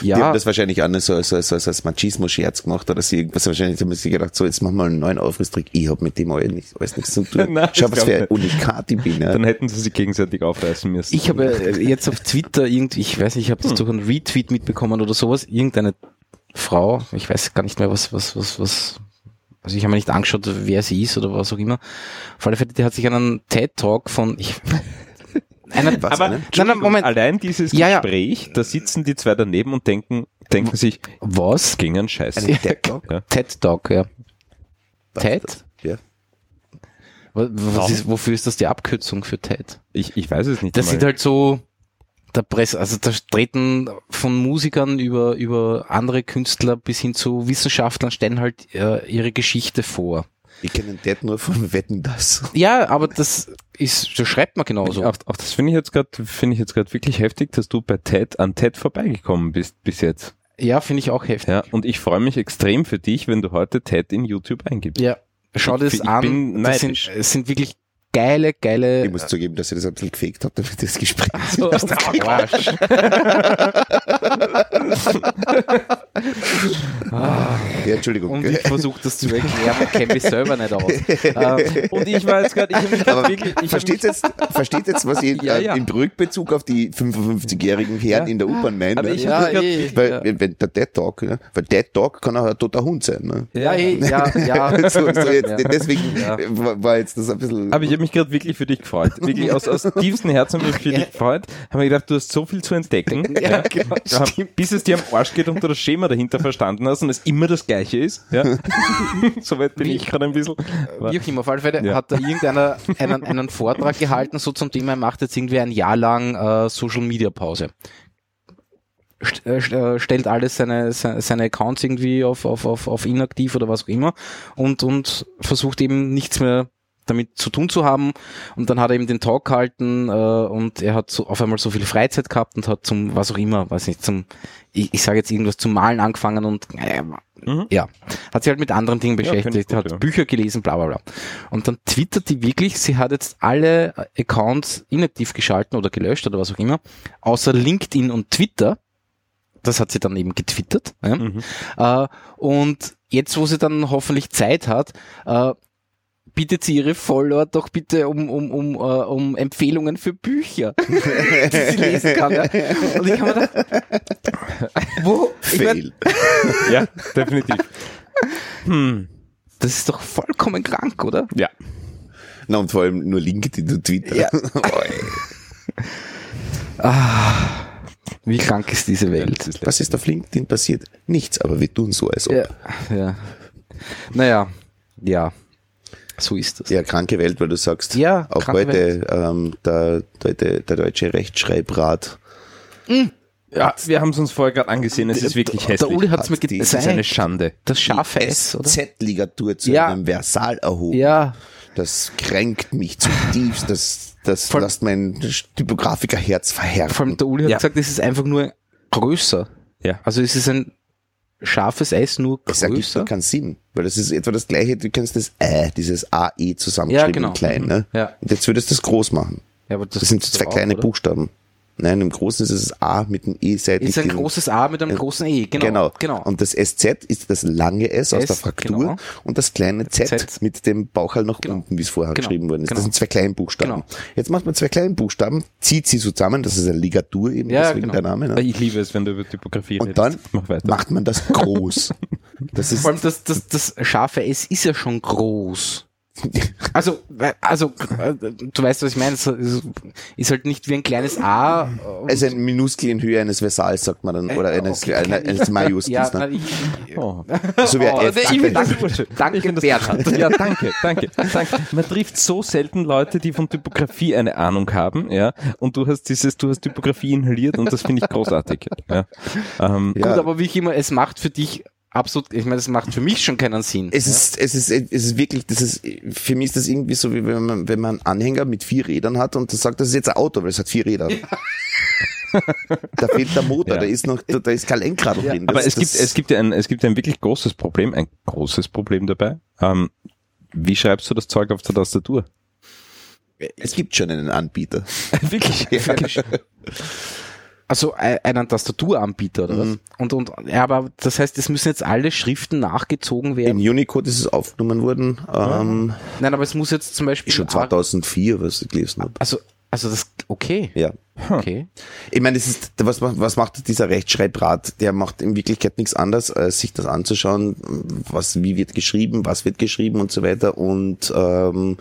Die
ja,
haben das wahrscheinlich anders so als, als, als, als Machismo-Scherz gemacht oder sie irgendwas wahrscheinlich haben sie gedacht, so jetzt machen wir einen neuen Aufrisstrick. Ich hab mit dem alles nichts, alles nichts zu tun.
Nein,
Schau,
ich
was
glaub
für ein
nicht.
Unikat ich bin. Ja.
Dann hätten sie sich gegenseitig aufreißen müssen.
ich habe äh, jetzt auf Twitter irgendwie, ich weiß nicht, ich habe das durch einen Retweet mitbekommen oder sowas, irgendeine Frau, ich weiß gar nicht mehr, was, was, was, was, also ich habe mir nicht angeschaut, wer sie ist oder was auch immer. Vor allem, die hat sich einen TED-Talk von, ich, einer,
Was,
aber
ne?
nein, nein, Moment,
allein dieses
Ja, ja.
Gespräch, da sitzen die zwei daneben und denken, denken sich,
was?
ging ein Scheiß.
Einen TED-Talk?
Ja.
TED-Talk, ja. TED?
Ja.
Wa- Was
Warum?
ist, wofür ist das die Abkürzung für TED?
Ich, ich weiß es nicht.
Das
einmal.
sind halt so der Presse, also da treten von Musikern über, über andere Künstler bis hin zu Wissenschaftlern stellen halt äh, ihre Geschichte vor.
Ich kenne den Dad nur von Wetten, das.
Ja, aber das ist, das schreibt man genauso.
Auch, auch das finde ich jetzt gerade finde ich jetzt gerade wirklich heftig, dass du bei Ted an Ted vorbeigekommen bist bis jetzt.
Ja, finde ich auch heftig.
Ja, und ich freue mich extrem für dich, wenn du heute Ted in YouTube eingibst.
Ja. Schau das
Ich bin
an. das sind,
neidisch.
es sind wirklich geile, geile. Oh,
Ich muss zugeben, dass ich das ein bisschen gefegt habe, damit das Gespräch
so aus dem Arsch.
Ja, Entschuldigung.
Und ich versuche das zu erklären, ich kenne mich selber nicht aus. Äh,
Und ich war jetzt gerade, ich habe mich
Aber
grad wirklich, ich hab
versteht
mich,
jetzt, versteht jetzt, was ich
Ja,
äh,
ja.
im Rückbezug auf die 55-jährigen Herren
Ja.
in der U-Bahn meine?
aber ich
Ja,
habe
eh.
mich
weil,
gerade
wenn- wenn der Dead Dog, ne? weil Dead Dog kann auch ein toter Hund sein. Ne?
ja, eh, ja, ja.
So, also, so jetzt,
Ja.
Deswegen
Ja.
war war jetzt das ein bisschen.
aber ich habe mich gerade wirklich für dich gefreut. Wirklich aus, aus tiefstem Herzen habe ich mich für dich gefreut. Habe mir gedacht, du hast so viel zu entdecken. Ja,
genau.
Hab- bis es dir am Arsch geht und du das Schema dahinter verstanden hast und es immer das gleiche ist. Ja. Soweit bin ich gerade ein bisschen.
Wie auch immer, auf alle Fälle
Ja.
hat da irgendeiner einen, einen Vortrag gehalten, so zum Thema, er macht jetzt irgendwie ein Jahr lang äh, Social Media Pause. St äh, st äh, stellt alles seine, se- seine Accounts irgendwie auf, auf, auf, auf inaktiv oder was auch immer und, und versucht eben nichts mehr damit zu tun zu haben. Und dann hat er eben den Talk gehalten äh, und er hat so, auf einmal so viel Freizeit gehabt und hat zum, was auch immer, weiß nicht, zum, ich, ich sage jetzt irgendwas zum Malen angefangen und äh,
Mhm.
ja, hat sich halt mit anderen Dingen
Ja, kenn ich
beschäftigt,
gut,
hat
ja.
Bücher gelesen, bla bla bla. Und dann twittert die wirklich, sie hat jetzt alle Accounts inaktiv geschalten oder gelöscht oder was auch immer, außer LinkedIn und Twitter. Das hat sie dann eben getwittert. Ja?
Mhm.
Äh, und jetzt, wo sie dann hoffentlich Zeit hat, äh, bittet sie ihre Follower doch bitte um, um, um, äh, um Empfehlungen für Bücher, die sie lesen kann. Ja? Und ich habe mir gedacht, wo? Ich mein,
Fail.
Ja, definitiv. Hm.
das ist doch vollkommen krank, oder?
Ja.
Na, und vor allem nur LinkedIn und Twitter.
Ja.
Oi.
Wie krank ist diese Welt?
Was ist auf LinkedIn passiert? Nichts, aber wir tun so, als ob.
Ja, ja. Naja, ja. So ist das.
Ja, kranke Welt, weil du sagst,
Ja,
auch
kranke
heute ähm, der, der, der der Deutsche Rechtschreibrat
Ja, wir haben es uns vorher gerade angesehen, es ist wirklich
Der
hässlich.
Uli hat's mir
Hat die-
gezeigt.
Es ist eine Schande.
das scharfe S, oder?
SZ-Ligatur zu
Ja.
einem Versal erhoben.
Ja,
Das kränkt mich zutiefst, das, das
Vor-
lässt mein Typografikerherz verhärten.
vor allem der Uli hat
Ja.
gesagt, es ist einfach nur größer.
Ja.
Also es ist ein scharfes S, nur
das ergibt
größer.
doch keinen Sinn, weil das ist etwa das gleiche, du kennst das Ä, dieses E AE zusammengeschrieben
Ja, genau.
in klein. Ne?
Ja.
Und jetzt würdest du das groß machen.
Ja, aber
Das sind so
gibt's
zwei
doch auch,
kleine
oder?
Buchstaben. Nein, im Großen ist es das A mit dem E seitlich.
Ist ein
diesen-
großes A mit einem großen E, genau.
Äh, genau. Und das SZ ist das lange S, aus
S,
der Fraktur
genau.
und das kleine Z,
Z.
mit dem Bauchhal nach unten, wie es vorher
Genau.
geschrieben worden ist.
Genau.
Das sind zwei kleinen Buchstaben.
Genau.
Jetzt macht man zwei kleinen Buchstaben, zieht sie so zusammen, das ist eine Ligatur eben,
Ja,
deswegen
genau.
der Name. Ne?
Ich liebe es, wenn du über Typografie
Und
redest.
dann
Mach weiter.
macht man das groß. Das ist
Vor allem das, das, das scharfe S ist ja schon groß. Also, we- also, äh, du weißt, was ich meine. Es ist- ist halt nicht wie ein kleines A. äh,
Also ein Minuskel in Höhe eines Versals, sagt man dann, oder eines,
okay,
einer- eines Majuskels.
ja, na,
ne?
ich, ich,
Oh.
so wie ein
oh,
F.
nee, ich
Danke.
will das- Danke, Bertha.
Ja, danke, danke, danke. Man trifft so selten Leute, die von Typografie eine Ahnung haben, ja. Und du hast dieses, du hast Typografie inhaliert und das finde ich großartig. Ja. Ähm,
Ja.
Gut, aber wie ich immer, es macht für dich absolut, ich meine, es macht für mich schon keinen Sinn.
Es ist, es ist, es ist wirklich, das ist, für mich ist das irgendwie so, wie wenn man, wenn man einen Anhänger mit vier Rädern hat und das sagt, das ist jetzt ein Auto, weil es hat vier Räder. da fehlt der Motor,
Ja.
da ist noch, da, da ist kein Lenkrad drin.
Aber
Das-
es
das-
gibt, es gibt ja ein, es gibt ja ein wirklich großes Problem, ein großes Problem dabei. Ähm, wie schreibst du das Zeug auf der Tastatur?
es gibt schon einen Anbieter.
wirklich?
Also ei- einen Tastaturanbieter oder was?
Mhm.
Und, und, ja, aber das heißt, es müssen jetzt alle Schriften nachgezogen werden.
Im Unicode ist es aufgenommen worden, ähm,
Nein, aber es muss jetzt zum Beispiel.
schon 2004, was ich gelesen habe.
Also, also das, okay,
Ja.
okay.
Ich meine, das ist, was, ma- was macht dieser Rechtschreibrat? Der macht in Wirklichkeit nichts anderes, als sich das anzuschauen, was, wie wird geschrieben, was wird geschrieben und so weiter. Und, ähm,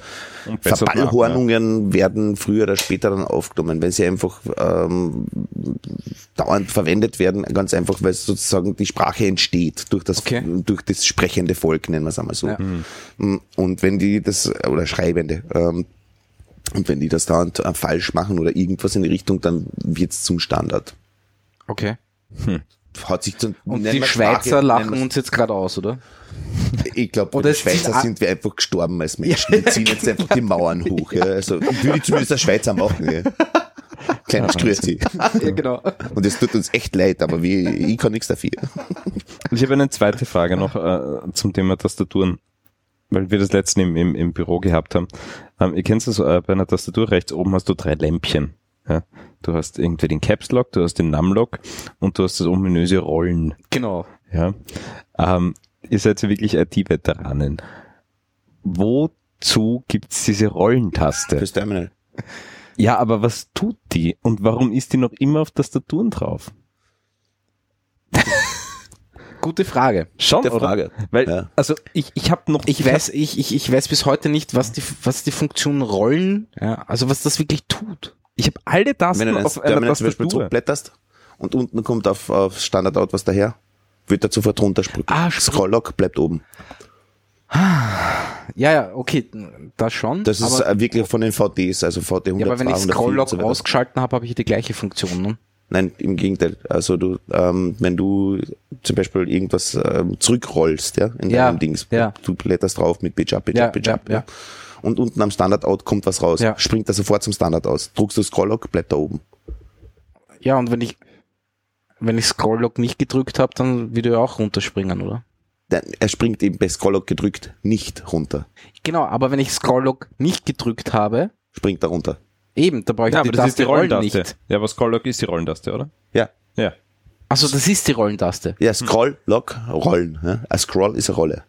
Und bessert nach,
Verballhornungen werden früher oder später dann aufgenommen, wenn sie einfach ähm, dauernd verwendet werden, ganz einfach, weil sozusagen die Sprache entsteht durch das,
Okay.
durch das sprechende Volk, nennen wir es einmal so. Mhm.
Ja.
Und wenn die das, oder Schreibende, ähm, und wenn die das dauernd äh, falsch machen oder irgendwas in die Richtung, dann wird's zum Standard.
Okay.
Hat sich zum,
Und
nennen
die
wir
Schweizer
Sprache-
lachen
nennen
uns jetzt gerade aus, oder?
wir- Ich glaube,
Oder
die
es sind
Schweizer
a-
sind wir einfach gestorben als Menschen. Wir ziehen jetzt einfach
genau.
die Mauern hoch. Ja. Also würde ich zumindest der Schweizer machen. Ja. Kleines Grüezi.
ja, genau.
Und es tut uns echt leid, aber wir, ich kann nichts dafür.
Ich habe eine zweite Frage noch äh, zum Thema Tastaturen, weil wir das letzte im, im, im Büro gehabt haben. Ähm, ihr kennt es äh, bei einer Tastatur rechts oben hast du drei Lämpchen. Ja? Du hast irgendwie den Caps Lock, du hast den Num Lock und du hast das ominöse Rollen.
Genau.
Ja. Ähm, ihr seid ja wirklich IT-Veteranen. Wozu gibt's diese Rollentaste?
Fürs Terminal.
Ja, aber was tut die und warum ist die noch immer auf Tastaturen drauf?
Gute Frage.
Schon,
Der
oder?
Frage.
Weil,
Ja.
also ich, ich habe noch...
Ich weiß, ich, ich, ich weiß bis heute nicht, was die, was die Funktion Rollen, ja, also was das wirklich tut.
Ich habe alle
Wenn
Tasten
du dann
auf
das
einer
Terminal zum Beispiel
Tastatur.
zurückblätterst und unten kommt auf, auf Standardout was daher, wird er sofort runterspringen.
Ah, spr-
Scrolllock bleibt oben.
Ja, ja, okay, das schon.
Das ist
aber,
äh, wirklich von den VDs, also VD 100,
ja, aber wenn ich
200,
Scrolllock
400 und so weiter.
ausgeschalten habe, habe ich die gleiche Funktion. Ne?
Nein, im Gegenteil. Also du, ähm, wenn du zum Beispiel irgendwas ähm, zurückrollst, ja, in
Ja,
deinem Dings,
ja.
du blätterst drauf mit Bitch up, Bitch
Ja,
up, Bitch
ja,
up.
ja.
Ja. Und unten am Standard-Out kommt was raus.
Ja.
Springt er sofort zum Standard aus. Druckst du Scrolllock, bleibt da oben.
Ja, und wenn ich, wenn ich Scrolllock nicht gedrückt habe, dann würde er auch runterspringen, oder?
Nein, er springt eben bei Scrolllock gedrückt nicht runter.
Genau, aber wenn ich Scrolllock nicht gedrückt habe,
Springt da runter.
eben, da brauche ich
Ja,
die
aber das ist
Taste
die
Rollen
Rollentaste.
nicht.
Ja, aber Scrolllock ist die Rollentaste, oder?
Ja.
Ja.
Also das ist die Rollentaste.
Ja, Scrolllock, Rollen. Ja. Ein Scroll ist eine Rolle.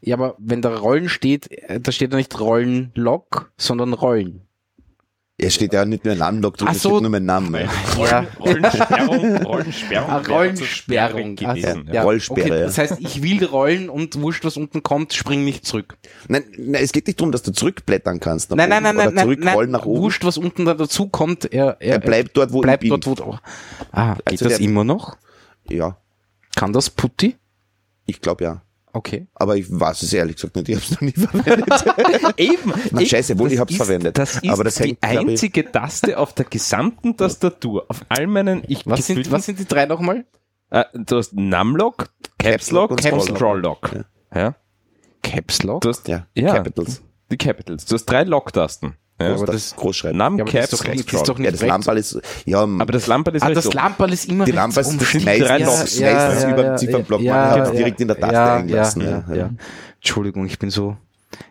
Ja, aber wenn da Rollen steht, äh, da steht ja nicht Rollenlock, sondern Rollen.
Er steht ja nicht mehr Namenlock drüber,
Ach
es
so.
steht nur mein Name. Ja.
Ja.
Rollensperrung, Rollensperrung.
Ah, Rollensperrung. Ach so,
ja. Rollsperre,
Okay,
ja.
das heißt, ich will rollen und wurscht, was unten kommt, spring nicht zurück.
Nein, nein, es geht nicht darum, dass du zurückblättern kannst. nach
Nein, nein, nein,
oben
nein, nein,
Oder
nein,
zurückrollen nach oben.
wurscht, was unten da dazu kommt, er, er,
Er bleibt dort, wo
bleibt
ich bin.
dort, wo... Oh. Ah, geht
Also
das
der-
immer noch?
ja,
Kann das Putti?
ich glaube ja.
Okay.
Aber ich weiß es ehrlich gesagt nicht, ich habe es noch nie verwendet.
Eben.
Na,
eben,
scheiße, wohl,
das
ich hab's
ist-
verwendet.
Das ist
Aber das
die
hängt, glaub ich-
einzige Taste auf der gesamten Tastatur. Auf all meinen... Ich
Was sind,
gefühlten-
was sind die drei nochmal?
Äh, du hast Numlock, Caps Lock und
Caps Lock und
Scrolllock. Ja.
Caps Lock?
Du hast
ja,
Ja.
Capitals.
die Capitals. Du hast drei Lock-Tasten. Ja.
aber
Das,
das-
Großschreiben.
Num,
Ja, aber das
Caps,
ist doch,
Lock,
das ist doch
Scroll.
nicht
ja, das
recht.
Lamperl ist, ja,
Aber das Lamperl ist
Ah,
recht
das
oben.
Lamperl ist immer
die
rechts
Lamperl
oben.
ist
sind
meistens,
die drei
meistens
Logs.
ja,
über
ja,
den Ziffernblock.
ja,
Man hat
ja,
es direkt in der Taste
ja,
eingelassen. Ja, ja.
Entschuldigung, ich bin so.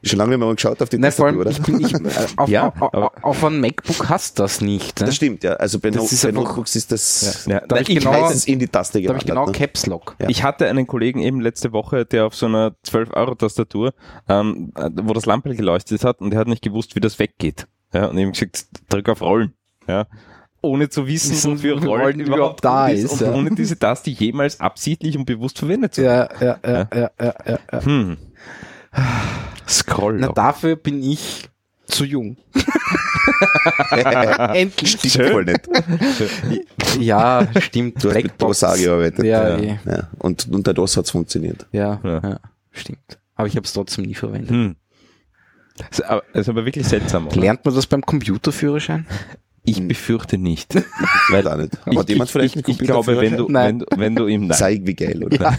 Schon lange haben wir mal geschaut auf die
Nein, vor
Tastatur,
allem,
oder?
ich bin, ich, äh, auf,
Ja,
auf, auf,
aber-
auf einem MacBook hast das nicht. Ne?
Das stimmt, ja. Also bei,
Das
no
ist
bei
einfach-
Notebooks ist das
Ja, da hab ich
genau-
meistens in die Taste
da habe ich genau
gewandert. ne?
Caps Lock.
Ja.
Ich hatte einen Kollegen eben letzte Woche, der auf so einer 12-Euro-Tastatur, ähm, wo das Lampel geleuchtet hat und der hat nicht gewusst, wie das weggeht. Ja, und ihm gesagt, drück auf Rollen. Ja. Ohne zu wissen,
Wissen,
wofür
wo
Rollen,
Rollen
überhaupt
überhaupt da
gut
ist,
und
ja.
ohne diese Taste jemals absichtlich und bewusst verwendet zu haben.
Ja, ja, ja, ja, ja, ja, ja.
Hm. Scroll.
Na, dafür bin ich zu jung. Endlich.
ne? Stimmt voll nicht.
Ja, stimmt.
Du hast mit
Blackbox.
DOS auch gearbeitet.
Ja,
Ja.
eh.
Ja. Und unter DOS hat's funktioniert.
ja,
Ja.
ja. stimmt. Aber ich habe es trotzdem nie verwendet.
Hm. Ist aber, ist aber wirklich seltsam. oder?
Lernt man das beim Computerführerschein?
Ich befürchte nicht.
Weil auch nicht.
ich,
Aber jemand vielleicht
ich, ich glaube, wenn du, wenn,
Nein.
du- wenn du im Nein,
Zeig, wie geil, oder?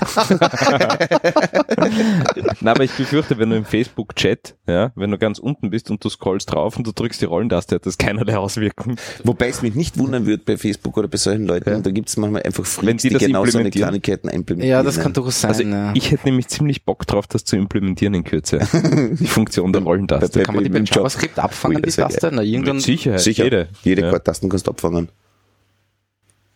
Nein, aber ich befürchte, wenn du im Facebook-Chat, ja, wenn du ganz unten bist und du scrollst drauf und du drückst die Rollentaste, hat das keinerlei Auswirkung.
Wobei es mich nicht wundern würde bei Facebook oder bei solchen Leuten, da gibt es manchmal einfach
Wenn
Freaks,
die
die,
das
genau so eine
implementieren.
Kleinigkeiten implementieren.
Ja, das kann durchaus sein.
Also
ja.
ich hätte nämlich ziemlich Bock drauf, das zu implementieren in Kürze. Die Funktion der Rollentaste.
Kann man die bei
im Job.
JavaScript abfangen,
Ui,
die
das wär
Taste? Na, irgendwann,
Mit Sicherheit.
Sicher,
Jede.
jede,
Ja.
Tasten kannst du abfangen.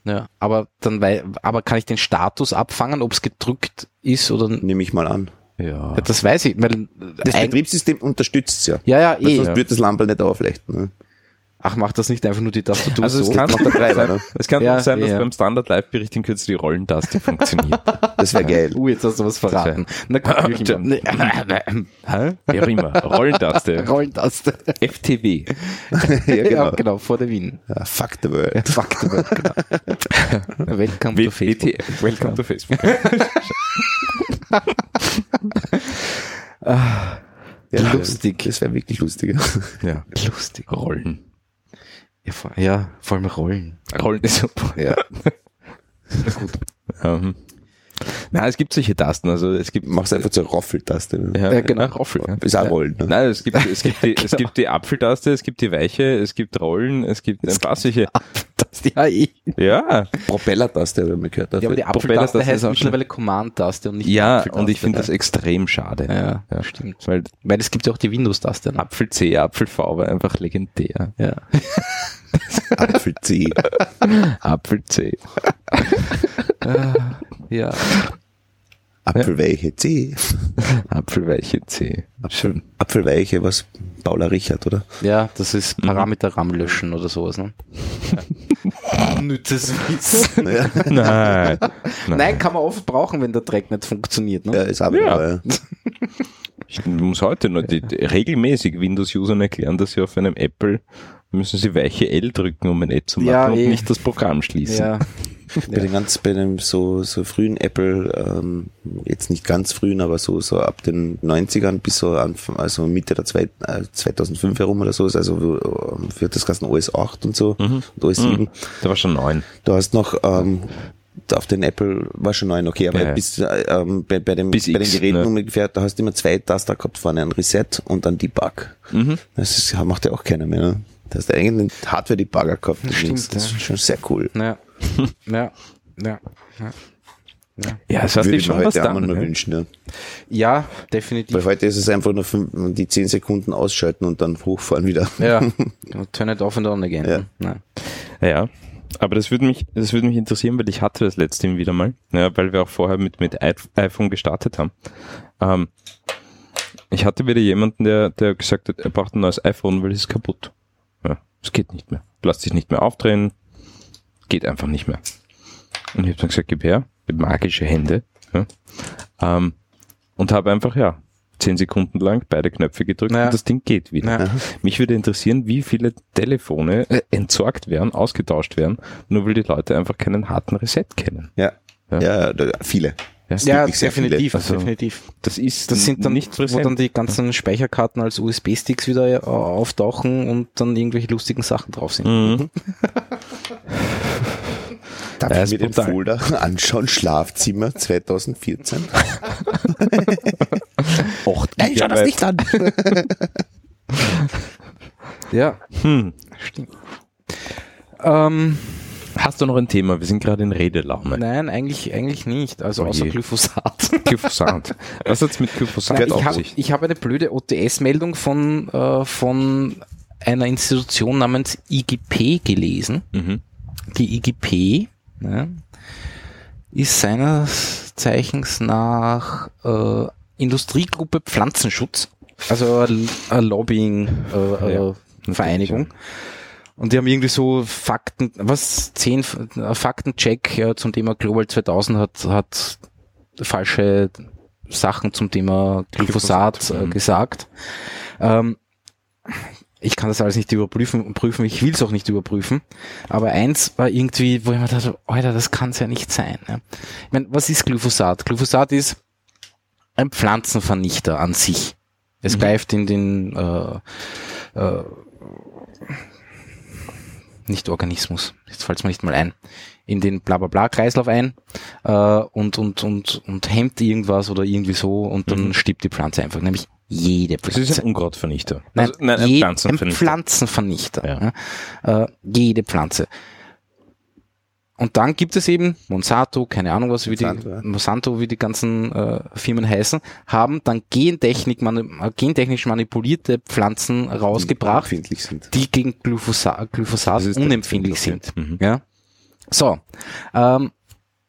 ja, aber dann wei- aber kann ich den Status abfangen, ob es gedrückt ist oder n-
Nehme ich mal an.
Ja.
ja, das weiß ich. Weil
Das
ein-
Betriebssystem unterstützt ja.
ja, ja,
Weil
eh.
sonst würde das Lampe nicht aufleuchten. Ne?
Ach, macht das nicht einfach nur die Tastatur
Also
so?
es kann,
macht der Treiber,
sein,
ne?
es kann
Ja,
auch sein, dass
ja.
beim Standard-Live-Bericht in Kürze die Rollentaste funktioniert.
Das wäre geil.
Uh, jetzt hast du was verraten. Na gut, ich
Stimmt.
nee,
Hä? Wer auch immer. Rollentaste.
Rollentaste.
FTW.
ja, genau.
genau. Ja, genau, vor der Wien.
Ah, fuck the world.
Fuck the world, genau. Welcome to Facebook.
WTF. Welcome to Facebook.
Ja,
Lustig.
Das wäre wirklich lustig.
Ja.
Lustig.
Rollen.
Ja, vor, ja, vor allem Rollen.
Rollen ist super.
ja.
Ähm. Na, es gibt solche Tasten. Also es gibt
Mach's einfach zur Roffeltaste. Ne?
ja,
Ja, genau.
ja, Roffel. Ja.
Ist auch Rollen. Ne?
Nein, es gibt, es, gibt die, es gibt die Apfeltaste, es gibt die Weiche, es gibt Rollen, es gibt ein paar solche.
Das die AI.
Ja,
Propellertaste habe ich mal gehört.
Ja, aber die
Propellertaste
Apfeltaste
ist
heißt
auch schon-
mittlerweile Command-Taste und nicht
ja
Apfeltaste.
und ich finde das extrem schade.
eh- Ja,
Ja.
stimmt.
Weil
Weil es gibt ja auch die Windows-Taste. ne?
Apfel C, Apfel V war einfach legendär.
Ja.
Apfel C.
Apfel C.
ja.
Apfelweiche C.
Apfelweiche C. Schön.
Apfelweiche, was? Paula Richard, oder?
Ja, das ist Parameter RAM löschen oder sowas, ne? Nützes Wissen.
Ja,
Nein.
Nein, kann man oft brauchen, wenn der Dreck nicht funktioniert, ne?
ja ist
Ja.
auch wieder, ja.
Ich muss heute noch die, die- regelmäßig Windows-Usern erklären, dass sie auf einem Apple müssen sie weiche L drücken, um ein App zu machen
Ja,
und
eh.
nicht das Programm schließen.
Ja,
Bei den ganz, bei dem so, so frühen Apple, ähm, jetzt nicht ganz frühen, aber so, so ab den 90ern bis so Anfang, also Mitte der zwei, äh, 2005 herum oder so, ist also wo, ähm, für das ganze OS 8 und so
Mhm.
und OS 7.
Da war schon neun.
Du hast noch ähm, auf den Apple war schon neun, okay, aber
Ja, ja.
bis äh, ähm, bei, bei, dem,
Bis
bei den
X,
Geräten
ne?
ungefähr, da hast du immer zwei Taster gehabt vorne, ein Reset und dann Debug.
Mhm.
Das ist, macht ja auch keiner mehr. Ne? Da hast du eigentlich einen Hardware-Debugger gehabt. übrigens.
Stimmt,
das ist
ja.
schon sehr cool.
ja, ja, ja.
Ja, das hast
Würde
du
ich mir
schon was
heute auch
dann.
mal
ne?
wünschen. Ja.
Ja, definitiv.
Weil heute ist es einfach nur fünf, die 10 Sekunden ausschalten und dann hochfahren wieder.
Ja, turn it off and on again. ne? Nein.
Ja, aber das würde mich, das würde mich interessieren, weil ich hatte das letzte Mal wieder mal, ja, weil wir auch vorher mit, mit i- iPhone gestartet haben. Ähm, ich hatte wieder jemanden, der, der gesagt hat, er braucht ein neues iPhone, weil es ist kaputt. Ja, es geht nicht mehr. Lass dich nicht mehr aufdrehen. Geht einfach nicht mehr. Und ich habe dann gesagt, gib her, magische Hände. Ja, ähm, und habe einfach, ja, zehn Sekunden lang beide Knöpfe gedrückt
Ja.
und das Ding geht wieder.
Ja.
Mich würde interessieren, wie viele Telefone äh, entsorgt werden, ausgetauscht werden, nur weil die Leute einfach keinen harten Reset kennen.
Ja.
Ja.
Ja, da, viele.
Ja,
Ja,
wirklich sehr viele.
definitiv,
Also,
definitiv.
das ist
Das sind dann,
nicht
wo
präsent.
dann die ganzen Speicherkarten als USB-Sticks wieder äh, auftauchen und dann irgendwelche lustigen Sachen drauf sind.
Mhm.
Darf
Ja, ist
ich mir den
brutal.
Folder anschauen? Schlafzimmer 2014. Nein, schau das nicht an.
Ja,
Hm.
stimmt. Ähm,
Hast du noch ein Thema? Wir sind gerade in Redelaune.
nein, eigentlich, eigentlich nicht. Also
Oh
außer
je.
Glyphosat.
Glyphosat. Was hat's mit Glyphosat
Nein, ich
auf
habe
sich?
ich hab eine blöde OTS-Meldung von, äh, von einer Institution namens IGP gelesen.
Mhm.
Die IGP ne, ist seines Zeichens nach äh, Industriegruppe Pflanzenschutz, also eine eine
Ja,
Lobbying-Vereinigung. Äh, Vereinigung. Und die haben irgendwie so Fakten, was, zehn F- äh, Faktencheck äh, zum Thema Global 2000 hat, hat falsche Sachen zum Thema Glyphosat äh,
Mhm.
gesagt. Ähm, ich kann das alles nicht überprüfen und prüfen, ich will es auch nicht überprüfen. Aber eins war irgendwie, wo ich mir dachte, Alter, das kann es ja nicht sein. Ne? Ich meine, was ist Glyphosat? Glyphosat ist ein Pflanzenvernichter an sich. Es
Mhm.
greift in den äh, äh, nicht Organismus, jetzt fällt es mir nicht mal ein, in den Blablabla-Kreislauf ein äh, und, und, und, und hemmt irgendwas oder irgendwie so und dann
Mhm.
stirbt die Pflanze einfach, nämlich jede
Das
Pflanze.
ist ein Unkrautvernichter.
Nein,
Also, nein, ein
je-
Pflanzenvernichter.
Ein Pflanzenvernichter. Ja. Äh, jede Pflanze. Und dann gibt es eben Monsanto, keine Ahnung was, wie die,
Monsanto, ja.
Monsanto, wie die ganzen äh, Firmen heißen, haben dann Gentechnik, mani äh, gentechnisch manipulierte Pflanzen rausgebracht,
Empfindlich sind.
die gegen Glyphosat, Glyphosat
Das ist der
unempfindlich
Grund,
sind.
Mhm.
Ja. So, ähm,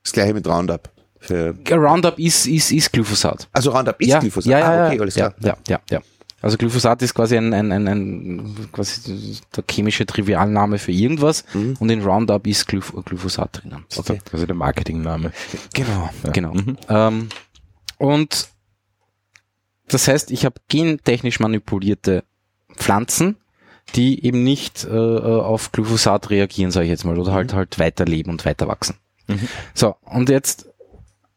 Das gleiche mit Roundup. Für,
Roundup ist, ist, ist Glyphosat.
also Roundup ist
ja,
Glyphosat.
Ja, ja,
ah,
ja,
okay, alles
ja,
klar.
Ja, ja, ja. Also Glyphosat ist quasi ein, ein, ein, ein quasi der chemische Trivialname für irgendwas
Mhm.
und in Roundup ist Glyph Glyphosat drinnen.
Okay. Also der Marketingname.
Genau,
Ja.
genau.
Mhm.
Ähm, und das heißt, ich habe gentechnisch manipulierte Pflanzen, die eben nicht äh, auf Glyphosat reagieren, sage ich jetzt mal, oder halt halt weiterleben und weiter wachsen.
Mhm.
So, und jetzt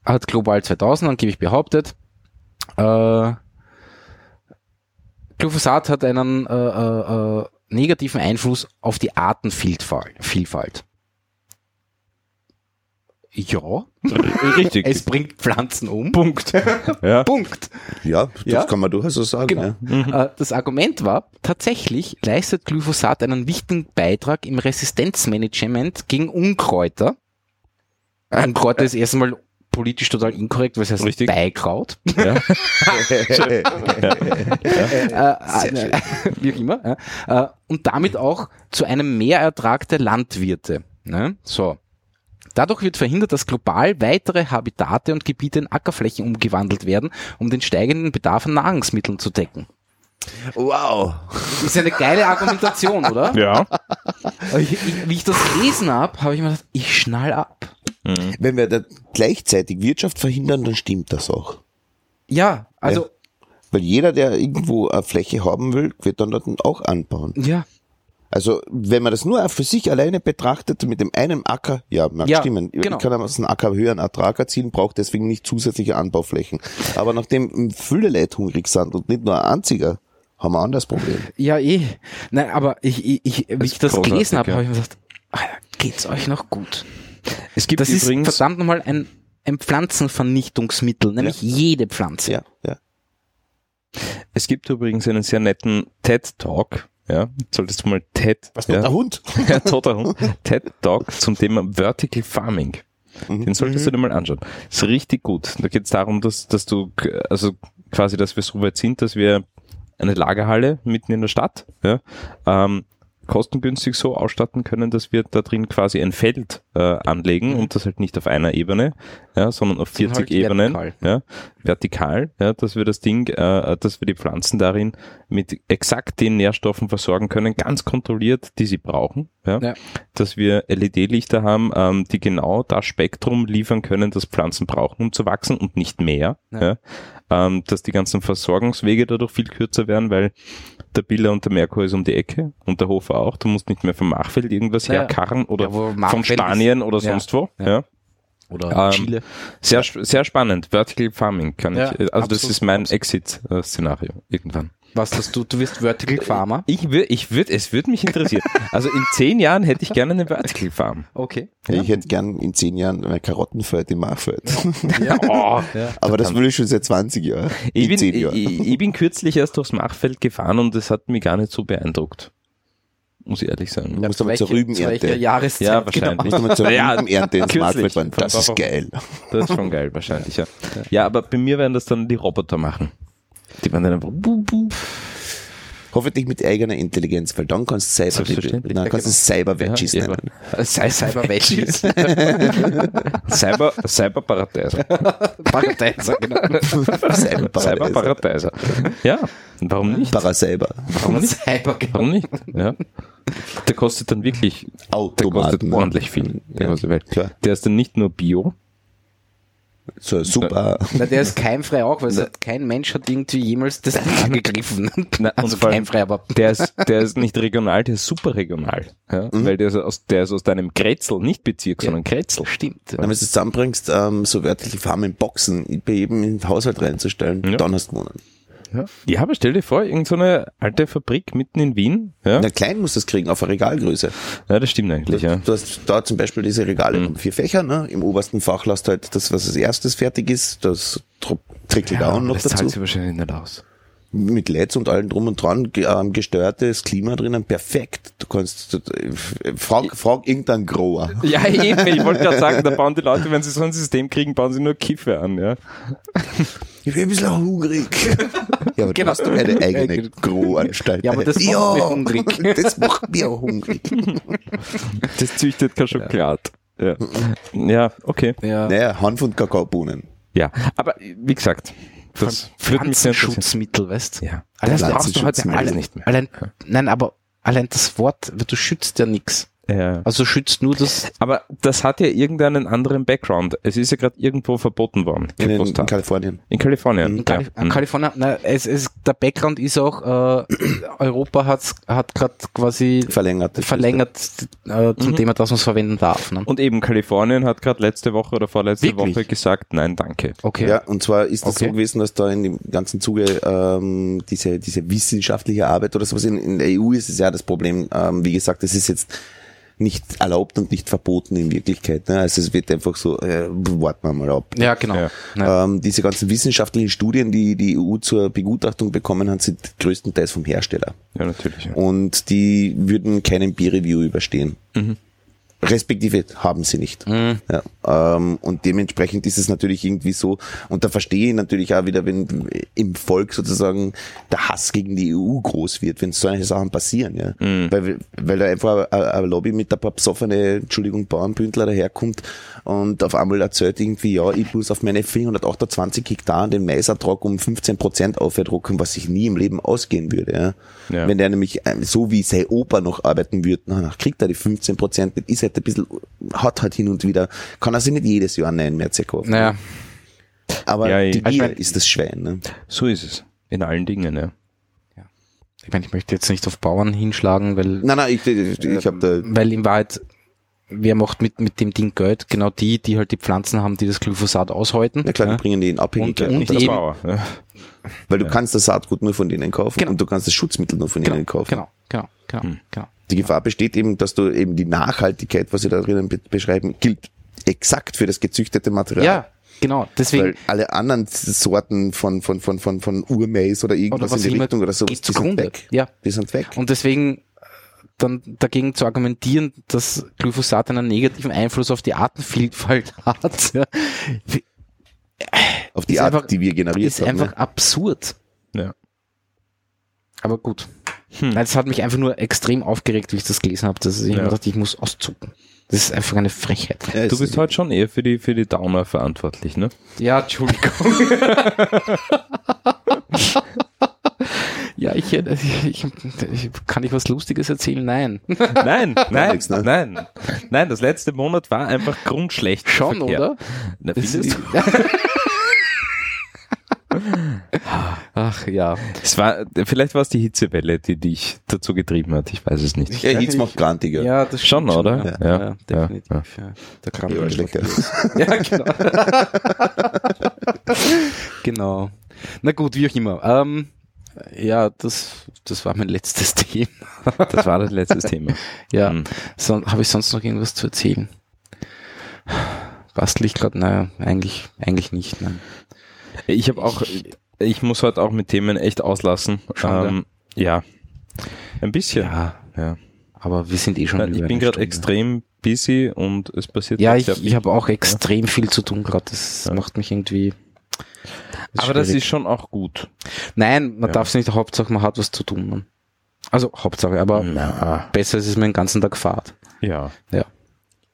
hat Global 2000 angeblich behauptet, äh, Glyphosat hat einen äh, äh, äh, negativen Einfluss auf die Artenvielfalt. Vielfalt. Ja,
Richtig.
es bringt Pflanzen um. Punkt. Punkt.
Ja, das
Ja.
kann man durchaus so sagen.
Genau.
Ja.
Äh, Das Argument war, tatsächlich leistet Glyphosat einen wichtigen Beitrag im Resistenzmanagement gegen Unkräuter. Unkräuter ist erst einmal politisch total inkorrekt, weil es heißt
Richtig.
Beikraut. Äh, äh, wie auch immer. ja. Äh, und damit auch zu einem Mehrertrag der Landwirte. Ne? So. Dadurch wird verhindert, dass global weitere Habitate und Gebiete in Ackerflächen umgewandelt werden, um den steigenden Bedarf an Nahrungsmitteln zu decken.
Wow.
Ist eine geile Argumentation, oder?
Ja.
Aber Ich, ich, wie ich das gelesen habe, habe ich mir gedacht, ich schnall ab.
Wenn wir da gleichzeitig Wirtschaft verhindern, dann stimmt das auch.
Ja, also,
Weil jeder, der irgendwo eine Fläche haben will, wird dann dort auch anbauen.
ja.
Also, wenn man das nur für sich alleine betrachtet, mit dem einen Acker, ja, mag
Ja,
stimmen.
genau.
Ich kann aus einem Acker höheren Ertrag erzielen, braucht deswegen nicht zusätzliche Anbauflächen. Aber nachdem viele Leute hungrig sind und nicht nur ein einziger, haben wir ein anderes Problem.
Ja, eh. Nein, aber ich, ich, ich, wie
Das
ich das
ist großartig,
gelesen habe,
ja.
habe ich mir gedacht, Alter, geht's euch noch gut?
Es gibt
Das ist
übrigens.
verdammt nochmal ein, ein Pflanzenvernichtungsmittel, nämlich jede Pflanze.
Ja, ja.
Es gibt übrigens einen sehr netten TED-Talk. Ja, solltest du mal TED.
Was macht
ja,
der Hund?
Ja, toter Hund. TED Talk zum Thema Vertical Farming. Den solltest du dir mal anschauen. Ist richtig gut. Da geht es darum, dass, dass du, k- also quasi, dass wir so weit sind, dass wir eine Lagerhalle mitten in der Stadt, ja, ähm, kostengünstig so ausstatten können, dass wir da drin quasi ein Feld äh, anlegen und das halt nicht auf einer Ebene, ja, sondern auf 40
halt
Ebenen,
vertikal.
ja, vertikal, ja, dass wir das Ding, äh, dass wir die Pflanzen darin mit exakt den Nährstoffen versorgen können, ganz kontrolliert, die sie brauchen, ja,
Ja.
dass wir LED-Lichter haben, ähm, die genau das Spektrum liefern können, das Pflanzen brauchen, um zu wachsen und nicht mehr,
Ja.
ja. Ähm, dass die ganzen Versorgungswege dadurch viel kürzer werden, weil der Biller und der Merkur ist um die Ecke und der Hofer auch. Du musst nicht mehr vom Machfeld irgendwas
Ja, ja.
herkarren oder
Ja, wo
von
Machfeld ist-
Spanien oder
Ja.
sonst wo.
Ja.
Ja.
Oder
Ähm,
Chile.
Sehr, sp- sehr spannend. Vertical Farming kann
Ja,
ich. Also das
absolut,
ist mein Exit-Szenario irgendwann.
Was, dass du, du wirst Vertical Farmer?
Ich würde, ich würde, es würde mich interessieren. also in zehn Jahren hätte ich gerne eine Vertical Farm.
Okay.
Ich hätte gern in zehn Jahren ein Karottenfeld im Machfeld.
Oh,
Aber das will ich schon seit 20 Jahren.
ich,
In
bin,
zehn Jahren.
ich, ich bin kürzlich erst durchs Machfeld gefahren und das hat mich gar nicht so beeindruckt. Muss ich ehrlich sagen.
musst aber zur
zu
Rübenernte.
welcher Jahreszeit? Genau.
Ja, wahrscheinlich.
Musst du mal zur
Ja,
Rübenernte ins
kürzlich.
Machfeld fahren. Das ist geil.
Das ist schon geil, wahrscheinlich, ja. Ja, aber bei mir werden das dann die Roboter machen. Die werden dann einfach buh, buh.
Hoffentlich mit eigener Intelligenz, weil dann kannst du selber,
Selbstverständlich.
dann kannst du selber Veggies
Ja,
nehmen.
Sei Cyber Veggies.
Cyber, Cyberparadeiser.
Paradeiser, genau.
Selber Paradies.
Cyberparadeiser. Ja, und warum nicht?
Para selber.
Warum Cyber, genau.
Warum nicht? Ja. Der kostet dann wirklich, der kostet
Automaten.
ordentlich viel. Der, kostet, weil
Klar.
der ist dann nicht nur Bio,
So, super.
Na, der ist keimfrei auch, weil es hat- kein Mensch hat irgendwie jemals das Ding angegriffen.
Na, und
also
vor allem-
keimfrei, aber
Der ist, der ist nicht regional, der ist super regional. Ja? Weil der ist, aus, der ist aus deinem Kretzel, nicht Bezirk, sondern Kretzel.
stimmt.
Wenn du es zusammenbringst, ähm, so wörtliche Farmen in Boxen bei jedem in den Haushalt reinzustellen,
Ja.
dann hast du gewonnen.
Ja, aber stell dir vor, irgendeine so eine alte Fabrik mitten in Wien. Ja,
Na, klein musst du es kriegen, auf eine Regalgröße.
ja das stimmt eigentlich, ja. Mhm.
Du hast da zum Beispiel diese Regale mit vier Fächern. Ne? Im obersten Fach lässt halt das, was als erstes fertig ist, das Tru- Trickle
ja
Down noch
das zahlt
dazu.
sich wahrscheinlich nicht aus.
Mit LEDs und allem drum und dran, ge- ähm, gestörtes Klima drinnen, perfekt. Du kannst, äh, frag, frag irgendein Grower.
Ja, eben, ich wollte gerade sagen, da bauen die Leute, wenn sie so ein System kriegen, bauen sie nur Kiffe an, ja.
Ich bin ein bisschen hungrig. Ja,
Genau.
aber du hast doch eine eigene
Eigene.
Großanstalt.
Ja, aber das macht
ja,
mich hungrig.
Das macht mich auch hungrig.
Das züchtet kein Schokolad. Ja. ja, okay.
Ja.
Naja, Hanf und Kakaobohnen.
Ja, aber wie gesagt, das führt mich sehr interessieren.
Pflanzenschutzmittel, weißt du?
Ja,
Alles
das brauchst du heute
Pflanzenschutzmittel.
alles nicht mehr.
Allein, nein, aber allein das Wort, du schützt ja nichts.
Ja.
Also schützt nur das.
Aber das hat ja irgendeinen anderen Background. Es ist ja gerade irgendwo verboten worden.
In, den, in
Glyphosat.
Kalifornien.
in Kalifornien.
In Kalif äh,
ja. Mhm.
Kalifornien, na, es, es, der Background ist auch, äh, Europa hat's, hat gerade quasi
Verlängert.
verlängert äh, zum
Mhm.
Thema, dass man es verwenden darf. Ne?
Und eben Kalifornien hat gerade letzte Woche oder vorletzte
Wirklich?
Woche gesagt, nein, danke.
Okay.
Ja, und zwar ist das
Okay.
so gewesen, dass da in dem ganzen Zuge ähm, diese, diese wissenschaftliche Arbeit oder sowas in, in der EU ist es ja das Problem, ähm, wie gesagt, es ist jetzt nicht erlaubt und nicht verboten in Wirklichkeit. Ne? Also es wird einfach so, äh, warten wir mal ab.
Ja, genau.
Ja.
Ja.
Ähm, diese ganzen wissenschaftlichen Studien, die die EU zur Begutachtung bekommen hat, sind größtenteils vom Hersteller.
Ja, natürlich. Ja.
Und die würden keinen Peer-Review überstehen. Respektive haben sie nicht. Ja, ähm, und dementsprechend ist es natürlich irgendwie so, und da verstehe ich natürlich auch wieder, wenn im Volk sozusagen der Hass gegen die EU groß wird, wenn solche Sachen passieren, ja. Weil, weil da einfach eine- eine Lobby mit ein paar besoffene, Entschuldigung, Bauernbündler daherkommt und auf einmal erzählt irgendwie, ja, ich muss auf meine 428 Hektar den Maisertrag um 15 Prozent aufdrucken, was ich nie im Leben ausgehen würde, ja.
Ja.
Wenn der nämlich ähm, so wie sein Opa noch arbeiten würde, na, na, kriegt er die 15 Prozent, ist halt ein bisschen, hat halt hin und wieder, kann er sich nicht jedes Jahr nein mehr zerkaufen.
Naja,
Aber
Ja,
die
ich-
ich
Gier
mein-
ist das Schwein, ne?
So ist es. In allen Dingen, ja.
ich meine, ich möchte jetzt nicht auf Bauern hinschlagen, weil
Nein, nein, ich, ich, ich hab da,
weil in Wahrheit, wer macht mit, mit dem Ding Geld? Genau die, die halt die Pflanzen haben, die das Glyphosat aushäuten.
na klar, die bringen die in Abhängigkeit.
Und
Nicht
eben-
der Bauer. Ja.
Weil du kannst das Saatgut nur von denen kaufen
Genau.
und du kannst das Schutzmittel nur von
genau,
ihnen kaufen.
genau, genau, genau,
Hm.
genau.
Die Gefahr besteht eben, dass du eben die Nachhaltigkeit, was sie da drinnen be beschreiben, gilt exakt für das gezüchtete Material.
Ja, genau. Deswegen,
Weil alle anderen Sorten von, von, von, von, von Urmais oder irgendwas
was
in die
immer
Richtung oder so, die
geht
sind
zugrunde.
weg.
Ja.
Die sind weg.
und deswegen äh, dann dagegen zu argumentieren, dass Glyphosat einen negativen Einfluss auf die Artenvielfalt hat, ja,
Auf die
Äh, ist
Art,
einfach-
die wir generiert
ist
haben.
einfach
ne?
absurd.
Ja. Hm.
Aber gut. Nein, das hat mich einfach nur extrem aufgeregt, wie ich das gelesen habe, dass ich
Ja.
mir dachte, ich muss auszucken. Das ist einfach eine Frechheit.
Ja,
Du
es-
bist heute schon eher für die, für die Downer verantwortlich, ne?
Ja, Entschuldigung. ja, ich, hätte- ich, ich, kann ich was Lustiges erzählen? Nein.
Nein, nein,
nix, ne?
nein. Nein, das letzte Monat war einfach grundschlecht. im
Schon,
Verkehr.
oder?
Na,
Das
findest
ist-
du?
Ach ja.
Es war, vielleicht war es die Hitzewelle, die dich dazu getrieben hat. ich weiß es nicht.
ja, Hitz macht grantiger. Ja.
das
Schon,
stimmt
oder?
Ja,
Ja.
ja, definitiv. Ja. Da kam
Ja,
ich
schlechter.
Ja, genau. genau. Na gut, wie auch immer. Ähm, ja, das, das war mein letztes Thema.
Das war das letzte Thema.
Ja,
Mhm.
so, habe ich sonst noch irgendwas zu erzählen? Bastel ich gerade? Naja, eigentlich, eigentlich nicht. Nein.
Ich habe auch, ich muss heute auch mit Themen echt auslassen. Ähm,
Schade.
ja. Ein bisschen.
Ja,
Ja.
aber wir sind eh schon.
Ich
über
bin
eine
gerade
Stunde.
extrem busy und es passiert
Ja,
jetzt
ich,
sehr viel.
ich habe auch extrem viel zu tun gerade. Das
Ja.
macht mich irgendwie.
Aber das
schwierig.
ist schon auch gut.
Nein, man
Ja.
darf es nicht. Hauptsache, man hat was zu tun. Man. Also Hauptsache, aber
Na.
besser ist es mir den ganzen Tag Fahrt.
Ja.
Ja.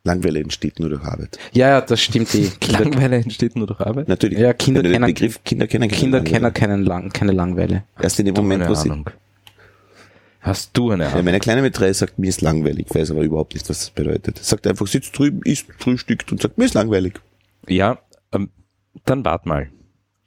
Langweile entsteht nur durch Arbeit.
Ja, ja, das stimmt eh. Kinder,
Langeweile entsteht nur durch Arbeit.
Natürlich.
Ja, Kinder
Wenn du den
kennen-
Begriff Kinder kennen keine
Kinder
Langeweile.
kennen keinen Lang, keine Langweile.
Erst in dem
Du
Moment,
eine
wo sie.
Ahnung. Hast du eine
Ja,
Ahnung?
meine Kleine mit drei sagt, mir ist langweilig, weiß aber überhaupt nicht, was das bedeutet. Sagt einfach, sitzt drüben, isst, frühstückt und sagt, mir ist langweilig.
Ja, ähm, dann wart mal.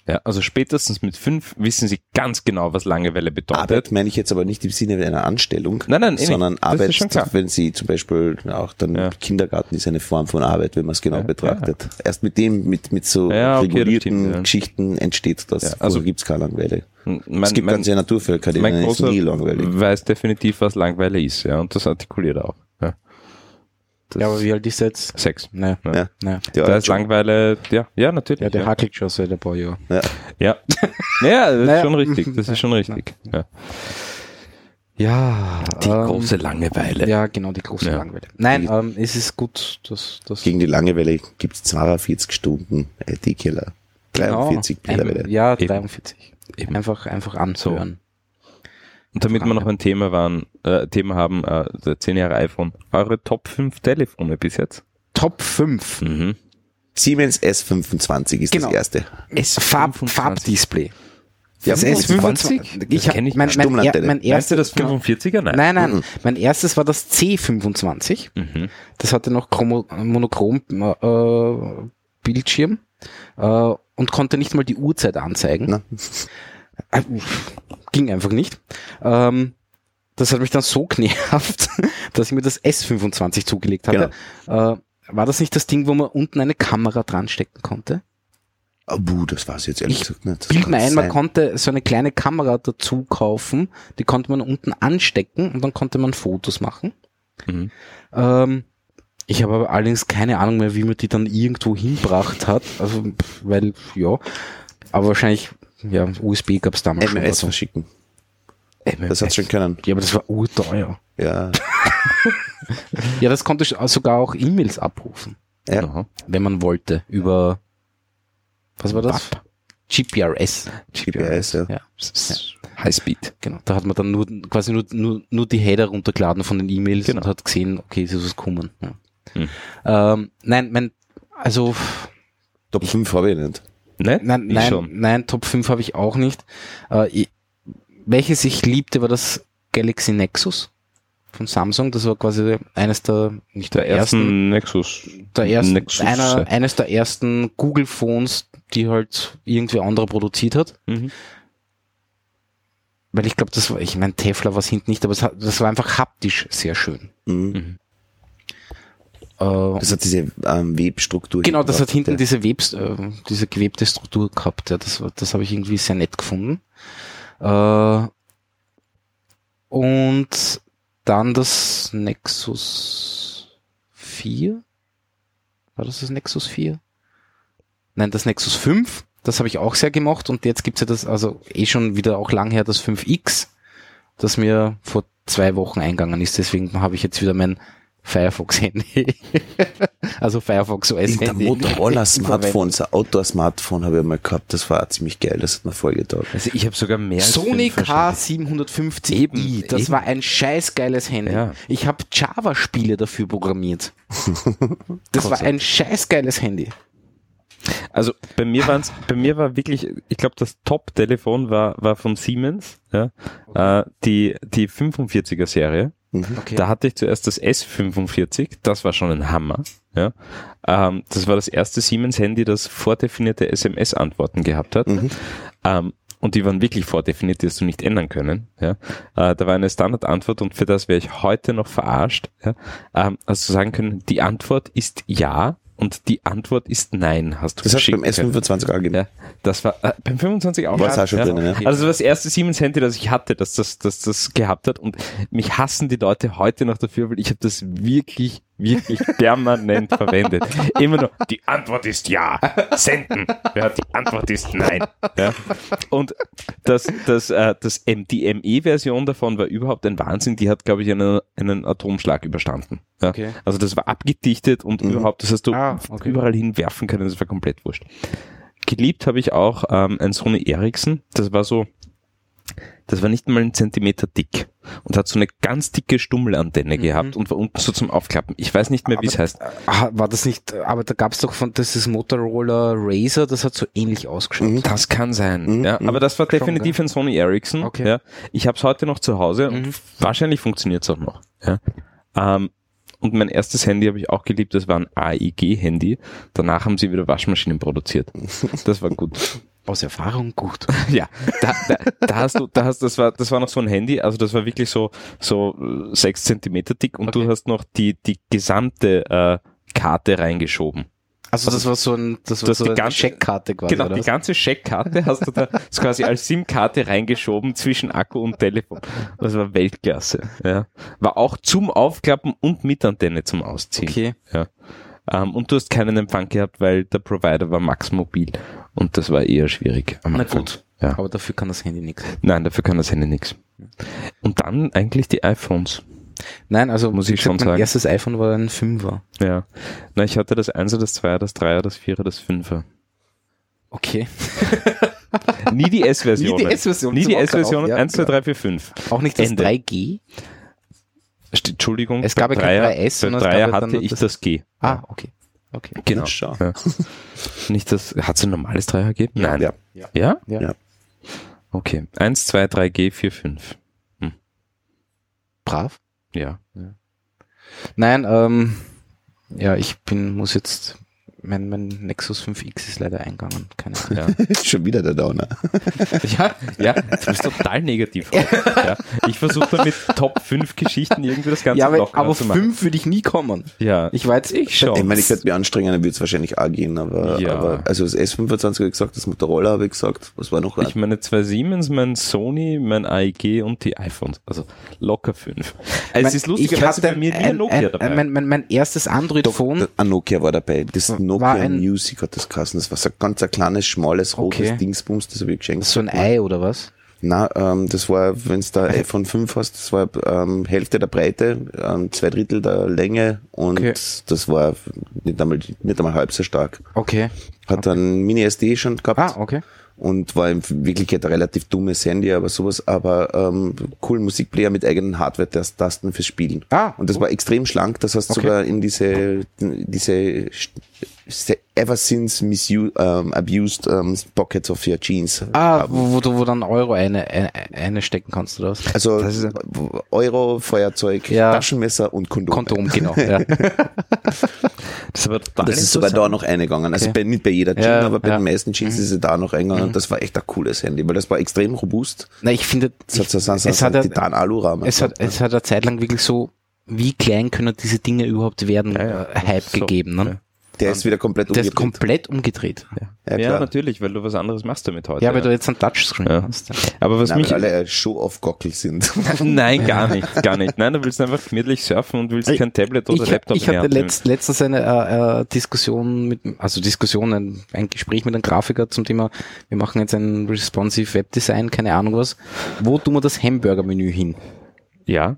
Ja, also spätestens mit fünf wissen sie ganz genau, was Langeweile bedeutet.
Arbeit meine ich jetzt aber nicht im Sinne einer Anstellung,
Nein, nein, eh nicht.
sondern
Das ist
Arbeit,
schon klar.
wenn sie zum Beispiel auch dann
Ja.
Kindergarten ist eine Form von Arbeit, wenn man es genau betrachtet. Erst mit dem, mit, mit so
Ja, okay, das
regulierten
stimmt, ja.
Geschichten entsteht das.
Ja, also-
also gibt es keine Langweile.
Mein,
es gibt
mein,
ganze Naturvölker, die
mein
ist
großer Mhm.
nie langweilig.
weiß definitiv, was Langeweile ist, ja, und das artikuliert er auch. Ja. Das
Ja, aber wie alt ist er jetzt?
Sex.
Naja,
Ja.
Ja.
naja.
Der
da
alte
ist
Job.
Langeweile, ja, ja, natürlich.
Ja, der
ja.
hakelt schon seit ein paar Jahren.
Ja. Naja, das
Naja.
ist schon richtig. Das ist schon richtig. Ja. Ähm, Ja,
Die große
Langeweile.
ähm, Ja, genau, die große
Ja.
Langeweile. Nein, ähm, es ist gut, dass das.
Gegen die Langeweile gibt es 42 Stunden IT-Killer. 43 mittlerweile.
Genau. Ja,
Eben.
43.
Eben.
Einfach, einfach anzuhören.
Und damit wir noch ein Thema waren, äh, Thema haben, äh, 10 Jahre iPhone. Eure Top 5 Telefone bis jetzt?
Top 5.
Mhm.
Siemens S25 ist
Genau.
das erste.
Es Farb,
25.
Farbdisplay.
Ja,
Das S25? Ich habe
kenn
mein,
ich
nicht.
mein, er,
Stummlandelle.
mein
Weißt du
erstes
das Mhm. 45er?
Nein, nein. Mein erstes war das C25.
Mhm.
Das hatte noch chromo, monochrom äh, Bildschirm äh, und konnte nicht mal die Uhrzeit anzeigen.
Na.
Äh, pff, Ging einfach nicht. Ähm, das hat mich dann so genervt, dass ich mir das S25 zugelegt hatte. Äh, war das nicht das Ding, wo man unten eine Kamera dran stecken konnte?
Oh, buh, das war's jetzt ehrlich
Ich
gesagt nicht. Das
Bild
kann
mir ein, man
sein.
konnte so eine kleine Kamera dazu kaufen, die konnte man unten anstecken und dann konnte man Fotos machen.
Mhm.
Ähm, ich habe aber allerdings keine Ahnung mehr, wie man die dann irgendwo hinbracht hat, also pff, weil, ja, aber wahrscheinlich, ja, USB gab es damals
MMS
schon.
verschicken.
MMS.
Das hat's schon können.
Ja, aber das war urteuer.
Ja.
Ja, das konnte ich sogar auch E-Mails abrufen,
ja.
Aha.
wenn man wollte, über, was war das? GPRS.
GPS, ja.
Ja. ja.
Highspeed.
Genau, da hat man dann nur quasi nur, nur, nur die Header runtergeladen von den E-Mails
Genau.
und hat gesehen, okay, es ist was kommen. Ja.
Hm.
Ähm, nein, mein, also
Top 5 habe ich nicht.
Ne?
nein,
Ich
nein,
schon.
nein, Top 5 habe ich auch nicht. Äh, ich, welches ich liebte, war das Galaxy Nexus von Samsung. Das war quasi eines der nicht
Der ersten Nexus.
der ersten,
Nexus.
einer, eines der ersten Google Phones, die halt irgendwie andere produziert hat.
Mhm.
Weil ich glaube, das war, ich meine, Tefla war es hinten nicht, aber es hat, das war einfach haptisch sehr schön.
Mhm.
Äh,
Das hat diese ähm, Webstruktur.
Genau, das hat hinten
hinten drauf.
diese, Webst, äh, diese gewebte Struktur gehabt. Ja, das war- das habe ich irgendwie sehr nett gefunden. Äh, und dann das Nexus 4. War das das Nexus 4? Nein, das Nexus 5. Das habe ich auch sehr gemacht. Und jetzt gibt's ja das, also eh schon wieder auch lang her, das 5X, das mir vor zwei Wochen eingegangen ist. Deswegen habe ich jetzt wieder mein Firefox-Handy. also Firefox OS.
Irgendein Motorola-Smartphone, so ein Outdoor-Smartphone habe ich mal gehabt. Das war ziemlich geil. Das hat mir vollgetaugt.
Also ich habe sogar mehr als
Sony
fünf wahrscheinlich.
K750i,
Eben,
das
eben.
war ein scheißgeiles Handy.
Ja.
Ich habe Java-Spiele dafür programmiert. Das war ein scheißgeiles Handy.
Also bei mir waren's, bei mir war wirklich, ich glaube, das Top-Telefon war, war von Siemens, ja, äh, die, die 45er Serie.
Okay.
Da hatte ich zuerst das S45, das war schon ein Hammer. Ja. Ähm, das war das erste Siemens-Handy, das vordefinierte SMS-Antworten gehabt hat.
Mhm.
Ähm, und die waren wirklich vordefiniert, die hast du nicht ändern können. Ja. Äh, da war eine Standardantwort und für das wäre ich heute noch verarscht. Ja. Ähm, also sagen können, die Antwort ist ja und die Antwort ist nein, hast du
Das hast du beim
verschicken können.
S25 angegeben.
Ja, das war äh, beim 25 auch.
War es
ja,
auch schon
ja.
drin, ne?
Also das erste Siemens Handy, das ich hatte, dass das, dass das gehabt hat und mich hassen die Leute heute noch dafür, weil ich habe das wirklich wirklich permanent verwendet. Immer nur, die Antwort ist ja. Senden. Ja, die Antwort ist nein. Ja. Und das, das, äh, das, M- die ME-Version davon war überhaupt ein Wahnsinn. Die hat, glaube ich, einen, einen Atomschlag überstanden. Ja.
Okay.
Also das war abgedichtet und überhaupt, das hast du
Ah, okay.
überall hinwerfen können. Das war komplett wurscht. Geliebt habe ich auch ähm, ein Sony Ericsson. Das war so, das war nicht mal ein Zentimeter dick und hat so eine ganz dicke Stummelantenne gehabt und war unten so zum Aufklappen. Ich weiß nicht mehr, wie es heißt.
Ah, war Mhm. das nicht, aber da gab's doch von, das ist Motorola Razer, das hat so ähnlich ausgeschaut.
Das kann sein. ja, aber das war definitiv ein Sony Ericsson.
Mhm. Okay. Mhm.
Ja, ich habe es heute noch zu Hause und wahrscheinlich funktioniert es auch noch. Ja. Ähm, Und mein erstes Handy habe ich auch geliebt, das war ein AEG-Handy. Danach haben sie wieder Waschmaschinen produziert. Das war gut.
Aus Erfahrung gut.
Ja, da, da, da hast du, da hast, das war, das war noch so ein Handy, also das war wirklich so, so äh, sechs Zentimeter dick und
Okay.
du hast noch die, die gesamte äh, Karte reingeschoben.
Also das war so ein, das war
Das
so
die
eine
ganze-
Scheckkarte quasi.
genau,
oder
die
was?
ganze Scheckkarte hast du da so quasi als SIM-Karte reingeschoben zwischen Akku und Telefon. Das war Weltklasse. Ja. War auch zum Aufklappen und mit Antenne zum Ausziehen.
Okay.
Ähm, und du hast keinen Empfang gehabt, weil der Provider war Max Mobil und das war eher schwierig. am
Na
Anfang.
gut.
Ja.
Aber dafür kann das Handy nichts.
Nein, dafür kann das Handy nichts. Und dann eigentlich die iPhones.
Nein, also
Muss
wie
ich schon
gesagt, mein
sagen.
erstes iPhone war ein Fünfer.
Ja. Na, ich hatte das Einser, das Zweier, das Dreier, das Vierer, das Fünfer.
Okay.
Nie die S-Version.
Nie die S-Version,
Nie
zum
die
Aufkauf,
S-Version.
ja,
1, 2,
genau.
3, 4, 5.
Auch nicht das
Ende.
3G?
St- Entschuldigung.
Es gab
bei
ja kein 3S,
Bei
sondern es
Dreier
gab ja dann
hatte
nur
ich
das-
das G.
Ah, okay. Okay.
Genau.
Schau.
Ja. Nicht das, hat es ein normales Dreier gegeben? Nein.
Ja.
Ja.
Ja?
Ja.
Ja.
Okay. 1, 2, 3, G, 4, 5.
Brav.
Ja.
Nein, ähm, ja, ich bin, muss jetzt, mein, mein Nexus 5X ist leider eingegangen. Keine Ahnung.
ja.
Schon wieder der Downer.
Ja, ja, du bist total negativ. Ja, ich versuche damit Top 5 Geschichten irgendwie das Ganze
Ja, aber,
lockerer
aber
zu machen.
fünf würde ich nie kommen.
Ja,
Ich äh, war jetzt,
ich schon.
Ich meine, ich werde mir anstrengen, dann wird's wahrscheinlich auch gehen, aber,
Ja.
aber also das S25 habe ich gesagt, das Motorola habe ich gesagt, was war noch?
Ich meine, zwei Siemens, mein Sony, mein AEG und die iPhones. Also locker fünf. Also es ist lustigerweise bei mir nie ein Nokia dabei.
Mein, mein, mein erstes Android-Phone,
ein Nokia war dabei. Das Nokia
ein-
Music hat das geheißen. Das war so ein ganz ein kleines, schmales, rotes
Okay.
Dingsbums, das habe ich geschenkt.
so ein Ei oder was?
Na, ähm, das war, wenn's da iPhone 5 hast, das war ähm, Hälfte der Breite, ähm, zwei Drittel der Länge und
Okay.
das war nicht einmal, nicht einmal halb so stark.
Okay.
Hat dann Mini-SD schon gehabt
Ah, okay.
und war in Wirklichkeit ein relativ dummes Handy, aber sowas, aber ähm, coolen Musikplayer mit eigenen Hardware-Tasten fürs Spielen.
Ah,
Und das war extrem schlank, das hast du
Okay.
sogar in diese, diese st- ever since misused, ähm, abused ähm, pockets of your jeans.
Ah, wo, wo du wo dann Euro eine, eine, eine stecken kannst oder was?
Also
das ist ein
Euro, Feuerzeug,
Ja.
Taschenmesser und Kondom.
Kondom, genau. Ja.
das ist aber total
Das ist sogar da noch eingegangen. Also bei, nicht bei jeder Jeans,
Ja,
aber bei
ja. Mhm.
den meisten Jeans ist sie da noch eingegangen. Das war echt ein cooles Handy, weil das war extrem robust.
Na, ich finde,
Das hat so, so, so,
es
so
hat ja-
einen Titan-Alu-Rahmen.
es hat, es hat eine Zeit lang wirklich so, wie klein können diese Dinge überhaupt werden,
Ja, ja.
äh, Hype
So,
gegeben. Ne?
ja.
Der ist wieder komplett
Der ist
umgedreht.
komplett umgedreht.
Ja,
Ja, klar.
natürlich, weil du was anderes machst damit heute.
Ja, weil du jetzt ein Touchscreen
Ja.
hast.
aber was
Nein,
mich
weil alle äh, Show-off-Gockel sind.
Nein, gar nicht, gar nicht. Nein, du willst einfach gemütlich surfen und willst kein Tablet oder
ich,
Laptop
Ich hatte
mehr haben.
letzt, letztens eine äh, äh, Diskussion mit, also Diskussion, ein, ein Gespräch mit einem Grafiker zum Thema, wir machen jetzt ein responsive Webdesign, keine Ahnung was. Wo tun wir das Hamburger-Menü hin?
Ja.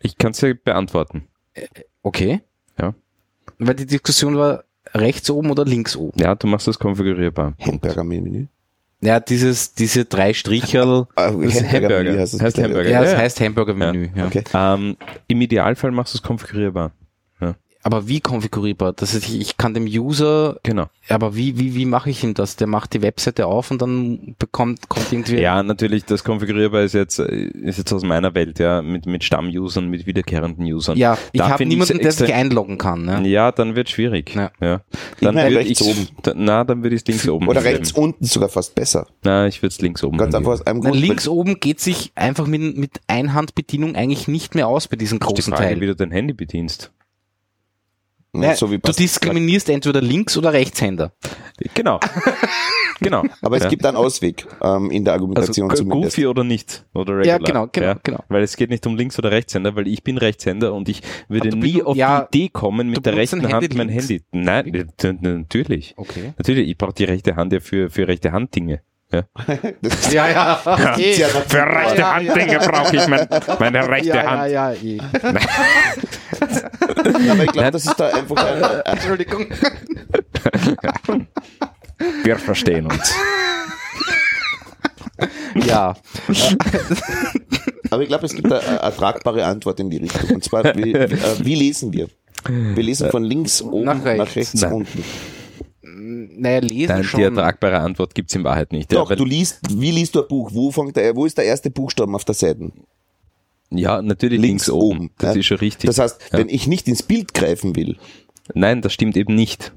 Ich kann es dir beantworten.
Okay.
Ja.
Weil die Diskussion war rechts oben oder links oben.
Ja, du machst das konfigurierbar.
Hamburger-Menü.
Ja, dieses, diese drei Stricherl,
Ah, Hamburger-Menü heißt das
Heißt
mittlerweile.
Hamburger.
ja, es
ja.
heißt Hamburger-Menü. Ja.
Okay.
Ähm, Im Idealfall machst du es konfigurierbar.
Aber wie konfigurierbar? Das heißt, ich, ich kann dem User,
Genau.
aber wie, wie, wie mache ich ihm das? Der macht die Webseite auf und dann bekommt, kommt irgendwie
Ja, natürlich, das konfigurierbar ist jetzt, äh, ist jetzt aus meiner Welt, ja, mit, mit Stamm-Usern, mit wiederkehrenden Usern.
Ja, ich
Da
habe
finde ich's
niemanden, der sich
extrem-
einloggen kann. Ne?
Ja, dann wird schwierig.
Ja.
Dann
meine,
würd
rechts
ich's-
oben.
Da, na, dann würde ich es links oben.
Oder
angeben.
rechts unten sogar fast besser.
Na, ich würde es links oben.
Ganz einfach
angeben.
aus einem
Nein,
Grund.
links oben geht sich einfach mit, mit Einhandbedienung eigentlich nicht mehr aus bei diesem
Die
großen
Frage, wie
Teil.
du dein Handy bedienst.
weil-
Ja,
so wie
du diskriminierst entweder Links- oder Rechtshänder.
Genau. genau.
Aber es
Ja.
gibt einen Ausweg ähm, in der
also,
Argumentation
go-
zumindest.
Goofy oder nicht. Oder regular.
Ja, genau, genau, genau.
Weil es geht nicht um Links- oder Rechtshänder, weil ich bin Rechtshänder und ich würde
Aber du
nie
bist-
auf
ja,
die Idee kommen, mit
du
der
benutzt
rechten
ein
Hand
Handy
mein
links.
Handy. Nein, nat- nat- natürlich.
Okay.
Natürlich, ich brauche die rechte Hand ja für, für rechte Handdinge. Ja.
Ja, ja. Okay.
Ja,
Für rechte
ja,
Handdinge brauche ich mein, meine rechte
Ja, ja,
Hand.
ja, eh.
aber ich glaube, das ist da einfach ein, ein,
Entschuldigung.
Wir verstehen uns.
Ja. Äh,
Aber ich glaube, es gibt eine, eine tragbare Antwort in die Richtung. Und zwar, wie, äh, wie lesen wir? Wir lesen von links oben nach
Nach
rechts,
rechts.
Nein.
unten.
Naja, lesen
Nein, die
schon.
ertragbare Antwort gibt's in Wahrheit nicht.
Doch,
ja,
du
weil,
liest, wie liest du ein Buch? Wo, fängt der, wo ist der erste Buchstaben auf der Seite?
Ja, natürlich links, oben. Das
ja.
ist schon richtig.
Das heißt,
Ja.
wenn ich nicht ins Bild greifen will,
Nein, das stimmt eben nicht.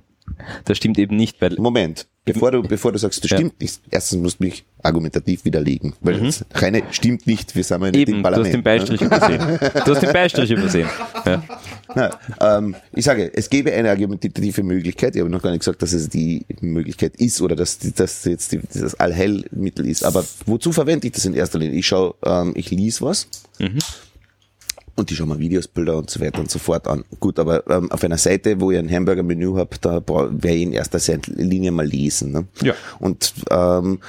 Das stimmt eben nicht, weil
Moment, bevor du, bevor du sagst, das
Ja. Mhm.
stimmt nicht, erstens musst du mich argumentativ widerlegen, weil das reine stimmt nicht, wir sind ja nicht
eben,
im
du hast
Parlament.
den Beistrich übersehen. Du hast den Beistrich übersehen. Ja.
Ähm, ich sage, es gäbe eine argumentative Möglichkeit, ich habe noch gar nicht gesagt, dass es die Möglichkeit ist oder dass die- dass jetzt die, das Allheilmittel ist, aber wozu verwende ich das in erster Linie? Ich schaue, ähm, ich lies was und ich schaue mir Videos, Bilder und so weiter und so fort an. Gut, aber ähm, auf einer Seite, wo ihr ein Hamburger-Menü habt, da bra- werde ich in erster Seit- Linie mal lesen. Ne?
Ja.
Und ähm,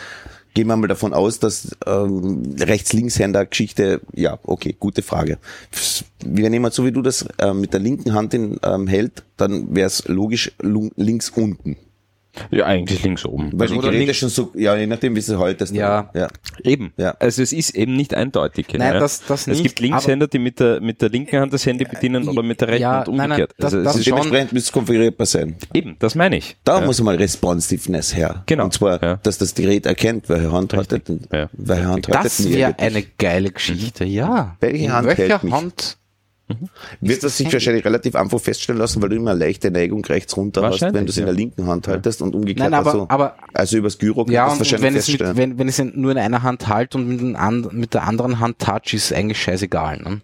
gehen wir mal davon aus, dass ähm, Rechts-Linkshänder-Geschichte, ja, okay, gute Frage. Wenn jemand so wie du das ähm, mit der linken Hand in, ähm, hält, dann wäre es logisch lu- links unten.
ja, eigentlich links oben.
Weil
Also
die
Oder
Geräte
links-
schon so, ja, je nachdem, wie sie haltest.
Ja.
ja.
Eben.
Ja.
Also es ist eben nicht eindeutig.
Nein,
ja.
das- das
es
nicht,
gibt Linkshänder, die mit der, mit der linken Hand das Handy bedienen oder mit der rechten
ja,
und
nein, nein,
umgekehrt.
das-
also es
das
ist
schon.
Dementsprechend müsste es konfigurierbar sein.
eben, das meine ich.
Da muss mal Responsiveness her.
Genau.
Und zwar,
Ja.
dass das Gerät erkennt, welche Hand haltet denn,
Ja.
welche Hand haltet
Das
denn ihr
wäre
wirklich?
eine geile Geschichte, ja.
Welche
In
Hand
welcher
hält mich?
Hand?
Wird das sich wahrscheinlich relativ einfach feststellen lassen, weil du immer eine leichte Neigung rechts runter hast, wenn du
Wahrscheinlich,
es in der linken Hand haltest und umgekehrt.
Nein, aber-
also,
aber-
also übers Gyro kann
Ja, und,
das
und
wahrscheinlich
wenn, es mit,
feststellen.
wenn, wenn es in- nur in einer Hand halt und mit, den and, mit der anderen Hand touch, ist eigentlich scheißegal. Ne?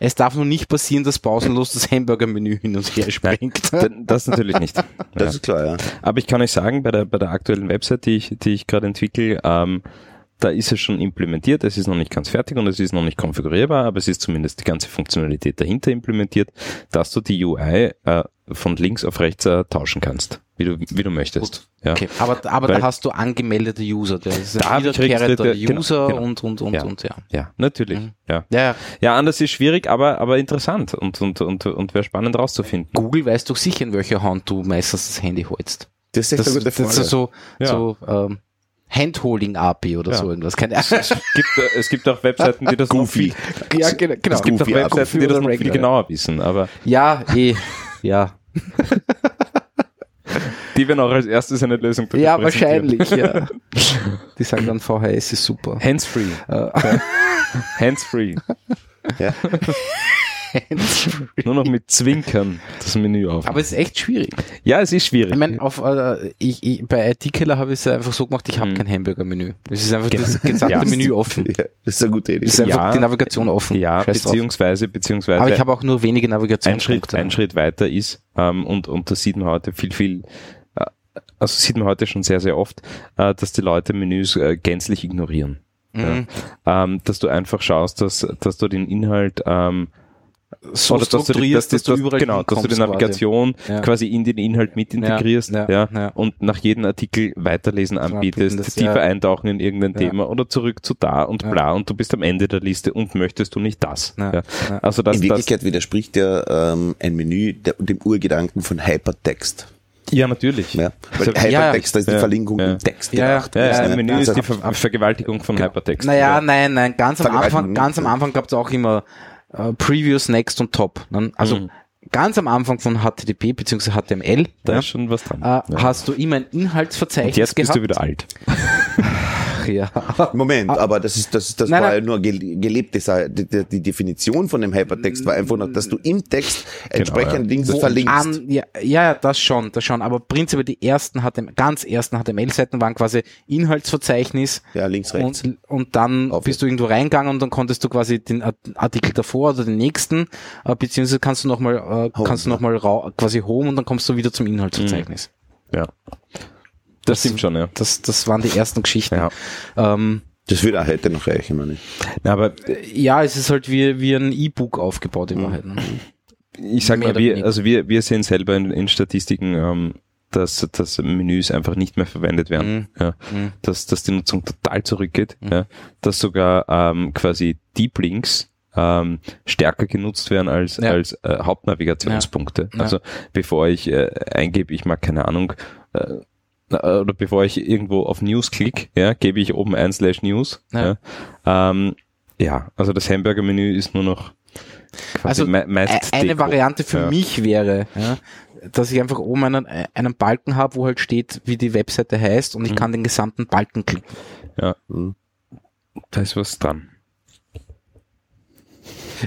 Es darf nur nicht passieren, dass pausenlos das Hamburger-Menü hin und her springt.
Denn- Das natürlich nicht.
das
Ja.
ist klar, ja.
Aber ich kann euch sagen, bei der, bei der aktuellen Website, die ich, die ich gerade entwickle, ähm, da ist es schon implementiert, es ist noch nicht ganz fertig und es ist noch nicht konfigurierbar, aber es ist zumindest die ganze Funktionalität dahinter implementiert, dass du die UI äh, von links auf rechts äh, tauschen kannst, wie du, wie du möchtest. Ja.
Okay, aber, aber da
Weil-
hast du angemeldete User. Das ist
Da hab
ein
ich
wiederkehrender
registrierte- genau,
User
genau.
und, und, und,
Ja.
und, ja.
Ja, natürlich.
Mhm.
Ja.
Ja, ja.
ja, anders ist schwierig, aber, aber interessant und, und, und, und wäre spannend rauszufinden.
Google weiß doch sicher, in welcher Hand du meistens das Handy holst.
Das ist echt
Das,
eine gute
das
Frage.
ist so,
Ja.
so ähm, Handholding-API oder
Ja.
so irgendwas. Keine Ahnung.
Es gibt, äh, es gibt auch Webseiten, die das noch viel,
Ja, genau. genau.
es gibt auch
Goofy, aber
Webseiten, die das noch viel
Regular.
genauer wissen, aber
Ja, eh. Ja,
die werden auch als erstes eine Lösung dafür
ja
präsentieren.
wahrscheinlich. Ja. Die sagen dann, VHS ist super.
Hands-free.
Äh.
Hands-free.
ja.
Nur noch mit Zwinkern das Menü auf.
Aber es ist echt schwierig.
ja, es ist schwierig.
Ich meine, auf, äh, ich, ich, bei IT-Killer habe ich es einfach so gemacht, ich habe
Mhm. Genau.
kein Hamburger-Menü. Es ist einfach das gesamte
Ja.
Menü offen.
ja, das ist eine gute Idee.
Es ist einfach
Ja.
die Navigation offen.
ja,
Scheiß drauf.
beziehungsweise, beziehungsweise
Aber ich habe auch nur wenige
ein, Schritt,
Navigationspunkte.
ein Schritt weiter ist ähm, und, und das sieht man heute viel, viel, äh, also sieht man heute schon sehr, sehr oft, äh, dass die Leute Menüs äh, gänzlich ignorieren.
Mhm.
Ähm, dass du einfach schaust, dass, dass du den Inhalt ähm,
So
oder dass du, die- dass,
strukturierst,
dass, dass, genau, dass du
hinkommst
die Navigation quasi.
Ja.
in den Inhalt mit integrierst ja,
ja, ja.
und nach jedem Artikel weiterlesen anbietest,
anbieten, das-
tiefer
ja.
eintauchen in irgendein
Ja.
Thema oder zurück zu da und
Ja.
bla und du bist am Ende der Liste und möchtest du nicht das.
Ja, ja.
Also das,
In
das
Wirklichkeit widerspricht ja ähm, ein Menü der, dem Urgedanken von Hypertext.
ja natürlich.
Ja? Weil
Also,
Hypertext, da ist die
ja,
Verlinkung
ja.
im Text
Ja, ja.
gedacht.
ja,
Das
ja,
ist
ein
eine-
Menü
das
ist die
heißt,
Ver Vergewaltigung von Hypertext.
Naja, nein, nein, ganz am
Vergewaltigung,
Anfang, ganz am Anfang gab es auch immer äh, Previous, Next und Top. Ne? Also
Mhm.
ganz am Anfang von HTTP bzw. HTML
da
ja,
ist schon was dran.
äh,
ja.
hast du immer ein Inhaltsverzeichnis
Und jetzt bist
gehabt.
du wieder alt.
ja.
Moment, aber das ist das, das
Ah. Nein,
war
nein.
ja nur gel- gelebte Sache. Die, die, die Definition von dem Hypertext war einfach nur, dass du im Text
Genau,
entsprechend Links
Wo
verlinkst.
an- ja, ja, das schon, das schon. Aber prinzipiell die ersten HTML, ganz ersten HTML-Seiten waren quasi Inhaltsverzeichnis.
Ja, links, rechts.
Und, und dann
Auf-
bist du irgendwo reingegangen und dann konntest du quasi den Art- Artikel davor oder den nächsten, äh, beziehungsweise kannst du nochmal äh,
Home,
kannst du noch mal rau- quasi home und dann kommst du wieder zum Inhaltsverzeichnis.
Mhm.
Ja. Das stimmt schon, ja.
Das, das waren die ersten Geschichten.
Ja.
Ähm,
Das würde auch heute noch reichen, meine ich.
Na, aber
ja, es ist halt wie, wie ein E-Book aufgebaut
Mhm.
in Wahrheit. ne?
ich sag
Mehr
mal,
oder
wir,
weniger.
also wir, wir sehen selber in, in Statistiken, ähm, dass, dass Menüs einfach nicht mehr verwendet
Mhm.
werden. Ja. Dass, dass die Nutzung total zurückgeht. Ja. Dass sogar ähm, quasi Deep Links ähm, stärker genutzt werden als,
Ja.
als äh, Hauptnavigationspunkte.
Ja.
Also bevor ich äh, eingebe, ich mag keine Ahnung, äh, na, äh, oder bevor ich irgendwo auf News klicke, ja, gebe ich oben ein slash News. Ja.
Ja.
Ja. Ähm, ja, also das Hamburger-Menü ist nur noch quasi
Also
me- meist
E- Eine
Deko.
Variante für
Ja.
mich wäre, ja, dass ich einfach oben einen, äh, einen Balken habe, wo halt steht, wie die Webseite heißt
Mhm.
und ich kann den gesamten Balken klicken.
Da ist was dran.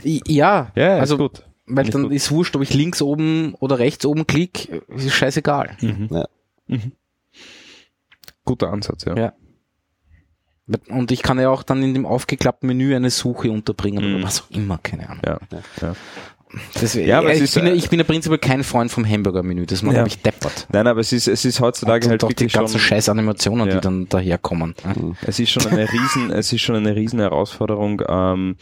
Ja,
Ja, ja,
also,
ist gut.
weil
Nicht
dann
gut.
ist wurscht, ob ich links oben oder rechts oben klick, ist scheißegal.
Mhm. Guter Ansatz, ja.
Ja. Und ich kann ja auch dann in dem aufgeklappten Menü eine Suche unterbringen
Mhm.
oder was auch immer, keine Ahnung.
Ja. Ja.
Deswegen,
Ja, aber es
ich,
ist,
bin, ja-
äh,
ich bin ja prinzipiell kein Freund vom Hamburger-Menü, das macht
Ja.
mich deppert.
Nein, aber es ist, es ist heutzutage
Und
halt
doch die
wirklich schon,
ganzen scheiß Animationen,
Ja. Mhm.
die dann daherkommen.
es ist schon eine riesen, es ist schon eine riesen Herausforderung, ähm,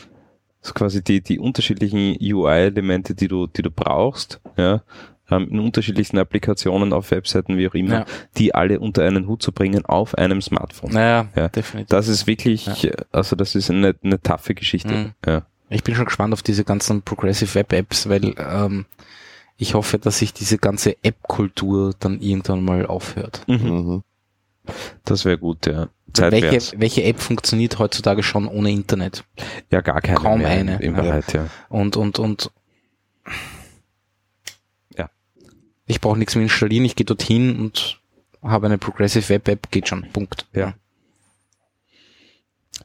so quasi die, die unterschiedlichen UI-Elemente, die du, die du brauchst, ja, ähm, in unterschiedlichsten Applikationen auf Webseiten, wie auch immer,
Ja.
die alle unter einen Hut zu bringen auf einem Smartphone.
Naja,
Ja.
definitiv.
Das ist wirklich,
Ja.
also das ist eine, eine taffe Geschichte.
Mhm.
Ja.
Ich bin schon gespannt auf diese ganzen Progressive Web Apps, weil ähm, ich hoffe, dass sich diese ganze App-Kultur dann irgendwann mal aufhört. Also
Mhm.
Das wäre gut, ja. Zeit wär's.
Welche, welche App funktioniert heutzutage schon ohne Internet?
Ja, gar keine.
Kaum
mehr in-
eine.
In
Ja.
Wahrheit, ja.
Und, und, und.
Ja.
Ich brauche nichts mehr installieren, ich gehe dorthin und habe eine Progressive Web App, geht schon. Punkt.
Ja.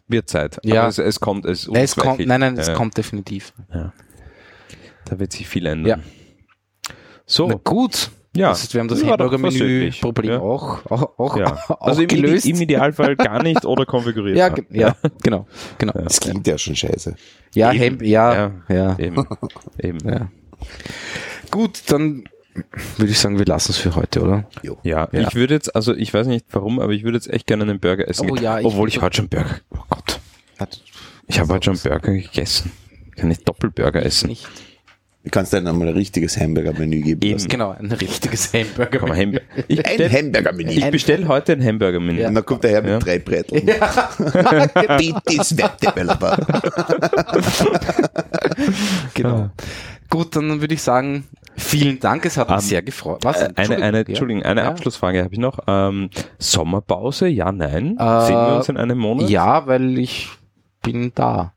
Wird Zeit.
Ja.
Aber es, es kommt, es, ist
Nein, es kommt,
unzweiflich.
nein, nein, es
Ja.
kommt definitiv.
Da wird sich viel ändern. So,
Na gut.
ja.
Das ist, wir haben das
Ja, war doch
Hamburger-Menü-Problem
versöhnlich.
auch, auch, auch,
Ja.
auch
also im, Ide-
gelöst.
im Idealfall gar nicht oder konfiguriert.
ja,
haben.
ge- ja, genau, genau.
Das klingt ja schon scheiße.
Ja,
Eben.
Hemd, ja, ja,
Eben. Eben.
ja. Gut, dann würde ich sagen, wir lassen es für heute, oder?
Ja,
Ja.
ich würde jetzt, also ich weiß nicht warum, aber ich würde jetzt echt gerne einen Burger essen.
Oh
gehen.
ja, ich- Also
Obwohl ich heute schon Burger. Oh Gott. Ich habe heute schon Burger gegessen. Kann ich Doppelburger essen?
Nicht.
Du kannst dann einmal ein richtiges Hamburger-Menü geben.
Eben.
lassen.
Genau, ein richtiges Hamburger.
Komm, Hamburger. Ich
Ein
bestelle
Hamburger-Menü.
ich bestell heute ein Hamburger-Menü.
Und dann kommt der Herr mit
Ja.
drei Breteln. Diabetes Webdeveloper.
Genau. Gut, dann würde ich sagen, vielen Dank, es hat mich
Ähm,
sehr gefreut. Was?
Eine, eine,
Entschuldigung,
Entschuldigung, eine
Ja.
Abschlussfrage habe ich noch. Ähm, Sommerpause? Ja, nein.
Äh,
Sehen wir uns in einem
ja.
Monat?
ja, weil ich bin da.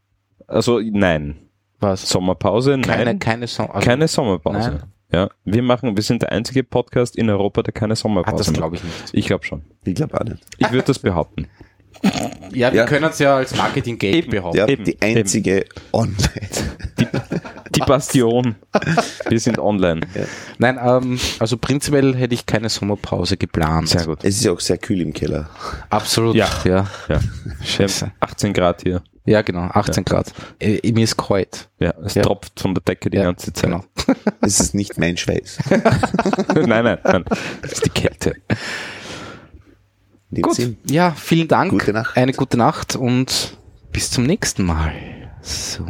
Also nein.
Was?
Sommerpause?
Keine,
Nein.
keine Song. also-
Keine Sommerpause.
Nein.
Ja, wir machen, wir sind der einzige Podcast in Europa, der keine
Ah,
Sommerpause
das
macht.
glaube ich nicht.
Ich glaube schon.
Ich glaube auch nicht.
Ich würde das behaupten.
Ja, wir
Ja.
können es ja als Marketing-Geld behaupten.
Ja,
Eben,
die einzige Online.
Die Bastion. Wir sind online.
Nein, ähm, also prinzipiell hätte ich keine Sommerpause geplant.
Sehr gut.
Es ist ja auch sehr kühl im Keller.
Absolut.
Ja.
ja.
Ja.
Scheiße.
Wir haben 18 Grad hier.
Ja, genau, 18 Grad. Äh, mir ist kalt.
Ja, es
Ja.
tropft von der Decke die
Ja,
ganze Zeit.
Genau.
Es ist nicht mein Schweiß.
nein, nein, nein. Das ist die Kälte.
In dem
Gut.
Sinn.
Ja, vielen Dank.
Gute Nacht.
Eine gute Nacht und bis zum nächsten Mal. So.